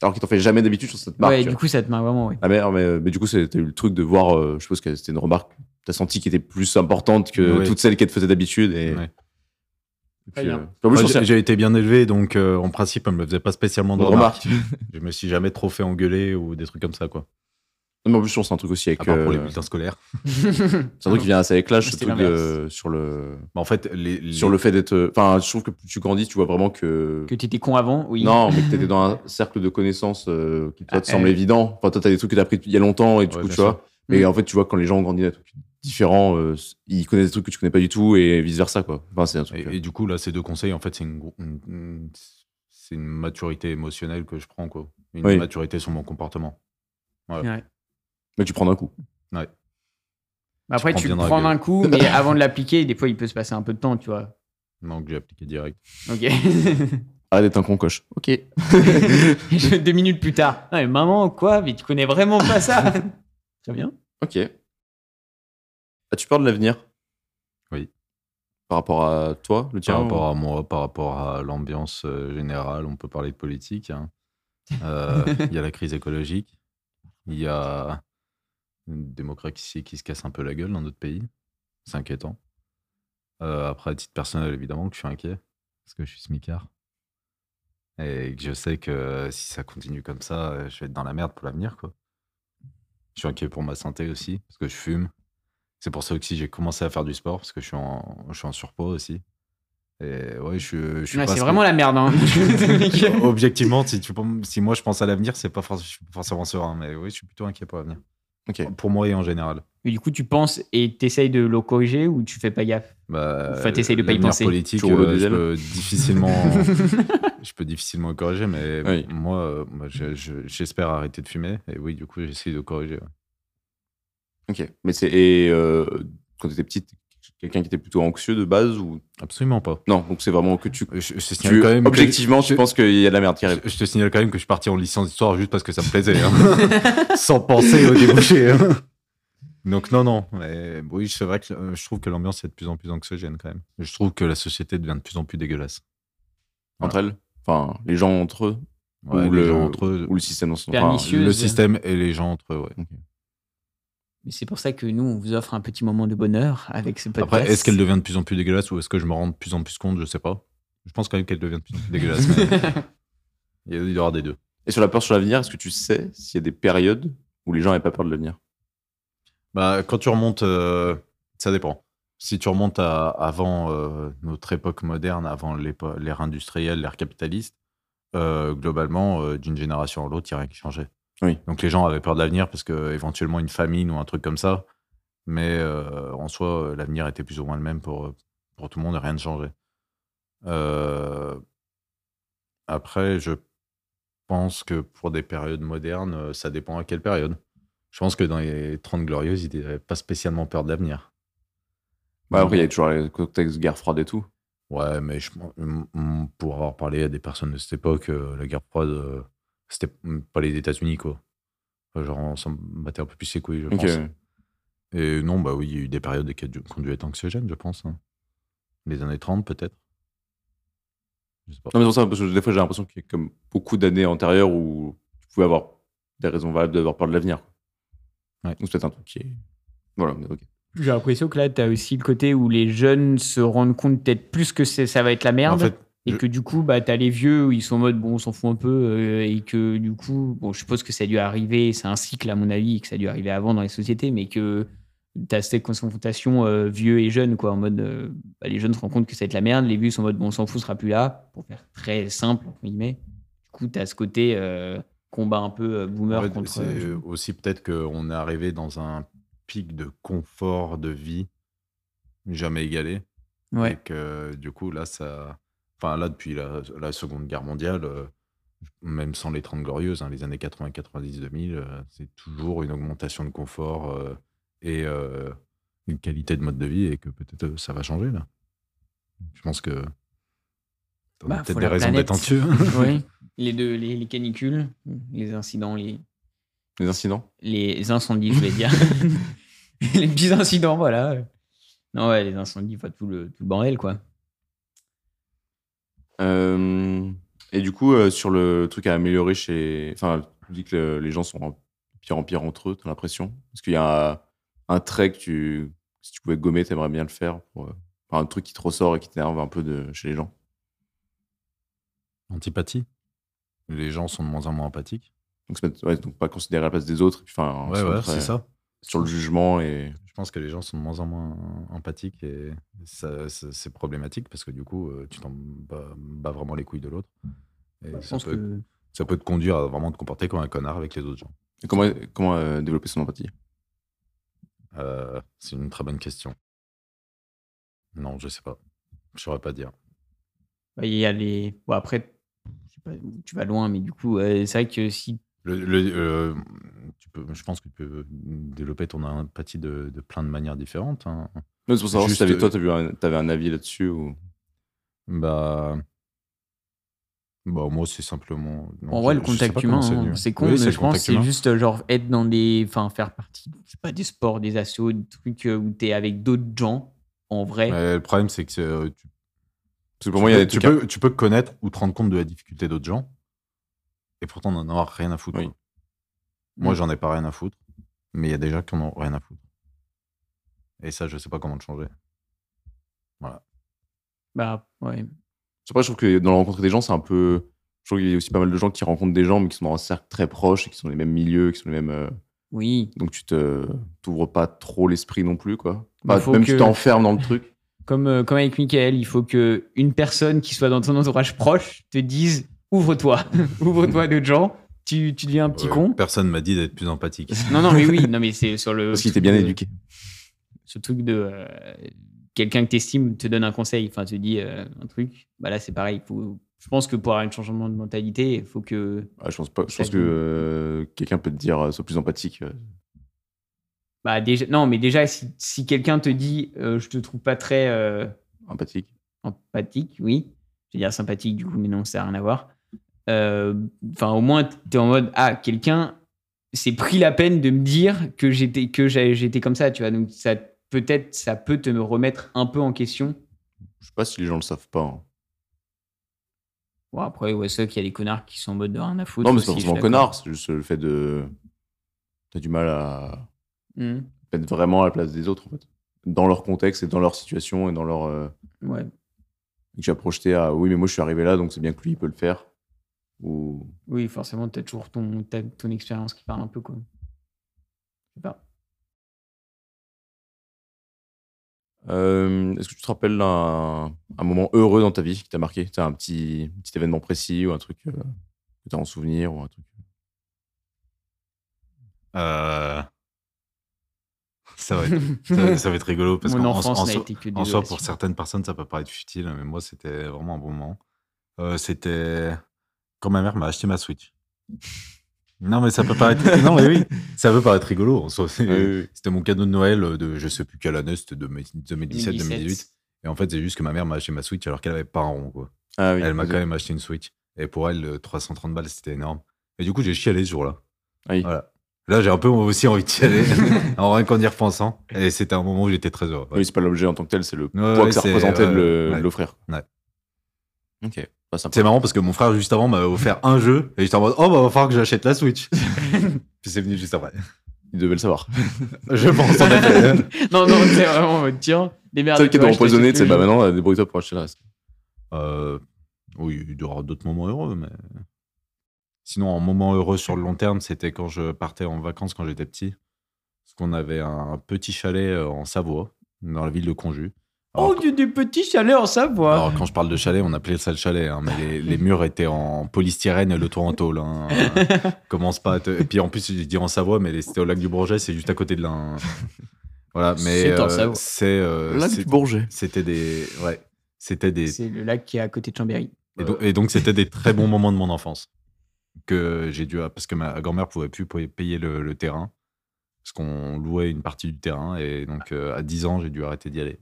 [SPEAKER 7] alors qu'il t'en fait jamais d'habitude, je trouve que ça te marque.
[SPEAKER 6] ouais,
[SPEAKER 7] tu
[SPEAKER 6] du
[SPEAKER 7] vois.
[SPEAKER 6] coup, ça te marque vraiment, ouais.
[SPEAKER 7] La mère, mais, euh, mais du coup, c'est- t'as eu le truc de voir, euh, je suppose que c'était une remarque, t'as senti qui était plus importante que
[SPEAKER 2] Ouais.
[SPEAKER 7] toutes celles qu'elle te faisait d'habitude. Et...
[SPEAKER 2] Ouais.
[SPEAKER 7] et
[SPEAKER 6] Très
[SPEAKER 7] puis,
[SPEAKER 6] bien.
[SPEAKER 7] euh, en plus,
[SPEAKER 2] Moi,
[SPEAKER 7] je
[SPEAKER 2] j'ai-
[SPEAKER 7] pensais-
[SPEAKER 2] J'ai été bien élevé, donc euh, en principe, elle me faisait pas spécialement de
[SPEAKER 7] Bonne
[SPEAKER 2] remarques. je me suis jamais trop fait engueuler ou des trucs comme ça, quoi.
[SPEAKER 7] mais en plus, je pense que c'est un truc aussi avec.
[SPEAKER 2] À part pour les
[SPEAKER 7] euh,
[SPEAKER 2] bulletins scolaires.
[SPEAKER 7] C'est un truc qui vient assez avec l'âge, ce
[SPEAKER 6] C'était
[SPEAKER 7] truc
[SPEAKER 6] l'inverse.
[SPEAKER 7] de- sur le
[SPEAKER 2] Mais en fait, les, les-
[SPEAKER 7] sur le fait d'être. Enfin, je trouve que plus tu grandis, tu vois vraiment que.
[SPEAKER 6] que t'étais con avant, oui.
[SPEAKER 7] Non, mais que t'étais dans un cercle de connaissances euh, qui toi te
[SPEAKER 6] Ah,
[SPEAKER 7] semble
[SPEAKER 6] euh.
[SPEAKER 7] évident. Enfin, toi, t'as des trucs que t'as appris il y a longtemps et du
[SPEAKER 2] Ouais,
[SPEAKER 7] coup,
[SPEAKER 2] bien
[SPEAKER 7] tu
[SPEAKER 2] sûr.
[SPEAKER 7] vois. Mais
[SPEAKER 6] Mm.
[SPEAKER 7] en fait, tu vois quand les gens ont grandi, des trucs différents, euh, ils connaissent des trucs que tu connais pas du tout et vice versa quoi. Enfin, c'est un truc. euh,
[SPEAKER 2] Et, et du coup, là, ces deux conseils, en fait, c'est une, gro- une- une- c'est une maturité émotionnelle que je prends, quoi. Une
[SPEAKER 7] Oui.
[SPEAKER 2] maturité sur mon comportement.
[SPEAKER 7] Mais tu prends d'un coup.
[SPEAKER 6] Après,
[SPEAKER 2] prends
[SPEAKER 6] tu
[SPEAKER 2] bien dans la
[SPEAKER 6] prends
[SPEAKER 2] gueule.
[SPEAKER 6] un coup, mais avant de l'appliquer, des fois, il peut se passer un peu de temps, tu vois.
[SPEAKER 2] Donc, j'ai appliqué direct.
[SPEAKER 6] Ok.
[SPEAKER 7] Arrête d'être un con coche. Ok.
[SPEAKER 6] Je- Deux minutes plus tard. Ah, mais maman, quoi Mais tu connais vraiment pas ça Très bien.
[SPEAKER 7] Ok. As-tu peur de l'avenir
[SPEAKER 2] Oui.
[SPEAKER 7] Par rapport à toi, le tien
[SPEAKER 2] Par rapport à moi, par rapport à l'ambiance euh, générale, on peut parler de politique. hein. Euh, Il y a la crise écologique. Il y a une démocratie qui se casse un peu la gueule dans notre pays. C'est inquiétant. Euh, après, à titre personnel, évidemment, que je suis inquiet. Parce que je suis smicard. Et que je sais que euh, si ça continue comme ça, euh, je vais être dans la merde pour l'avenir. quoi. Je suis inquiet pour ma santé aussi, parce que je fume. C'est pour ça aussi que j'ai commencé à faire du sport, parce que je suis en, je suis en surpoids aussi. Et ouais, je, je suis
[SPEAKER 6] Ouais,
[SPEAKER 2] pas
[SPEAKER 6] c'est
[SPEAKER 2] spé-
[SPEAKER 6] vraiment la merde. hein.
[SPEAKER 2] Objectivement, si, tu, pom- si moi je pense à l'avenir, c'est pas forc- je suis pas forcément serein, mais oui, je suis plutôt inquiet pour l'avenir.
[SPEAKER 7] Ok.
[SPEAKER 2] Pour moi et en général.
[SPEAKER 6] Mais du coup, tu penses et t'essayes de le corriger ou tu fais pas gaffe
[SPEAKER 2] Bah,
[SPEAKER 6] Enfin, t'essayes de pas y
[SPEAKER 2] l'avenir
[SPEAKER 6] penser.
[SPEAKER 2] politique,
[SPEAKER 7] Tu roules au
[SPEAKER 2] euh, je
[SPEAKER 7] diesel.
[SPEAKER 2] peux difficilement, je peux difficilement le corriger, mais
[SPEAKER 7] Oui.
[SPEAKER 2] moi, euh, moi, je- je- j'espère arrêter de fumer. Et oui, du coup, j'essaie de corriger. ouais.
[SPEAKER 7] Ok. Mais c'est et euh, quand t'étais petite, quelqu'un qui était plutôt anxieux de base ou
[SPEAKER 2] Absolument pas.
[SPEAKER 7] non Donc c'est vraiment que tu.
[SPEAKER 2] Je, je te signale
[SPEAKER 7] tu
[SPEAKER 2] quand même que-
[SPEAKER 7] objectivement, je
[SPEAKER 2] je-
[SPEAKER 7] pense qu'il y a de la merde qui arrive.
[SPEAKER 2] Je, je te signale quand même que je suis parti en licence d'histoire juste parce que ça me plaisait, hein. sans penser au débouché. hein. Donc non, non. Mais oui, c'est vrai que euh, je trouve que l'ambiance est de plus en plus anxiogène quand même. Je trouve que la société devient de plus en plus dégueulasse.
[SPEAKER 7] Entre elles, enfin les gens entre eux
[SPEAKER 2] Ah. Ouais,
[SPEAKER 7] Ou
[SPEAKER 2] les
[SPEAKER 7] le-
[SPEAKER 2] gens entre eux,
[SPEAKER 7] ou le système dans son.
[SPEAKER 6] Pernicieux.
[SPEAKER 2] le
[SPEAKER 6] Dieu.
[SPEAKER 2] système et les gens entre eux. ouais.
[SPEAKER 6] Mais c'est pour ça que nous, on vous offre un petit moment de bonheur avec ce podcast.
[SPEAKER 2] Après, est-ce qu'elle devient de plus en plus dégueulasse ou est-ce que je me rends de plus en plus compte Je sais pas. Je pense quand même qu'elle devient de plus en plus dégueulasse. mais Il y a- il doit y aura des deux.
[SPEAKER 7] Et sur la peur sur l'avenir, est-ce que tu sais s'il y a des périodes où les gens n'avaient pas peur de l'avenir
[SPEAKER 2] Bah, quand tu remontes, euh, ça dépend. Si tu remontes à avant euh, notre époque moderne, avant l'épo- l'ère industrielle, l'ère capitaliste, euh, globalement, euh, d'une génération à l'autre, il n'y a rien qui changeait.
[SPEAKER 7] Oui.
[SPEAKER 2] Donc les gens avaient peur de l'avenir parce que éventuellement une famine ou un truc comme ça. Mais euh, en soi, euh, l'avenir était plus ou moins le même pour, euh, pour tout le monde et rien ne changeait. Euh, après, je pense que pour des périodes modernes, euh, ça dépend à quelle période. Je pense que dans les 30 Glorieuses, ils n'avaient pas spécialement peur de l'avenir.
[SPEAKER 7] Ouais, Bah, Après, il y a toujours les contextes guerre froide et tout.
[SPEAKER 2] Ouais, mais je, pense- m- m- pour avoir parlé à des personnes de cette époque, euh, la guerre froide, euh, c'était p- pas les États-Unis, quoi. Enfin, Genre, on s'en battait un peu plus les couilles, je
[SPEAKER 7] Ok.
[SPEAKER 2] pense. Et non, bah oui, il y a eu des périodes qui ont dû- qui ont dû être anxiogènes, je pense. hein. Les années 30, peut-être. Je sais pas.
[SPEAKER 7] Non, mais c'est pour ça, parce que des fois, j'ai l'impression qu'il y a comme beaucoup d'années antérieures où tu pouvais avoir des raisons valables d'avoir peur de l'avenir.
[SPEAKER 2] Ouais.
[SPEAKER 7] Ou c'est peut-être un truc qui est. Voilà, mais ok.
[SPEAKER 6] J'ai l'impression que là, tu as aussi le côté où les jeunes se rendent compte peut-être plus que c'est- ça va être la merde.
[SPEAKER 2] En fait,
[SPEAKER 6] Et
[SPEAKER 2] Je-
[SPEAKER 6] que du coup, bah, t'as les vieux où ils sont en mode, bon, on s'en fout un peu, euh, et que du coup, bon, je suppose que ça a dû arriver, c'est un cycle à mon avis, et que ça a dû arriver avant dans les sociétés, mais que T'as cette confrontation euh, vieux et jeune, quoi, en mode euh, bah, les jeunes se rendent compte que ça va être la merde, les vieux sont en mode bon, on s'en fout, on sera plus là, pour faire très simple, entre guillemets. Du coup, t'as ce côté euh, combat un peu euh, boomer
[SPEAKER 2] En fait,
[SPEAKER 6] contre.
[SPEAKER 2] c'est aussi peut-être qu'on est arrivé dans un pic de confort de vie jamais égalé. Et
[SPEAKER 6] Ouais,
[SPEAKER 2] que du coup, là, ça. Enfin, là, depuis la, la Seconde Guerre mondiale, euh, même sans les 30 Glorieuses, hein, les années 80, 90, 2000, euh, c'est toujours une augmentation de confort euh, et euh, une qualité de mode de vie et que peut-être euh, ça va changer, là. Je pense que. T'en
[SPEAKER 6] Bah,
[SPEAKER 2] as
[SPEAKER 6] faut
[SPEAKER 2] peut-être des
[SPEAKER 6] la
[SPEAKER 2] raisons
[SPEAKER 6] planète.
[SPEAKER 2] d'être anxieux.
[SPEAKER 6] Ouais. Les deux, les, les canicules, les incidents, les,
[SPEAKER 7] Les incidents
[SPEAKER 6] les incendies, je vais dire. les petits incidents, voilà. Non, ouais, les incendies, enfin, tout le, tout le bordel, quoi.
[SPEAKER 7] Euh, et du coup, euh, sur le truc à améliorer chez. Enfin, tu dis que le- les gens sont en- pire en pire entre eux, t'as l'impression Parce qu'il y a un trait que tu. Si tu pouvais gommer, t'aimerais bien le faire. Pour, euh, enfin, un truc qui te ressort et qui t'énerve un peu de, chez les gens.
[SPEAKER 2] Antipathie. Les gens sont de moins en moins empathiques.
[SPEAKER 7] Donc, se mettre- ouais, donc pas considérer la place des autres. et puis, Enfin,
[SPEAKER 2] Ouais,
[SPEAKER 7] sur le
[SPEAKER 2] ouais,
[SPEAKER 7] trait-
[SPEAKER 2] c'est ça.
[SPEAKER 7] Sur le jugement et.
[SPEAKER 2] Je pense que les gens sont de moins en moins empathiques et ça, ça- c'est problématique parce que du coup, euh, tu t'en bats, bats vraiment les couilles de l'autre. Et
[SPEAKER 6] Je
[SPEAKER 2] ça,
[SPEAKER 6] pense
[SPEAKER 2] peut,
[SPEAKER 6] que
[SPEAKER 2] ça peut te conduire à vraiment te comporter comme un connard avec les autres gens.
[SPEAKER 7] et comment comment euh, développer son empathie
[SPEAKER 2] Euh, c'est une très bonne question. Non, je sais pas. Je saurais pas dire.
[SPEAKER 6] bah, il y a les. Bon, après, je sais pas, tu vas loin, mais du coup, euh, c'est vrai que si.
[SPEAKER 2] Le, le- euh, tu peux, je pense que tu peux développer ton empathie de, de plein de manières différentes. hein.
[SPEAKER 7] Non, C'est pour savoir
[SPEAKER 2] Juste,
[SPEAKER 7] si t'avais, toi,
[SPEAKER 2] euh,
[SPEAKER 7] t'avais un, t'avais un avis là-dessus ou.
[SPEAKER 2] Bah. Bah, moi, c'est simplement. non,
[SPEAKER 6] en vrai,
[SPEAKER 2] je-
[SPEAKER 6] le
[SPEAKER 2] je sais
[SPEAKER 6] contact
[SPEAKER 2] pas
[SPEAKER 6] humain,
[SPEAKER 2] comment c'est
[SPEAKER 6] hein,
[SPEAKER 2] venu.
[SPEAKER 6] c'est con,
[SPEAKER 2] Oui,
[SPEAKER 6] mais
[SPEAKER 2] c'est le
[SPEAKER 6] je pense
[SPEAKER 2] contact
[SPEAKER 6] que c'est
[SPEAKER 2] humain.
[SPEAKER 6] juste euh, genre être dans des. Enfin, faire partie, je sais pas, des sports, des assos, des trucs euh, où t'es avec d'autres gens, en vrai.
[SPEAKER 2] Mais le problème, c'est que euh, tu
[SPEAKER 7] Parce que pour moi, il y a des
[SPEAKER 2] tu,
[SPEAKER 7] trucs à-
[SPEAKER 2] peux, tu peux connaître ou te rendre compte de la difficulté d'autres gens, et pourtant n'en avoir rien à foutre.
[SPEAKER 7] Oui.
[SPEAKER 2] quoi. Moi,
[SPEAKER 6] Mm.
[SPEAKER 2] j'en ai pas rien à foutre, mais il y a des gens qui en ont rien à foutre. Et ça, je sais pas comment le changer.
[SPEAKER 6] Bah, ouais.
[SPEAKER 7] Après, je trouve que dans la rencontre des gens, c'est un peu. Je trouve qu'il y a aussi pas mal de gens qui rencontrent des gens, mais qui sont dans un cercle très proche et qui sont les mêmes milieux, qui sont les mêmes. euh,
[SPEAKER 6] Oui.
[SPEAKER 7] Donc tu te t'ouvres pas trop l'esprit non plus, quoi.
[SPEAKER 6] Bah,
[SPEAKER 7] Bah,
[SPEAKER 6] faut
[SPEAKER 7] même
[SPEAKER 6] que-
[SPEAKER 7] tu t'enfermes dans le truc.
[SPEAKER 6] Comme, euh, comme avec Michael, il faut que une personne qui soit dans ton entourage proche te dise ouvre-toi, ouvre-toi à d'autres gens, tu, tu deviens un petit
[SPEAKER 2] Euh,
[SPEAKER 6] con.
[SPEAKER 2] Personne m'a dit d'être plus empathique.
[SPEAKER 6] Non, non, mais oui, non, mais c'est sur le.
[SPEAKER 7] Parce qu'il était
[SPEAKER 6] truc
[SPEAKER 7] bien
[SPEAKER 6] de-
[SPEAKER 7] éduqué.
[SPEAKER 6] Ce truc de. euh, Quelqu'un que t'estimes te donne un conseil, enfin te dit euh, un truc. Bah là, c'est pareil. Faut, je pense que pour avoir un changement de mentalité, il faut que.
[SPEAKER 7] Ah, je pense pas. Je
[SPEAKER 6] Ça
[SPEAKER 7] pense que
[SPEAKER 6] dit.
[SPEAKER 7] euh, quelqu'un peut te dire euh, sois plus empathique. euh.
[SPEAKER 6] Bah déjà, non, mais déjà, si, si quelqu'un te dit euh, je te trouve pas très. euh,
[SPEAKER 7] Empathique.
[SPEAKER 6] empathique, oui. Je vais dire sympathique, du coup, mais non, ça n'a rien à voir. Euh, Enfin, au moins, tu es en mode, ah, quelqu'un s'est pris la peine de me dire que j'étais que j'ai- j'étais comme ça, tu vois. Donc, ça peut-être, ça peut te me remettre un peu en question.
[SPEAKER 7] Je sais pas si les gens le savent pas. hein.
[SPEAKER 6] Bon, après, ouais, c'est vrai qu'il y a des connards qui sont en mode de rien à foutre.
[SPEAKER 7] Non, mais c'est pas
[SPEAKER 6] aussi,
[SPEAKER 7] forcément
[SPEAKER 6] je suis d'accord.
[SPEAKER 7] connard. C'est juste le fait de. T'as du mal à
[SPEAKER 6] Mhm.
[SPEAKER 7] être vraiment à la place des autres, en fait. Dans leur contexte et dans leur situation et dans leur. euh,
[SPEAKER 6] Mmh, Ouais.
[SPEAKER 7] et que j'ai projeté à oui, mais moi je suis arrivé là, donc c'est bien que lui il peut le faire. Ou
[SPEAKER 6] Oui, forcément, tu as toujours ton, t'as ton expérience qui parle un peu, quoi. Je sais pas.
[SPEAKER 7] Euh, est-ce que tu te rappelles d'un un moment heureux dans ta vie qui t'a marqué T'as un petit, petit événement précis ou un truc euh, que t'as en souvenir ou un truc
[SPEAKER 2] Euh, Ça va, être, ça, ça va être rigolo parce
[SPEAKER 6] Mon
[SPEAKER 2] qu'en en- en
[SPEAKER 6] enfance n'a
[SPEAKER 2] soi-
[SPEAKER 6] été que des
[SPEAKER 2] En soi, pour
[SPEAKER 6] relations.
[SPEAKER 2] certaines personnes, ça peut paraître futile, hein, mais moi, c'était vraiment un bon moment. Euh, c'était quand ma mère m'a acheté ma Switch. Non, mais ça peut paraître. non, mais oui, ça peut paraître rigolo. En soi,
[SPEAKER 7] Ah
[SPEAKER 2] c'est- c'était mon cadeau de Noël euh, de je sais plus quelle année, c'était 2017, 2018. Et en fait, c'est juste que ma mère m'a acheté ma Switch alors qu'elle avait pas un rond, quoi.
[SPEAKER 7] Ah oui,
[SPEAKER 2] elle m'a
[SPEAKER 7] vas-y.
[SPEAKER 2] quand même acheté une Switch. Et pour elle, euh, 330 balles, c'était énorme. Et du coup, j'ai chialé ce jour-là.
[SPEAKER 7] Ah oui.
[SPEAKER 2] Voilà. Là, j'ai un peu aussi envie de chialer, en rien qu'en y repensant. Et c'était un moment où j'étais très heureux. ouais.
[SPEAKER 7] Oui, c'est pas l'objet en tant que tel, c'est le
[SPEAKER 2] Ouais,
[SPEAKER 7] poids
[SPEAKER 2] ouais,
[SPEAKER 7] que ça
[SPEAKER 2] c'est- euh,
[SPEAKER 7] représentait de le-
[SPEAKER 2] ouais,
[SPEAKER 7] de l'offrir.
[SPEAKER 2] ouais.
[SPEAKER 7] Ok, pas sympa.
[SPEAKER 2] C'est marrant parce que mon frère, juste avant, m'avait offert un jeu et j'étais en mode Oh, bah, va falloir que j'achète la Switch. Puis c'est venu juste après.
[SPEAKER 7] Il devait le savoir.
[SPEAKER 2] Je pense, en effet.
[SPEAKER 6] Non, non, c'est vraiment en mode, tiens, des merdes.
[SPEAKER 7] Celle qui
[SPEAKER 6] toi,
[SPEAKER 7] était
[SPEAKER 6] je t'achète
[SPEAKER 7] empoisonnée,
[SPEAKER 6] le
[SPEAKER 7] c'est bah
[SPEAKER 6] jeu.
[SPEAKER 7] maintenant, euh, débrouille-toi pour acheter le reste.
[SPEAKER 2] Euh, oui, il y aura d'autres moments heureux, mais. Sinon, un moment heureux sur le long terme, c'était quand je partais en vacances quand j'étais petit. Parce qu'on avait un petit chalet euh, en Savoie, dans la ville de Conju. Alors,
[SPEAKER 6] Oh, du, du petit chalet en Savoie.
[SPEAKER 2] Alors, quand je parle de chalet, on appelait ça le chalet, hein, mais les, les murs étaient en polystyrène et le toit en tôle. hein. Euh, Commence pas à te- Et puis en plus, je dis en Savoie, mais c'était au lac du Bourget, c'est juste à côté de l'un. Voilà, mais
[SPEAKER 6] C'est en
[SPEAKER 2] euh,
[SPEAKER 6] Savoie.
[SPEAKER 2] c'est, euh,
[SPEAKER 7] Lac du
[SPEAKER 2] c'est-
[SPEAKER 7] Bourget.
[SPEAKER 2] c'était des. Ouais. C'était des
[SPEAKER 6] C'est euh, le lac qui est à côté de Chambéry.
[SPEAKER 2] et donc, et donc, c'était des très bons moments de mon enfance que j'ai dû parce que ma grand-mère pouvait plus pa- payer le, le terrain parce qu'on louait une partie du terrain et donc euh, à 10 ans j'ai dû arrêter d'y aller.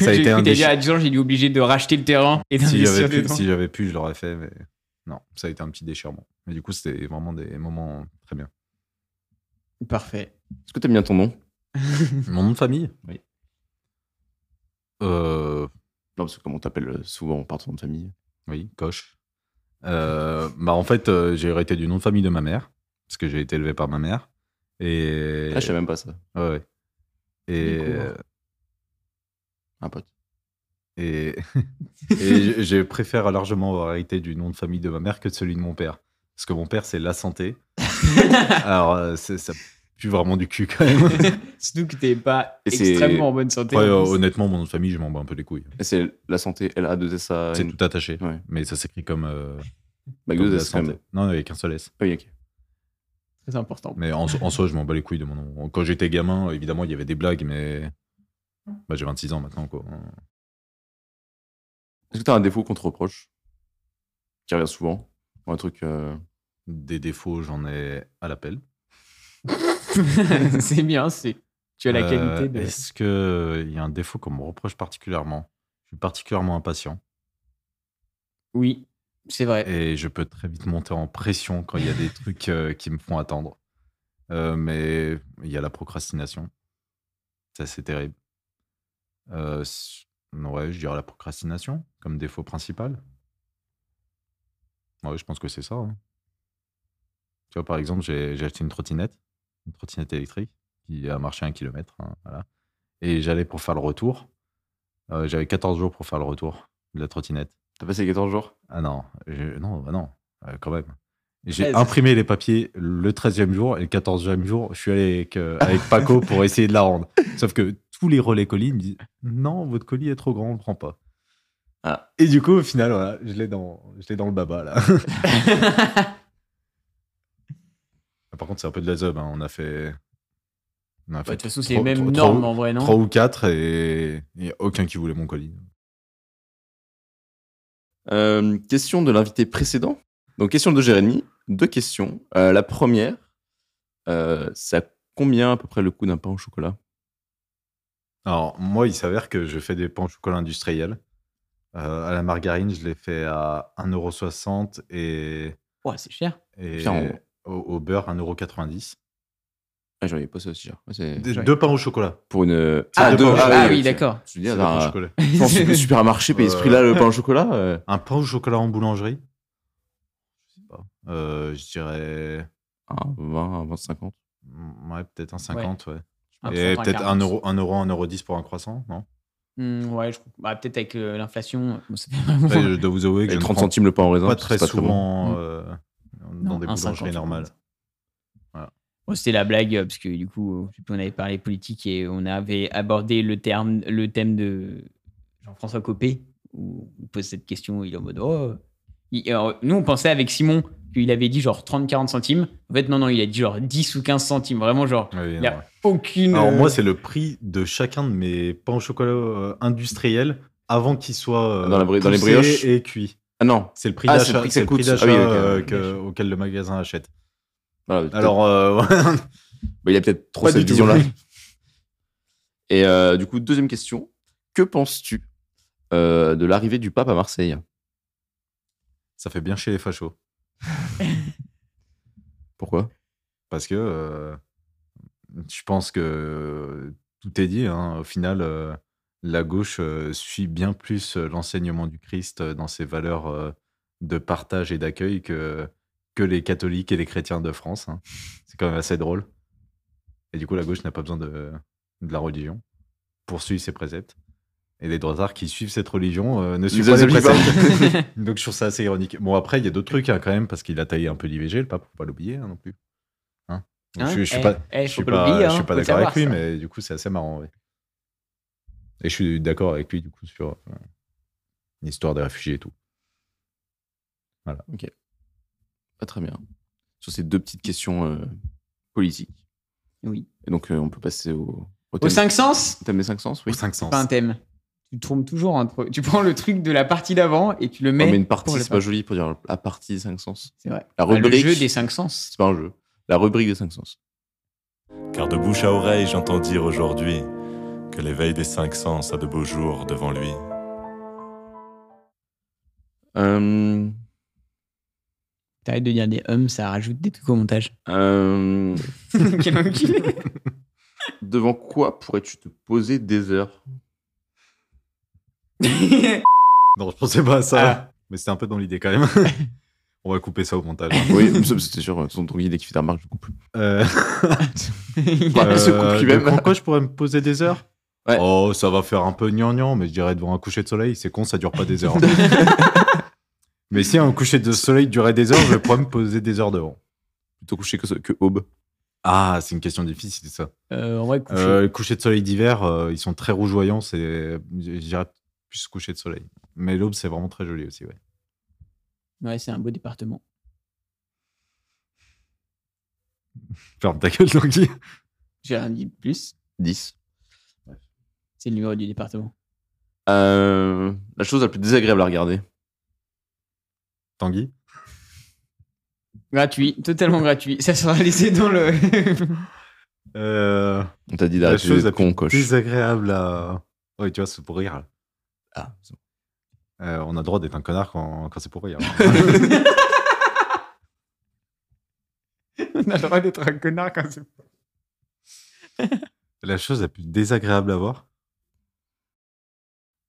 [SPEAKER 2] Ça a été un déchet.
[SPEAKER 6] déjà à 10 ans, j'ai dû obligé de racheter le terrain et
[SPEAKER 2] Si
[SPEAKER 6] d'investir
[SPEAKER 2] j'avais pu,
[SPEAKER 6] dedans.
[SPEAKER 2] si j'avais pu, je l'aurais fait mais non, ça a été un petit déchirement. Mais du coup, c'était vraiment des moments très bien.
[SPEAKER 6] Parfait.
[SPEAKER 7] Est-ce que t'aimes bien ton nom
[SPEAKER 2] Mon nom de famille
[SPEAKER 7] Oui.
[SPEAKER 2] Euh,
[SPEAKER 7] Non, parce que comme on t'appelle euh, souvent par ton nom de famille.
[SPEAKER 2] Oui, Coche. Euh, bah en fait, euh, j'ai hérité du nom de famille de ma mère, parce que j'ai été élevé par ma mère. Et...
[SPEAKER 7] Ah, je sais même pas ça.
[SPEAKER 2] Ouais, ouais. Et, euh,
[SPEAKER 7] D'accord. Un pote.
[SPEAKER 2] et, et je- je préfère largement avoir hérité du nom de famille de ma mère que de celui de mon père. Parce que mon père, c'est la santé. Alors, euh, c'est- ça pue vraiment du cul quand même.
[SPEAKER 6] Surtout que t'es pas
[SPEAKER 7] Et c'est-
[SPEAKER 6] extrêmement en bonne santé.
[SPEAKER 2] Ouais,
[SPEAKER 6] en
[SPEAKER 2] euh,
[SPEAKER 6] plus.
[SPEAKER 2] honnêtement, mon nom de famille, je m'en bats un peu les couilles.
[SPEAKER 7] Et c'est la santé L-A-2-S-A.
[SPEAKER 2] C'est tout attaché.
[SPEAKER 7] Ouais.
[SPEAKER 2] Mais ça s'écrit comme. euh,
[SPEAKER 7] Bah,
[SPEAKER 2] comme
[SPEAKER 7] Gueuse,
[SPEAKER 2] la
[SPEAKER 7] c'est quand
[SPEAKER 2] santé.
[SPEAKER 7] même.
[SPEAKER 2] Non, avec un seul S.
[SPEAKER 7] Ah Oui, ok.
[SPEAKER 6] Très important.
[SPEAKER 2] Mais en, so- en soi, je m'en bats les couilles de mon nom. Quand j'étais gamin, évidemment, il y avait des blagues, mais. Bah, j'ai 26 ans maintenant, quoi.
[SPEAKER 7] Est-ce que t'as un défaut qu'on te reproche Qui revient souvent Ou un truc. euh,
[SPEAKER 2] Des défauts, j'en ai à l'appel.
[SPEAKER 6] c'est bien, c'est. Tu as la qualité de.
[SPEAKER 2] Euh, Est-ce qu'il y a un défaut qu'on me reproche particulièrement Je suis particulièrement impatient
[SPEAKER 6] Oui, c'est vrai. Bah,
[SPEAKER 2] et je peux très vite monter en pression quand il y a des trucs euh, qui me font attendre. Euh, mais il y a la procrastination. Ça, c'est terrible. Euh, s- ouais, je dirais la procrastination comme défaut principal. Ouais, je pense que c'est ça. hein. Tu vois, par exemple, j'ai j'ai acheté une trottinette, une trottinette électrique qui a marché un kilomètre. hein, voilà. Et j'allais pour faire le retour. Euh, J'avais 14 jours pour faire le retour de la trottinette.
[SPEAKER 7] T'as passé 14 jours
[SPEAKER 2] Ah non, je- non, bah non, euh, quand même. J'ai
[SPEAKER 6] 13.
[SPEAKER 2] imprimé les papiers le 13e jour et le 14e jour, je suis allé avec, euh, avec Paco pour essayer de la rendre. Sauf que tous les relais colis me disent Non, votre colis est trop grand, on le prend pas.
[SPEAKER 7] Ah.
[SPEAKER 2] Et du coup, au final, voilà, je l'ai dans, je l'ai dans le baba là. Par contre, c'est un peu de la zob, hein, on a fait. on a
[SPEAKER 6] Bah, De
[SPEAKER 2] fait
[SPEAKER 6] toute façon, c'est les
[SPEAKER 2] trois-
[SPEAKER 6] mêmes
[SPEAKER 2] trois-
[SPEAKER 6] normes
[SPEAKER 2] trois-
[SPEAKER 6] en vrai, non
[SPEAKER 2] trois ou quatre et il n'y a aucun qui voulait mon colis.
[SPEAKER 7] Euh, Question de l'invité précédent. Donc, question de Jérémy. Deux questions. Euh, la première, euh, c'est à combien à peu près le coût d'un pain au chocolat
[SPEAKER 2] Alors, moi, il s'avère que je fais des pains au chocolat industriel. Euh, à la margarine, je l'ai fait à 1,60€ et,
[SPEAKER 6] Ouah, c'est cher.
[SPEAKER 2] et
[SPEAKER 7] Putain,
[SPEAKER 2] au, au beurre, 1,90€.
[SPEAKER 7] Ah, j'en ai pas ça aussi. cher. Ouais, c'est
[SPEAKER 2] Des- Deux pains au chocolat.
[SPEAKER 7] pour une. euh,
[SPEAKER 2] Ah, deux pains au chocolat.
[SPEAKER 6] Ah
[SPEAKER 2] ouais,
[SPEAKER 6] oui,
[SPEAKER 7] ok.
[SPEAKER 6] d'accord.
[SPEAKER 7] ah, Je veux dire,
[SPEAKER 2] C'est des pains au
[SPEAKER 7] un,
[SPEAKER 2] chocolat.
[SPEAKER 7] dans le supermarché, payer ce
[SPEAKER 2] Euh.
[SPEAKER 7] prix-là, le pain au chocolat euh,
[SPEAKER 2] Un pain au chocolat en boulangerie Je sais pas. Euh, je dirais.
[SPEAKER 7] un 20, un 25, 50.
[SPEAKER 2] mm, Ouais, peut-être un 50, ouais.
[SPEAKER 6] Un
[SPEAKER 2] Et
[SPEAKER 6] franc, un
[SPEAKER 2] peut-être
[SPEAKER 6] quart.
[SPEAKER 2] 1 euro, 1 euro, 1 euro 10 pour un croissant, non
[SPEAKER 6] Hmm, ouais, je... bah, peut-être avec euh, l'inflation. bon, ça fait vraiment-
[SPEAKER 2] Ouais, Je dois vous avouer que
[SPEAKER 7] Et
[SPEAKER 2] je ne
[SPEAKER 7] 30
[SPEAKER 2] prends
[SPEAKER 7] centimes le pain en raisin.
[SPEAKER 2] pas
[SPEAKER 7] parce que
[SPEAKER 2] très
[SPEAKER 7] c'est bon.
[SPEAKER 2] souvent
[SPEAKER 6] bon.
[SPEAKER 2] euh, dans
[SPEAKER 6] Mm. Non,
[SPEAKER 2] des
[SPEAKER 6] 1,50,
[SPEAKER 2] boulangeries
[SPEAKER 6] je
[SPEAKER 2] normales.
[SPEAKER 6] pense. Bon, C'était la blague, euh, parce que du coup, je sais plus, on avait parlé politique et on avait abordé le, terme, le thème de Jean-François Copé, où on pose cette question, il est en mode Oh Il- alors, Nous, on pensait avec Simon qu'il avait dit genre 30-40 centimes. En fait, non, non, il a dit genre 10 ou 15 centimes. Vraiment, genre,
[SPEAKER 2] Oui,
[SPEAKER 6] il
[SPEAKER 2] non,
[SPEAKER 6] n'y
[SPEAKER 2] ouais.
[SPEAKER 6] a aucune.
[SPEAKER 2] Alors moi, c'est le prix de chacun de mes pains au chocolat euh, industriels avant qu'ils soient euh,
[SPEAKER 7] Dans la bri- dans les
[SPEAKER 2] poussés
[SPEAKER 7] brioches
[SPEAKER 2] et cuits.
[SPEAKER 7] Ah non.
[SPEAKER 2] C'est le prix
[SPEAKER 7] Ah, c'est le
[SPEAKER 2] d'achat,
[SPEAKER 7] prix que
[SPEAKER 2] c'est
[SPEAKER 7] ça
[SPEAKER 2] le prix
[SPEAKER 7] coûte. Ah
[SPEAKER 2] d'achat
[SPEAKER 7] oui, ok,
[SPEAKER 2] euh,
[SPEAKER 7] ouais,
[SPEAKER 2] que-
[SPEAKER 7] bien sûr.
[SPEAKER 2] auquel le magasin achète.
[SPEAKER 7] Voilà, peut-être-
[SPEAKER 2] Alors, euh,
[SPEAKER 7] bah, il a peut-être trop
[SPEAKER 2] pas
[SPEAKER 7] cette
[SPEAKER 2] du tout.
[SPEAKER 7] vision-là. Et euh, du coup, deuxième question. Que penses-tu euh, de l'arrivée du pape à Marseille
[SPEAKER 2] ça fait bien chez les fachos.
[SPEAKER 7] Pourquoi
[SPEAKER 2] Parce que euh, je pense que tout est dit. hein. Au final, euh, la gauche euh, suit bien plus euh, l'enseignement du Christ euh, dans ses valeurs euh, de partage et d'accueil que, que les catholiques et les chrétiens de France. hein. C'est quand même assez drôle. Et du coup, la gauche n'a pas besoin de, de la religion, poursuit ses préceptes. Et les droitards qui suivent cette religion euh, ne suivent
[SPEAKER 7] Les
[SPEAKER 2] pas les
[SPEAKER 7] absolument pas.
[SPEAKER 2] préceptes. Donc je trouve ça assez ironique. Bon, après, il y a d'autres trucs hein, quand même, parce qu'il a taillé un peu l'IVG, le pape, faut pas l'oublier hein, non plus. Hein Donc,
[SPEAKER 6] Hein
[SPEAKER 2] je, je suis
[SPEAKER 6] Eh,
[SPEAKER 2] pas,
[SPEAKER 6] eh,
[SPEAKER 2] je suis
[SPEAKER 6] faut
[SPEAKER 2] pas,
[SPEAKER 6] pas l'oublier,
[SPEAKER 2] je suis
[SPEAKER 6] hein,
[SPEAKER 2] pas
[SPEAKER 6] faut le
[SPEAKER 2] d'accord avec
[SPEAKER 6] savoir,
[SPEAKER 2] lui,
[SPEAKER 6] ça.
[SPEAKER 2] mais du coup, c'est assez marrant. ouais. Et je suis d'accord avec lui, du coup, sur euh, l'histoire des réfugiés et tout.
[SPEAKER 7] Pas très bien. Sur ces deux petites questions euh, politiques.
[SPEAKER 6] Oui.
[SPEAKER 7] Et donc, euh, on peut passer au, au
[SPEAKER 6] Au
[SPEAKER 7] thème,
[SPEAKER 6] cinq sens
[SPEAKER 7] thème des cinq sens, oui.
[SPEAKER 2] Au 500.
[SPEAKER 6] Pas un thème. Tu te trompes toujours entre. Tu prends le truc de la partie d'avant et tu le
[SPEAKER 7] Oh, Mais,
[SPEAKER 6] mets.
[SPEAKER 7] mais une partie,
[SPEAKER 6] pour le
[SPEAKER 7] c'est pas joli pour dire la partie des cinq sens.
[SPEAKER 6] C'est vrai.
[SPEAKER 7] La
[SPEAKER 6] Bah, le
[SPEAKER 7] rubrique.
[SPEAKER 6] jeu des cinq sens.
[SPEAKER 7] C'est pas un jeu. La rubrique des cinq sens.
[SPEAKER 8] Car de bouche à oreille, j'entends dire aujourd'hui que l'éveil des cinq sens a de beaux jours devant lui.
[SPEAKER 7] Euh,
[SPEAKER 6] T'arrêtes de dire des hums, ça rajoute des trucs au montage.
[SPEAKER 7] euh,
[SPEAKER 6] Quel enculé.
[SPEAKER 7] devant quoi pourrais-tu te poser des heures
[SPEAKER 2] Non, je pensais pas à
[SPEAKER 6] ah.
[SPEAKER 2] ça. Mais c'était un peu dans l'idée quand même. On va couper ça au montage. hein.
[SPEAKER 7] Oui, c'était sûr. Son ton guide qui fait la remarque, je coupe.
[SPEAKER 2] Euh,
[SPEAKER 7] Bah, il se coupe
[SPEAKER 2] euh,
[SPEAKER 7] lui-même.
[SPEAKER 2] devant quoi je pourrais me poser des heures
[SPEAKER 7] Ouais.
[SPEAKER 2] Oh, ça va faire un peu gnangnan, mais je dirais devant un coucher de soleil, c'est con, ça dure pas des heures. hein. mais si un coucher de soleil durait des heures, je pourrais me poser des heures devant.
[SPEAKER 7] Plutôt couché que, que aube.
[SPEAKER 2] Ah, c'est une question difficile ça.
[SPEAKER 6] Euh, en vrai, couché.
[SPEAKER 2] Euh, le coucher de soleil d'hiver, euh, ils sont très rougeoyants, c'est je dirais plus coucher de soleil. Mais l'aube, c'est vraiment très joli aussi, ouais.
[SPEAKER 6] Ouais, c'est un beau département.
[SPEAKER 2] Ferme ta gueule, Tanguy.
[SPEAKER 6] J'ai rien dit de plus.
[SPEAKER 7] 10.
[SPEAKER 6] C'est le numéro du département.
[SPEAKER 7] Euh, la chose la plus désagréable à regarder.
[SPEAKER 2] Tanguy
[SPEAKER 6] Gratuit, totalement gratuit. Ça sera laissé dans le.
[SPEAKER 2] Euh,
[SPEAKER 7] On t'a dit
[SPEAKER 2] La
[SPEAKER 7] d'arrêter
[SPEAKER 2] chose
[SPEAKER 7] de
[SPEAKER 2] la
[SPEAKER 7] con,
[SPEAKER 2] plus
[SPEAKER 7] coche.
[SPEAKER 2] désagréable à. Oui, tu vois, c'est pour rire.
[SPEAKER 7] Ah, c'est bon.
[SPEAKER 2] Euh, on a le droit d'être un connard quand, quand c'est pour rire. hein.
[SPEAKER 6] On a le droit d'être un connard quand c'est.
[SPEAKER 2] la chose la plus désagréable à voir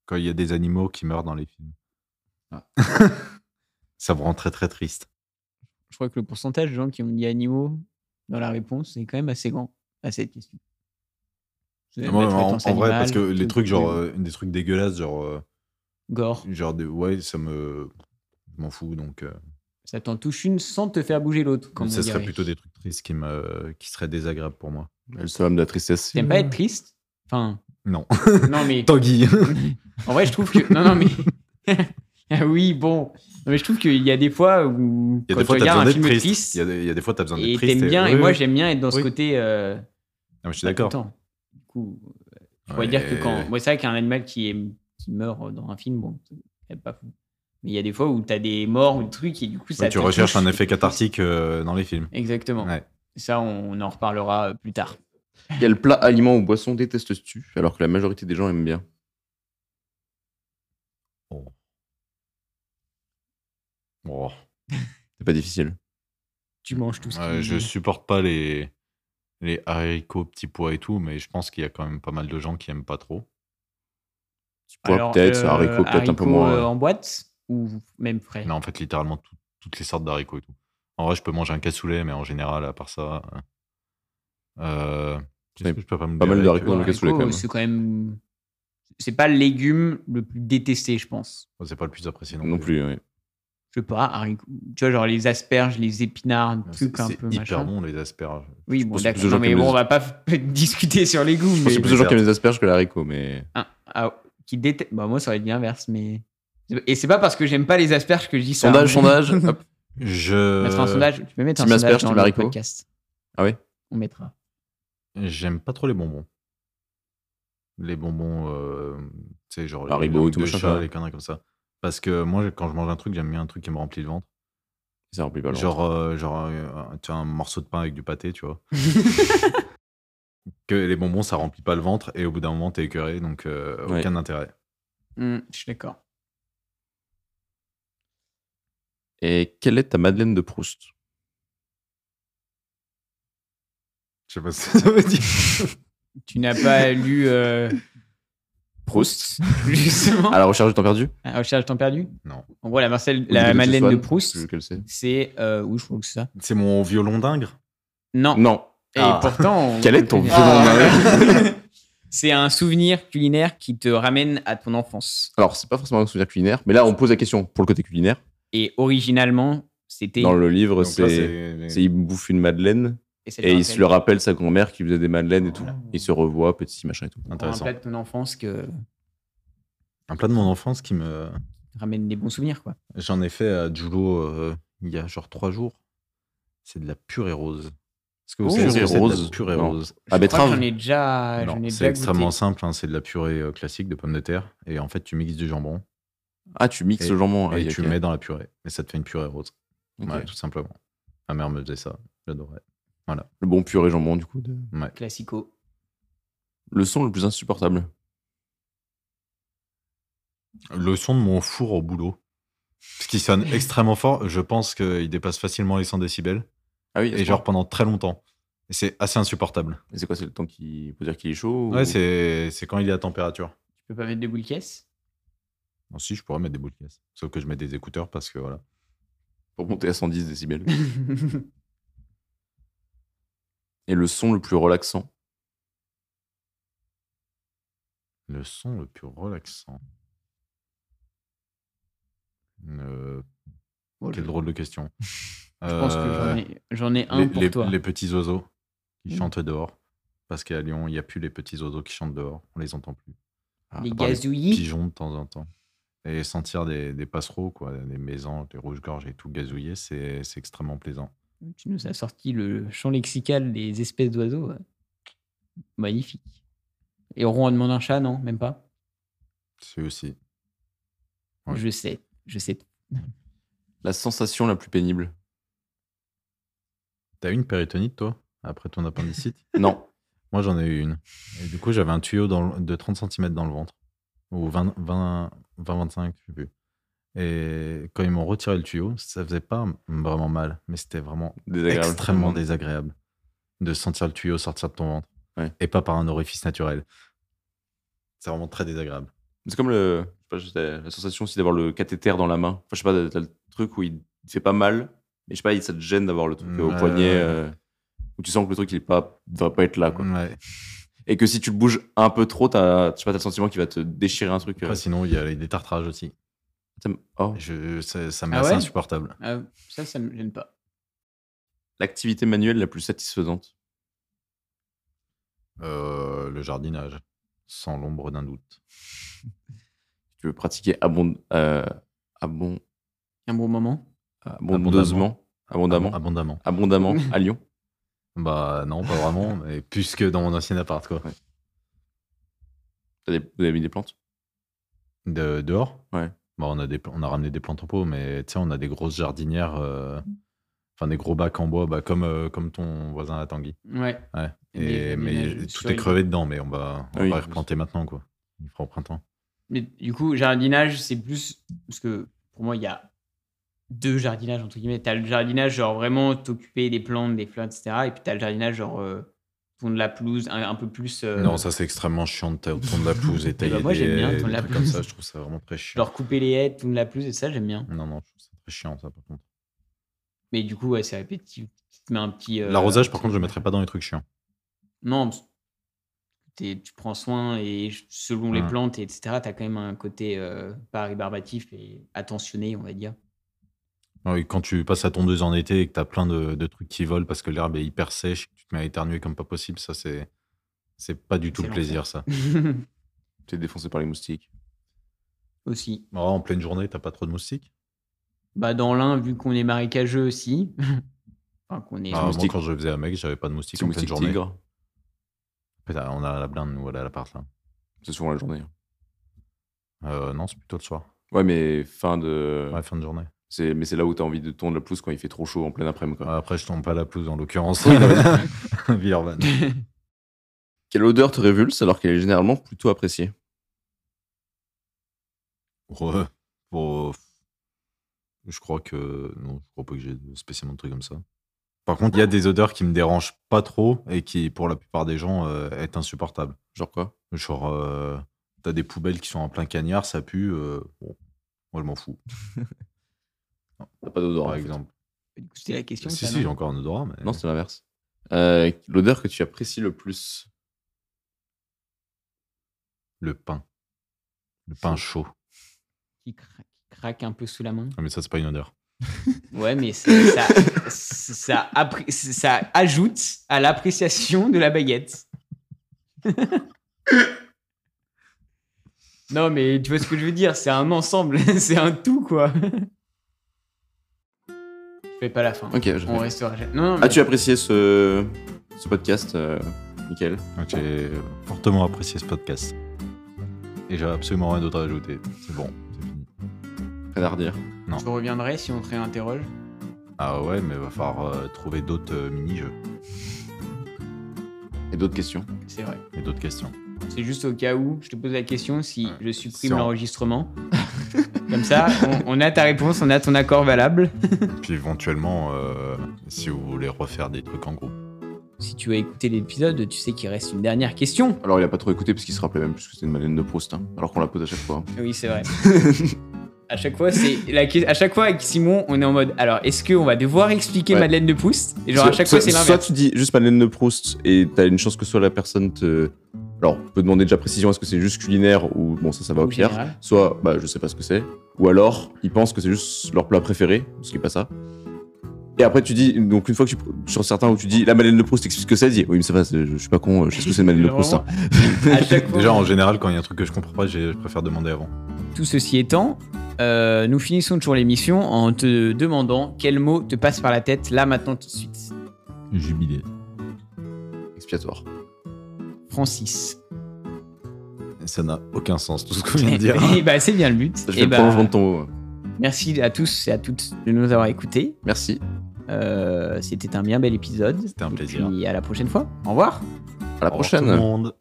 [SPEAKER 2] Quand il y a des animaux qui meurent dans les films. Ah. Ça me rend très très triste.
[SPEAKER 6] Je crois que le pourcentage de gens qui ont dit animaux dans la réponse est quand même assez grand à cette question. C'est
[SPEAKER 2] Ah, Moi, en,
[SPEAKER 6] maltraitance
[SPEAKER 2] en vrai,
[SPEAKER 6] animale,
[SPEAKER 2] parce que les
[SPEAKER 6] tout-
[SPEAKER 2] trucs, genre,
[SPEAKER 6] tout-
[SPEAKER 2] euh, des trucs dégueulasses, genre. euh,
[SPEAKER 6] Gore,
[SPEAKER 2] Genre, de, ouais, ça me. Je m'en fous, donc. euh,
[SPEAKER 6] ça t'en touche une sans te faire bouger l'autre. comme
[SPEAKER 2] ça
[SPEAKER 6] on
[SPEAKER 2] serait
[SPEAKER 6] dirait.
[SPEAKER 2] plutôt des trucs tristes qui, me, qui seraient désagréables pour moi.
[SPEAKER 7] Le summum de la tristesse. c'est-
[SPEAKER 6] T'aimes pas être triste Enfin.
[SPEAKER 2] Non.
[SPEAKER 6] Mm. Non, mais.
[SPEAKER 2] Tanguy
[SPEAKER 6] En vrai, je trouve que. Non, non, mais. ah oui, bon. Non, mais je trouve qu'il y a des fois où.
[SPEAKER 2] Il y a
[SPEAKER 6] quand
[SPEAKER 2] des fois,
[SPEAKER 6] tu
[SPEAKER 2] t'as
[SPEAKER 6] regardes
[SPEAKER 2] besoin
[SPEAKER 6] un
[SPEAKER 2] d'être
[SPEAKER 6] film
[SPEAKER 2] triste.
[SPEAKER 6] triste.
[SPEAKER 2] Il y a des- il y a des fois, t'as besoin d'être
[SPEAKER 6] Et
[SPEAKER 2] triste.
[SPEAKER 6] t'aimes bien,
[SPEAKER 2] oui,
[SPEAKER 6] et moi
[SPEAKER 2] oui.
[SPEAKER 6] j'aime bien être dans ce
[SPEAKER 2] Oui.
[SPEAKER 6] côté. euh,
[SPEAKER 2] Non, mais je suis d'accord.
[SPEAKER 6] content. Du coup, je pourrais
[SPEAKER 2] Ouais,
[SPEAKER 6] dire que quand.
[SPEAKER 2] ouais.
[SPEAKER 6] Moi, c'est vrai qu'un animal qui, est... qui meurt dans un film, bon, c'est quand même pas fou. Mais il y a des fois où t'as des morts ou des trucs et du coup, ça.
[SPEAKER 2] Ouais, tu
[SPEAKER 6] te
[SPEAKER 2] recherches
[SPEAKER 6] touche
[SPEAKER 2] un
[SPEAKER 6] et
[SPEAKER 2] effet
[SPEAKER 6] t'es triste.
[SPEAKER 2] cathartique euh, dans les films.
[SPEAKER 6] Exactement.
[SPEAKER 2] Ouais.
[SPEAKER 6] Ça, on en reparlera euh, plus tard.
[SPEAKER 7] Quel plat, aliment ou boisson détestes-tu alors que la majorité des gens aiment bien
[SPEAKER 2] Oh.
[SPEAKER 7] C'est pas difficile.
[SPEAKER 6] Tu manges tout ça.
[SPEAKER 2] Ouais, je supporte pas les, les haricots petits pois et tout, mais je pense qu'il y a quand même pas mal de gens qui aiment pas trop.
[SPEAKER 7] Petit pois, peut-être,
[SPEAKER 6] euh,
[SPEAKER 7] haricots, peut-être un peu moins. euh,
[SPEAKER 6] en boîte ou même frais
[SPEAKER 2] Mais en fait, littéralement, tout- toutes les sortes d'haricots et tout. En vrai, je peux manger un cassoulet, mais en général, à part ça. euh, Euh,
[SPEAKER 7] Mais
[SPEAKER 2] qu'est-ce que je peux pas me
[SPEAKER 7] pas
[SPEAKER 2] dire
[SPEAKER 7] mal
[SPEAKER 2] avec,
[SPEAKER 7] d'haricots dans
[SPEAKER 2] euh,
[SPEAKER 7] le cassoulet, quand même. hein.
[SPEAKER 6] C'est quand même. C'est pas le légume le plus détesté, je pense.
[SPEAKER 2] C'est pas le plus apprécié non,
[SPEAKER 7] Non plus, ouais.
[SPEAKER 6] Je sais pas, haricots. Tu vois, genre les asperges, les épinards,
[SPEAKER 2] C'est-
[SPEAKER 6] truc un
[SPEAKER 2] Euh, C'est
[SPEAKER 6] peu
[SPEAKER 2] hyper
[SPEAKER 6] machin.
[SPEAKER 2] bon, les asperges.
[SPEAKER 6] Oui,
[SPEAKER 7] Je
[SPEAKER 6] bon,
[SPEAKER 7] pense que
[SPEAKER 6] d'accord.
[SPEAKER 7] c'est
[SPEAKER 6] Non,
[SPEAKER 7] genre
[SPEAKER 6] mais
[SPEAKER 7] comme
[SPEAKER 6] bon,
[SPEAKER 7] les-
[SPEAKER 6] on va pas f- discuter sur les goûts.
[SPEAKER 7] Je pense que
[SPEAKER 6] Mais...
[SPEAKER 7] c'est plus aux gens qui aiment les asperges que les haricots, mais.
[SPEAKER 6] Un- ah, qui déteste. Bah, moi, ça aurait été l'inverse, mais. Et c'est pas parce que j'aime pas les asperges que je dis ça.
[SPEAKER 7] Sondage, sondage. hop.
[SPEAKER 2] Je.
[SPEAKER 6] Mettre un sondage. Tu peux mettre un
[SPEAKER 7] Team
[SPEAKER 6] sondage
[SPEAKER 7] asperge,
[SPEAKER 6] dans
[SPEAKER 7] team
[SPEAKER 6] le
[SPEAKER 7] haricot.
[SPEAKER 6] podcast.
[SPEAKER 7] Ah ouais
[SPEAKER 6] On mettra.
[SPEAKER 2] J'aime pas trop les bonbons. Les bonbons, euh, tu sais, genre les
[SPEAKER 7] Haribo
[SPEAKER 2] langues
[SPEAKER 7] et tout
[SPEAKER 2] de
[SPEAKER 7] machin,
[SPEAKER 2] chat,
[SPEAKER 7] ouais.
[SPEAKER 2] les conneries comme ça. Parce que moi, quand je mange un truc, j'aime bien un truc qui me remplit le ventre.
[SPEAKER 7] Ça remplit pas le ventre.
[SPEAKER 2] genre, euh, genre euh, tu vois, un morceau de pain avec du pâté, tu vois. que les bonbons, ça remplit pas le ventre et au bout d'un moment, t'es écœuré, donc euh,
[SPEAKER 7] Ouais.
[SPEAKER 2] aucun intérêt.
[SPEAKER 6] Hmm, je suis d'accord.
[SPEAKER 2] euh,
[SPEAKER 7] Et quelle est ta Madeleine de Proust
[SPEAKER 2] Je sais pas ce que ça veut dire.
[SPEAKER 6] Tu n'as pas lu. euh,
[SPEAKER 7] Proust
[SPEAKER 6] Justement.
[SPEAKER 7] À la recherche du temps perdu
[SPEAKER 6] Ah, Recherche temps perdu
[SPEAKER 2] Non.
[SPEAKER 6] En gros, la, Marcel,
[SPEAKER 7] Ou
[SPEAKER 6] la
[SPEAKER 7] Jules
[SPEAKER 6] Madeleine de
[SPEAKER 7] Swann Je sais
[SPEAKER 6] Proust,
[SPEAKER 7] lequel c'est.
[SPEAKER 6] c'est. Euh, oui, je crois que c'est ça.
[SPEAKER 2] C'est mon violon d'ingre
[SPEAKER 6] Non.
[SPEAKER 7] Non.
[SPEAKER 6] Et
[SPEAKER 2] Ah.
[SPEAKER 6] pourtant. on-
[SPEAKER 7] Quel est ton violon
[SPEAKER 6] C'est un souvenir culinaire qui te ramène à ton enfance.
[SPEAKER 7] Alors, c'est pas forcément un souvenir culinaire, mais là, on pose la question pour le côté culinaire.
[SPEAKER 6] Et originalement, c'était.
[SPEAKER 7] Dans le livre,
[SPEAKER 2] Donc là,
[SPEAKER 7] c'est. c'est Il bouffe une Madeleine
[SPEAKER 6] ça te
[SPEAKER 7] Et il
[SPEAKER 6] rappelle
[SPEAKER 7] se le rappelle, sa grand-mère qui faisait des madeleines et tout. Il se revoit, petit machin et tout.
[SPEAKER 6] un
[SPEAKER 2] Intéressant.
[SPEAKER 6] plat de ton enfance que
[SPEAKER 2] Un plat de mon enfance qui me.
[SPEAKER 6] te ramène des bons souvenirs, quoi.
[SPEAKER 2] J'en ai fait à Julo euh, il y a genre trois jours. C'est de la purée rose. Est-ce que vous
[SPEAKER 6] Oh.
[SPEAKER 2] savez ce que
[SPEAKER 7] Purée
[SPEAKER 2] c'est de la
[SPEAKER 7] rose
[SPEAKER 2] purée
[SPEAKER 7] Non.
[SPEAKER 2] rose Ah,
[SPEAKER 7] Ah,
[SPEAKER 6] Je crois que
[SPEAKER 7] betterave
[SPEAKER 6] J'en ai déjà, j'en ai
[SPEAKER 2] Non,
[SPEAKER 6] déjà
[SPEAKER 2] c'est
[SPEAKER 6] goûté.
[SPEAKER 2] extrêmement simple. hein, c'est de la purée euh, classique de pommes de terre. Et en fait, tu mixes du jambon
[SPEAKER 7] Ah, tu mixes
[SPEAKER 2] Et-
[SPEAKER 7] le jambon.
[SPEAKER 2] et
[SPEAKER 7] Ah,
[SPEAKER 2] tu
[SPEAKER 7] ok.
[SPEAKER 2] mets dans la purée. Et ça te fait une purée rose.
[SPEAKER 7] Ok.
[SPEAKER 2] Ouais, tout simplement. Ma mère me faisait ça. J'adorais.
[SPEAKER 7] Le bon purée jambon, du coup. de-
[SPEAKER 6] Classico.
[SPEAKER 7] Le son le plus insupportable.
[SPEAKER 2] Le son de mon four au boulot. Parce qu'il sonne extrêmement fort. Je pense qu'il dépasse facilement les 100 décibels.
[SPEAKER 7] Ah oui, à ce
[SPEAKER 2] Et genre pendant très longtemps. Et c'est assez insupportable.
[SPEAKER 7] point. Et C'est quoi C'est le temps qui. Faut dire qu'il est chaud ou-
[SPEAKER 2] Ouais, c'est c'est quand il est à température.
[SPEAKER 6] Tu peux pas mettre de boules caisse
[SPEAKER 2] Non, si, je pourrais mettre des boules de caisse. Sauf que je mets des écouteurs parce que voilà.
[SPEAKER 7] Pour monter à 110 décibels. Et le son le plus relaxant.
[SPEAKER 2] Le son le plus relaxant. Euh,
[SPEAKER 6] Oh, je-
[SPEAKER 2] quelle drôle de question. Euh,
[SPEAKER 6] Je pense que j'en ai, j'en ai un
[SPEAKER 2] les,
[SPEAKER 6] pour
[SPEAKER 2] les-
[SPEAKER 6] toi.
[SPEAKER 2] les petits oiseaux qui
[SPEAKER 6] Mm.
[SPEAKER 2] chantent dehors. Parce qu'à Lyon, il n'y a plus les petits oiseaux qui chantent dehors. On les entend plus.
[SPEAKER 7] Ah,
[SPEAKER 6] Les
[SPEAKER 2] à part les
[SPEAKER 6] gazouillis.
[SPEAKER 2] Pigeons de temps en temps. Et sentir des, des passereaux, quoi, des mésanges, des rouges-gorges et tout gazouiller, c'est c'est extrêmement plaisant.
[SPEAKER 6] Tu nous as sorti le champ lexical des espèces d'oiseaux. hein. Magnifique. Et on demande un chat, non Même pas
[SPEAKER 2] C'est aussi. Ouais.
[SPEAKER 6] Je sais. Je sais.
[SPEAKER 7] La sensation la plus pénible.
[SPEAKER 2] T'as eu une péritonite, toi, après ton appendicite
[SPEAKER 7] Non.
[SPEAKER 2] Moi, j'en ai eu une. Et du coup, j'avais un tuyau dans le- de 30 cm dans le ventre. Ou 20, 20, 20, 25, je sais plus. Et quand ils m'ont retiré le tuyau, ça faisait pas vraiment mal, mais c'était vraiment
[SPEAKER 7] Désagréable. Mmh.
[SPEAKER 2] extrêmement désagréable de sentir le tuyau sortir de ton ventre.
[SPEAKER 7] Ouais.
[SPEAKER 2] Et pas par un orifice naturel. C'est vraiment très désagréable.
[SPEAKER 7] C'est comme le, je sais pas, la la sensation aussi d'avoir le cathéter dans la main. Enfin, je sais pas, t'as le truc où il te fait pas mal, mais je sais pas, il- ça te gêne d'avoir le truc
[SPEAKER 2] Mm,
[SPEAKER 7] au
[SPEAKER 2] ouais,
[SPEAKER 7] poignet,
[SPEAKER 2] ouais.
[SPEAKER 7] euh, où tu sens que le truc il est pas, va pas être là, Ah, quoi.
[SPEAKER 2] Ouais.
[SPEAKER 7] Et que si tu le bouges un peu trop, t'as, je sais pas, t'as le sentiment qu'il va te déchirer un truc. euh,
[SPEAKER 2] Après, sinon, il y a les détartrages aussi.
[SPEAKER 7] ça me- oh.
[SPEAKER 2] Je, ça ça m'est
[SPEAKER 6] Ah
[SPEAKER 2] assez
[SPEAKER 6] ouais
[SPEAKER 2] insupportable.
[SPEAKER 6] Ah, ça, ça me gêne pas.
[SPEAKER 7] L'activité manuelle la plus satisfaisante.
[SPEAKER 2] Euh, le jardinage, sans l'ombre d'un doute.
[SPEAKER 7] Tu veux pratiquer abond, euh, abond,
[SPEAKER 6] Un bon moment.
[SPEAKER 7] abondeusement, abondamment,
[SPEAKER 2] Abondamment.
[SPEAKER 7] abondamment à Lyon.
[SPEAKER 2] Bah non, pas vraiment, mais plus que dans mon ancien appart, quoi.
[SPEAKER 7] T'as des- Vous avez mis des plantes.
[SPEAKER 2] De, dehors
[SPEAKER 7] Ouais.
[SPEAKER 2] Bah, on, a des, pla- on a ramené des plantes en pot, mais tu sais, on a des grosses jardinières, euh, enfin des gros bacs en bois, bah, comme, euh, comme ton voisin à Tanguy.
[SPEAKER 6] Ouais.
[SPEAKER 2] Ouais.
[SPEAKER 6] Et des
[SPEAKER 2] Et, mais
[SPEAKER 6] jardinages
[SPEAKER 2] tout
[SPEAKER 6] sur
[SPEAKER 2] est
[SPEAKER 6] une-
[SPEAKER 2] crevé dedans, mais on va, on
[SPEAKER 7] Oui.
[SPEAKER 2] va y replanter maintenant, quoi. Il fera au printemps.
[SPEAKER 6] Mais du coup, jardinage, c'est plus. Parce que pour moi, il y a deux jardinages, entre guillemets. T'as le jardinage, genre vraiment t'occuper des plantes, des fleurs, etc. Et puis t'as le jardinage, genre euh, tourner la pelouse, un, un peu plus. euh,
[SPEAKER 2] Non, ça c'est extrêmement chiant de ta- tourner de la pelouse et
[SPEAKER 6] bah,
[SPEAKER 2] tailler
[SPEAKER 6] moi,
[SPEAKER 2] des,
[SPEAKER 6] j'aime bien
[SPEAKER 2] des
[SPEAKER 6] tourner la
[SPEAKER 2] trucs comme
[SPEAKER 6] pelouse.
[SPEAKER 2] ça, je trouve ça vraiment très chiant.
[SPEAKER 6] Genre couper les haies, tourner la pelouse, et ça, j'aime bien.
[SPEAKER 2] Non, non, je trouve ça très chiant, ça, par contre.
[SPEAKER 6] Mais du coup, ouais, c'est répétitif. Tu te mets un petit. euh,
[SPEAKER 2] L'arrosage, par contre, je ne mettrais pas dans les trucs chiants.
[SPEAKER 6] Non, parce que t'es- tu prends soin et je- selon les
[SPEAKER 2] Ouais.
[SPEAKER 6] plantes, etc., tu as quand même un côté euh, pas rébarbatif et attentionné, on va dire.
[SPEAKER 2] Oui, quand tu passes à tondeuse en été et que tu as plein de, de trucs qui volent parce que l'herbe est hyper sèche, et que tu te mets à éternuer comme pas possible, ça c'est c'est pas du tout
[SPEAKER 6] C'est
[SPEAKER 2] le plaisir ça.
[SPEAKER 7] T'es défoncé par les moustiques.
[SPEAKER 6] aussi.
[SPEAKER 2] Oh, en pleine journée, t'as pas trop de moustiques.
[SPEAKER 6] Bah, dans l'un, vu qu'on est marécageux aussi, enfin, qu'on est.
[SPEAKER 2] Ah, moi
[SPEAKER 7] moustiques.
[SPEAKER 2] quand je faisais à mec, j'avais pas de moustiques
[SPEAKER 7] Petit
[SPEAKER 2] en pleine
[SPEAKER 7] moustique
[SPEAKER 2] journée.
[SPEAKER 7] tigre.
[SPEAKER 2] Putain, on a la blinde nous à l'appart là.
[SPEAKER 7] C'est souvent la journée. hein.
[SPEAKER 2] Euh, non, c'est plutôt le soir.
[SPEAKER 7] Ouais, mais fin de.
[SPEAKER 2] Ouais, fin de journée.
[SPEAKER 7] C'est, mais c'est là où t'as envie de tourner la pelouse quand il fait trop chaud en plein après-midi. quoi.
[SPEAKER 2] Après, je tombe pas à la pelouse en l'occurrence.
[SPEAKER 7] bah. Oui, non, mais-
[SPEAKER 2] Villeurbanne.
[SPEAKER 7] Quelle odeur te révulse alors qu'elle est généralement plutôt appréciée
[SPEAKER 2] Ouais, bon, Je crois que. Non, je crois pas que j'ai spécialement de trucs comme ça. Par contre, il y a des odeurs qui me dérangent pas trop et qui, pour la plupart des gens, euh, est insupportable.
[SPEAKER 7] Genre quoi
[SPEAKER 2] Genre, euh, t'as des poubelles qui sont en plein cagnard, ça pue. euh, bon, moi, je m'en fous,
[SPEAKER 7] T'as pas d'odeur. en
[SPEAKER 2] par
[SPEAKER 7] fait.
[SPEAKER 2] exemple.
[SPEAKER 6] Du coup, c'était la question.
[SPEAKER 2] Si,
[SPEAKER 6] ça,
[SPEAKER 2] si, j'ai
[SPEAKER 6] non
[SPEAKER 2] encore un odorat, mais.
[SPEAKER 7] Non, c'est l'inverse. Euh, l'odeur que tu apprécies le plus
[SPEAKER 2] le pain. Le pain chaud.
[SPEAKER 6] qui, cra- qui craque un peu sous la main.
[SPEAKER 2] Ah, mais ça, c'est pas une odeur.
[SPEAKER 6] Ouais, mais c'est- ça, ça, appré- ça ajoute à l'appréciation de la baguette. non, mais tu vois ce que je veux dire C'est un ensemble, c'est un tout, quoi. Je fais pas la fin.
[SPEAKER 7] Ok, Ah, je
[SPEAKER 6] On
[SPEAKER 7] fais.
[SPEAKER 6] restera. Non, non, mais-
[SPEAKER 7] As-tu apprécié ce, ce podcast, euh, Mickaël
[SPEAKER 2] Donc, J'ai fortement apprécié ce podcast. Et j'ai absolument rien d'autre à ajouter. C'est bon, c'est fini.
[SPEAKER 7] Rien à redire.
[SPEAKER 6] je reviendrai si on te réinterroge.
[SPEAKER 2] Ah ouais, mais va falloir euh, trouver d'autres euh, mini-jeux
[SPEAKER 7] Et d'autres questions
[SPEAKER 6] C'est vrai.
[SPEAKER 2] et d'autres questions.
[SPEAKER 6] C'est juste au cas où je te pose la question si je supprime
[SPEAKER 2] Sans.
[SPEAKER 6] l'enregistrement. Comme ça, on, on a ta réponse, on a ton accord valable.
[SPEAKER 2] Puis éventuellement, euh, si vous voulez refaire des trucs en groupe.
[SPEAKER 6] Si tu as écouté l'épisode, tu sais qu'il reste une dernière question.
[SPEAKER 7] Alors, il a pas trop écouté parce qu'il se rappelait même plus que c'était une madeleine de Proust, hein, alors qu'on la pose à chaque fois.
[SPEAKER 6] Oui, c'est vrai. à chaque fois, c'est la que- à chaque fois avec Simon, on est en mode. Alors, est-ce qu'on va devoir expliquer
[SPEAKER 7] Ouais.
[SPEAKER 6] Madeleine de Proust Et genre à
[SPEAKER 7] Soit-
[SPEAKER 6] chaque fois, c'est
[SPEAKER 7] soit- Soit
[SPEAKER 6] l'inverse.
[SPEAKER 7] tu dis juste Madeleine de Proust et t'as une chance que soit la personne te. Alors, on peut demander déjà précision, est-ce que c'est juste culinaire ou bon, ça, ça va au
[SPEAKER 6] Ou
[SPEAKER 7] pire.
[SPEAKER 6] général.
[SPEAKER 7] Soit, bah, je sais pas ce que c'est. Ou alors, ils pensent que c'est juste leur plat préféré, ce qui est pas ça. Et après, tu dis, donc une fois que tu. Sur certains où tu dis la Madeleine de Proust, explique ce que c'est, dis oui, mais ça va, c'est- je, je suis pas con, je sais ce que c'est une Madeleine de Proust. hein.
[SPEAKER 6] À chaque fois.
[SPEAKER 2] Déjà, en général, quand il y a un truc que je comprends pas, j'ai- je préfère demander avant.
[SPEAKER 6] Tout ceci étant, euh, nous finissons toujours l'émission en te demandant quel mot te passe par la tête là maintenant tout de suite.
[SPEAKER 2] Jubilé.
[SPEAKER 7] Expiatoire.
[SPEAKER 6] Francis.
[SPEAKER 2] Ça n'a aucun sens, tout ce qu'on vient de dire.
[SPEAKER 6] Et bah, c'est bien le but.
[SPEAKER 7] hein. Je
[SPEAKER 6] Eh
[SPEAKER 7] vais
[SPEAKER 6] bah,
[SPEAKER 7] prolongement de ton mot. ouais.
[SPEAKER 6] Merci à tous et à toutes de nous avoir écoutés.
[SPEAKER 7] Merci.
[SPEAKER 6] Euh, C'était un bien bel épisode.
[SPEAKER 2] C'était un
[SPEAKER 6] Et
[SPEAKER 2] plaisir.
[SPEAKER 6] puis à la prochaine fois. Au revoir.
[SPEAKER 7] À la
[SPEAKER 2] Au revoir
[SPEAKER 7] prochaine.
[SPEAKER 2] tout le monde.